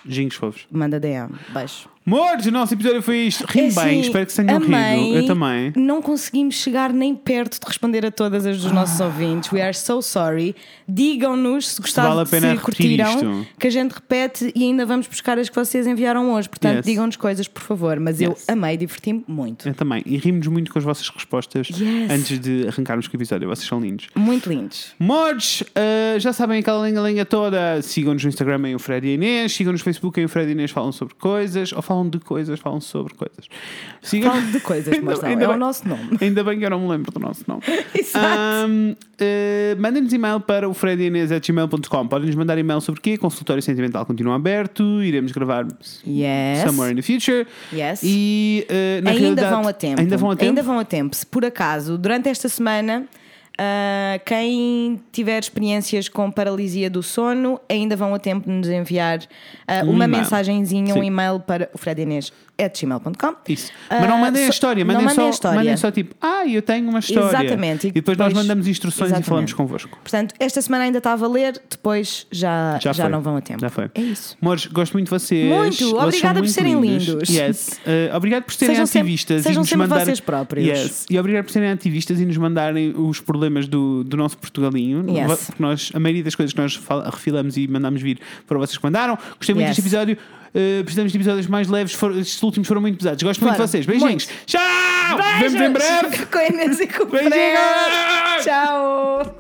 S1: Jingos fofos.
S2: Manda DM. Beijo.
S1: Mores, o nosso episódio foi isto. Ri
S2: É
S1: bem,
S2: assim,
S1: espero que se tenham
S2: amei.
S1: rido. Eu também.
S2: Não conseguimos chegar nem perto de responder a todas as dos
S1: Ah.
S2: nossos ouvintes. We are so sorry. Digam-nos se gostaram,
S1: Vale a pena
S2: se
S1: repetir
S2: curtiram,
S1: isto.
S2: que a gente repete e ainda vamos buscar as que vocês enviaram hoje. Portanto,
S1: Yes.
S2: digam-nos coisas, por favor. Mas
S1: Yes.
S2: eu amei, diverti-me muito.
S1: Eu também. E rimos muito com as vossas respostas
S2: Yes.
S1: antes de arrancarmos com o episódio. Vocês são lindos.
S2: Muito lindos.
S1: Mordes, ah, já sabem aquela lenga-lenga toda. Sigam-nos no Instagram em o Fred e a Inês. Sigam-nos no Facebook em o Fred e a Inês. Falam sobre coisas. Ou falam de coisas, falam sobre coisas. Sigam-
S2: Falam de coisas, mas não.
S1: Ainda
S2: É o
S1: bem-
S2: nosso nome.
S1: Ainda bem que eu não me lembro do nosso nome.
S2: Exato.
S1: Ahm, eh, Mandem-nos e-mail para o fredinês.gmail.com. Podem-nos mandar e-mail sobre o quê? Consultório Sentimental continua aberto. Iremos gravar
S2: Yes.
S1: somewhere in the future.
S2: Yes.
S1: E eh, na
S2: ainda
S1: realidade,
S2: vão a tempo.
S1: Ainda vão a tempo.
S2: tempo. Se por acaso, durante esta semana, ah, quem tiver experiências com paralisia do sono, ainda vão a tempo de nos enviar ah,
S1: Um
S2: uma
S1: e-mail.
S2: mensagenzinha,
S1: Sim.
S2: um e-mail para o fredinês.gmail.com.
S1: Isso. Mas não mandem a história, mandem,
S2: Ah, não mandem
S1: só,
S2: a história.
S1: mandem só tipo, ah, eu tenho uma história.
S2: Exatamente.
S1: E, depois, nós mandamos instruções
S2: Exatamente.
S1: e falamos convosco.
S2: Portanto, esta semana ainda estava a ler, depois já, já,
S1: Já, foi.
S2: não vão a tempo.
S1: Já foi.
S2: É isso.
S1: Amores, gosto muito de vocês.
S2: Muito.
S1: Vocês são
S2: Obrigada por
S1: muito
S2: serem lindos.
S1: Yes. Eh, obrigado por serem
S2: Sejam sempre-
S1: ativistas.
S2: sejam
S1: e nos
S2: sempre
S1: mandarem...
S2: vocês próprios.
S1: Yes. E obrigado por serem ativistas e nos mandarem os problemas do, do nosso Portugalinho.
S2: Yes.
S1: Porque nós, a maioria das coisas que nós fal- refilamos e mandámos vir foram vocês que mandaram. Gostei muito
S2: Yes.
S1: deste episódio. Eh, precisamos de episódios mais leves. For- Estes últimos foram muito pesados. Gosto muito
S2: Foram.
S1: de vocês. Beijinhos. Tchau! Vemos em breve.
S2: Com a Inês e com o
S1: Beijinhos!
S2: Fred. Tchau!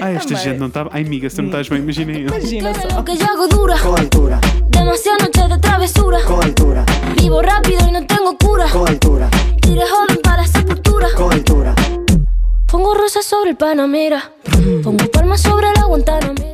S1: Ah, esta gente não está. Ai, amiga, se tu não estás bem, imaginem eu.
S2: Imagina só.
S6: Cara, lo que yo hago dura.
S7: Con altura,
S6: Demasiadas noches de travesura.
S7: con altura,
S6: Vivo rápido y no tengo cura.
S7: con altura,
S6: Tiré joven para la sepultura.
S7: con altura.
S6: Pongo rosas sobre el Panamera. Pongo palmas sobre la Guantanamera.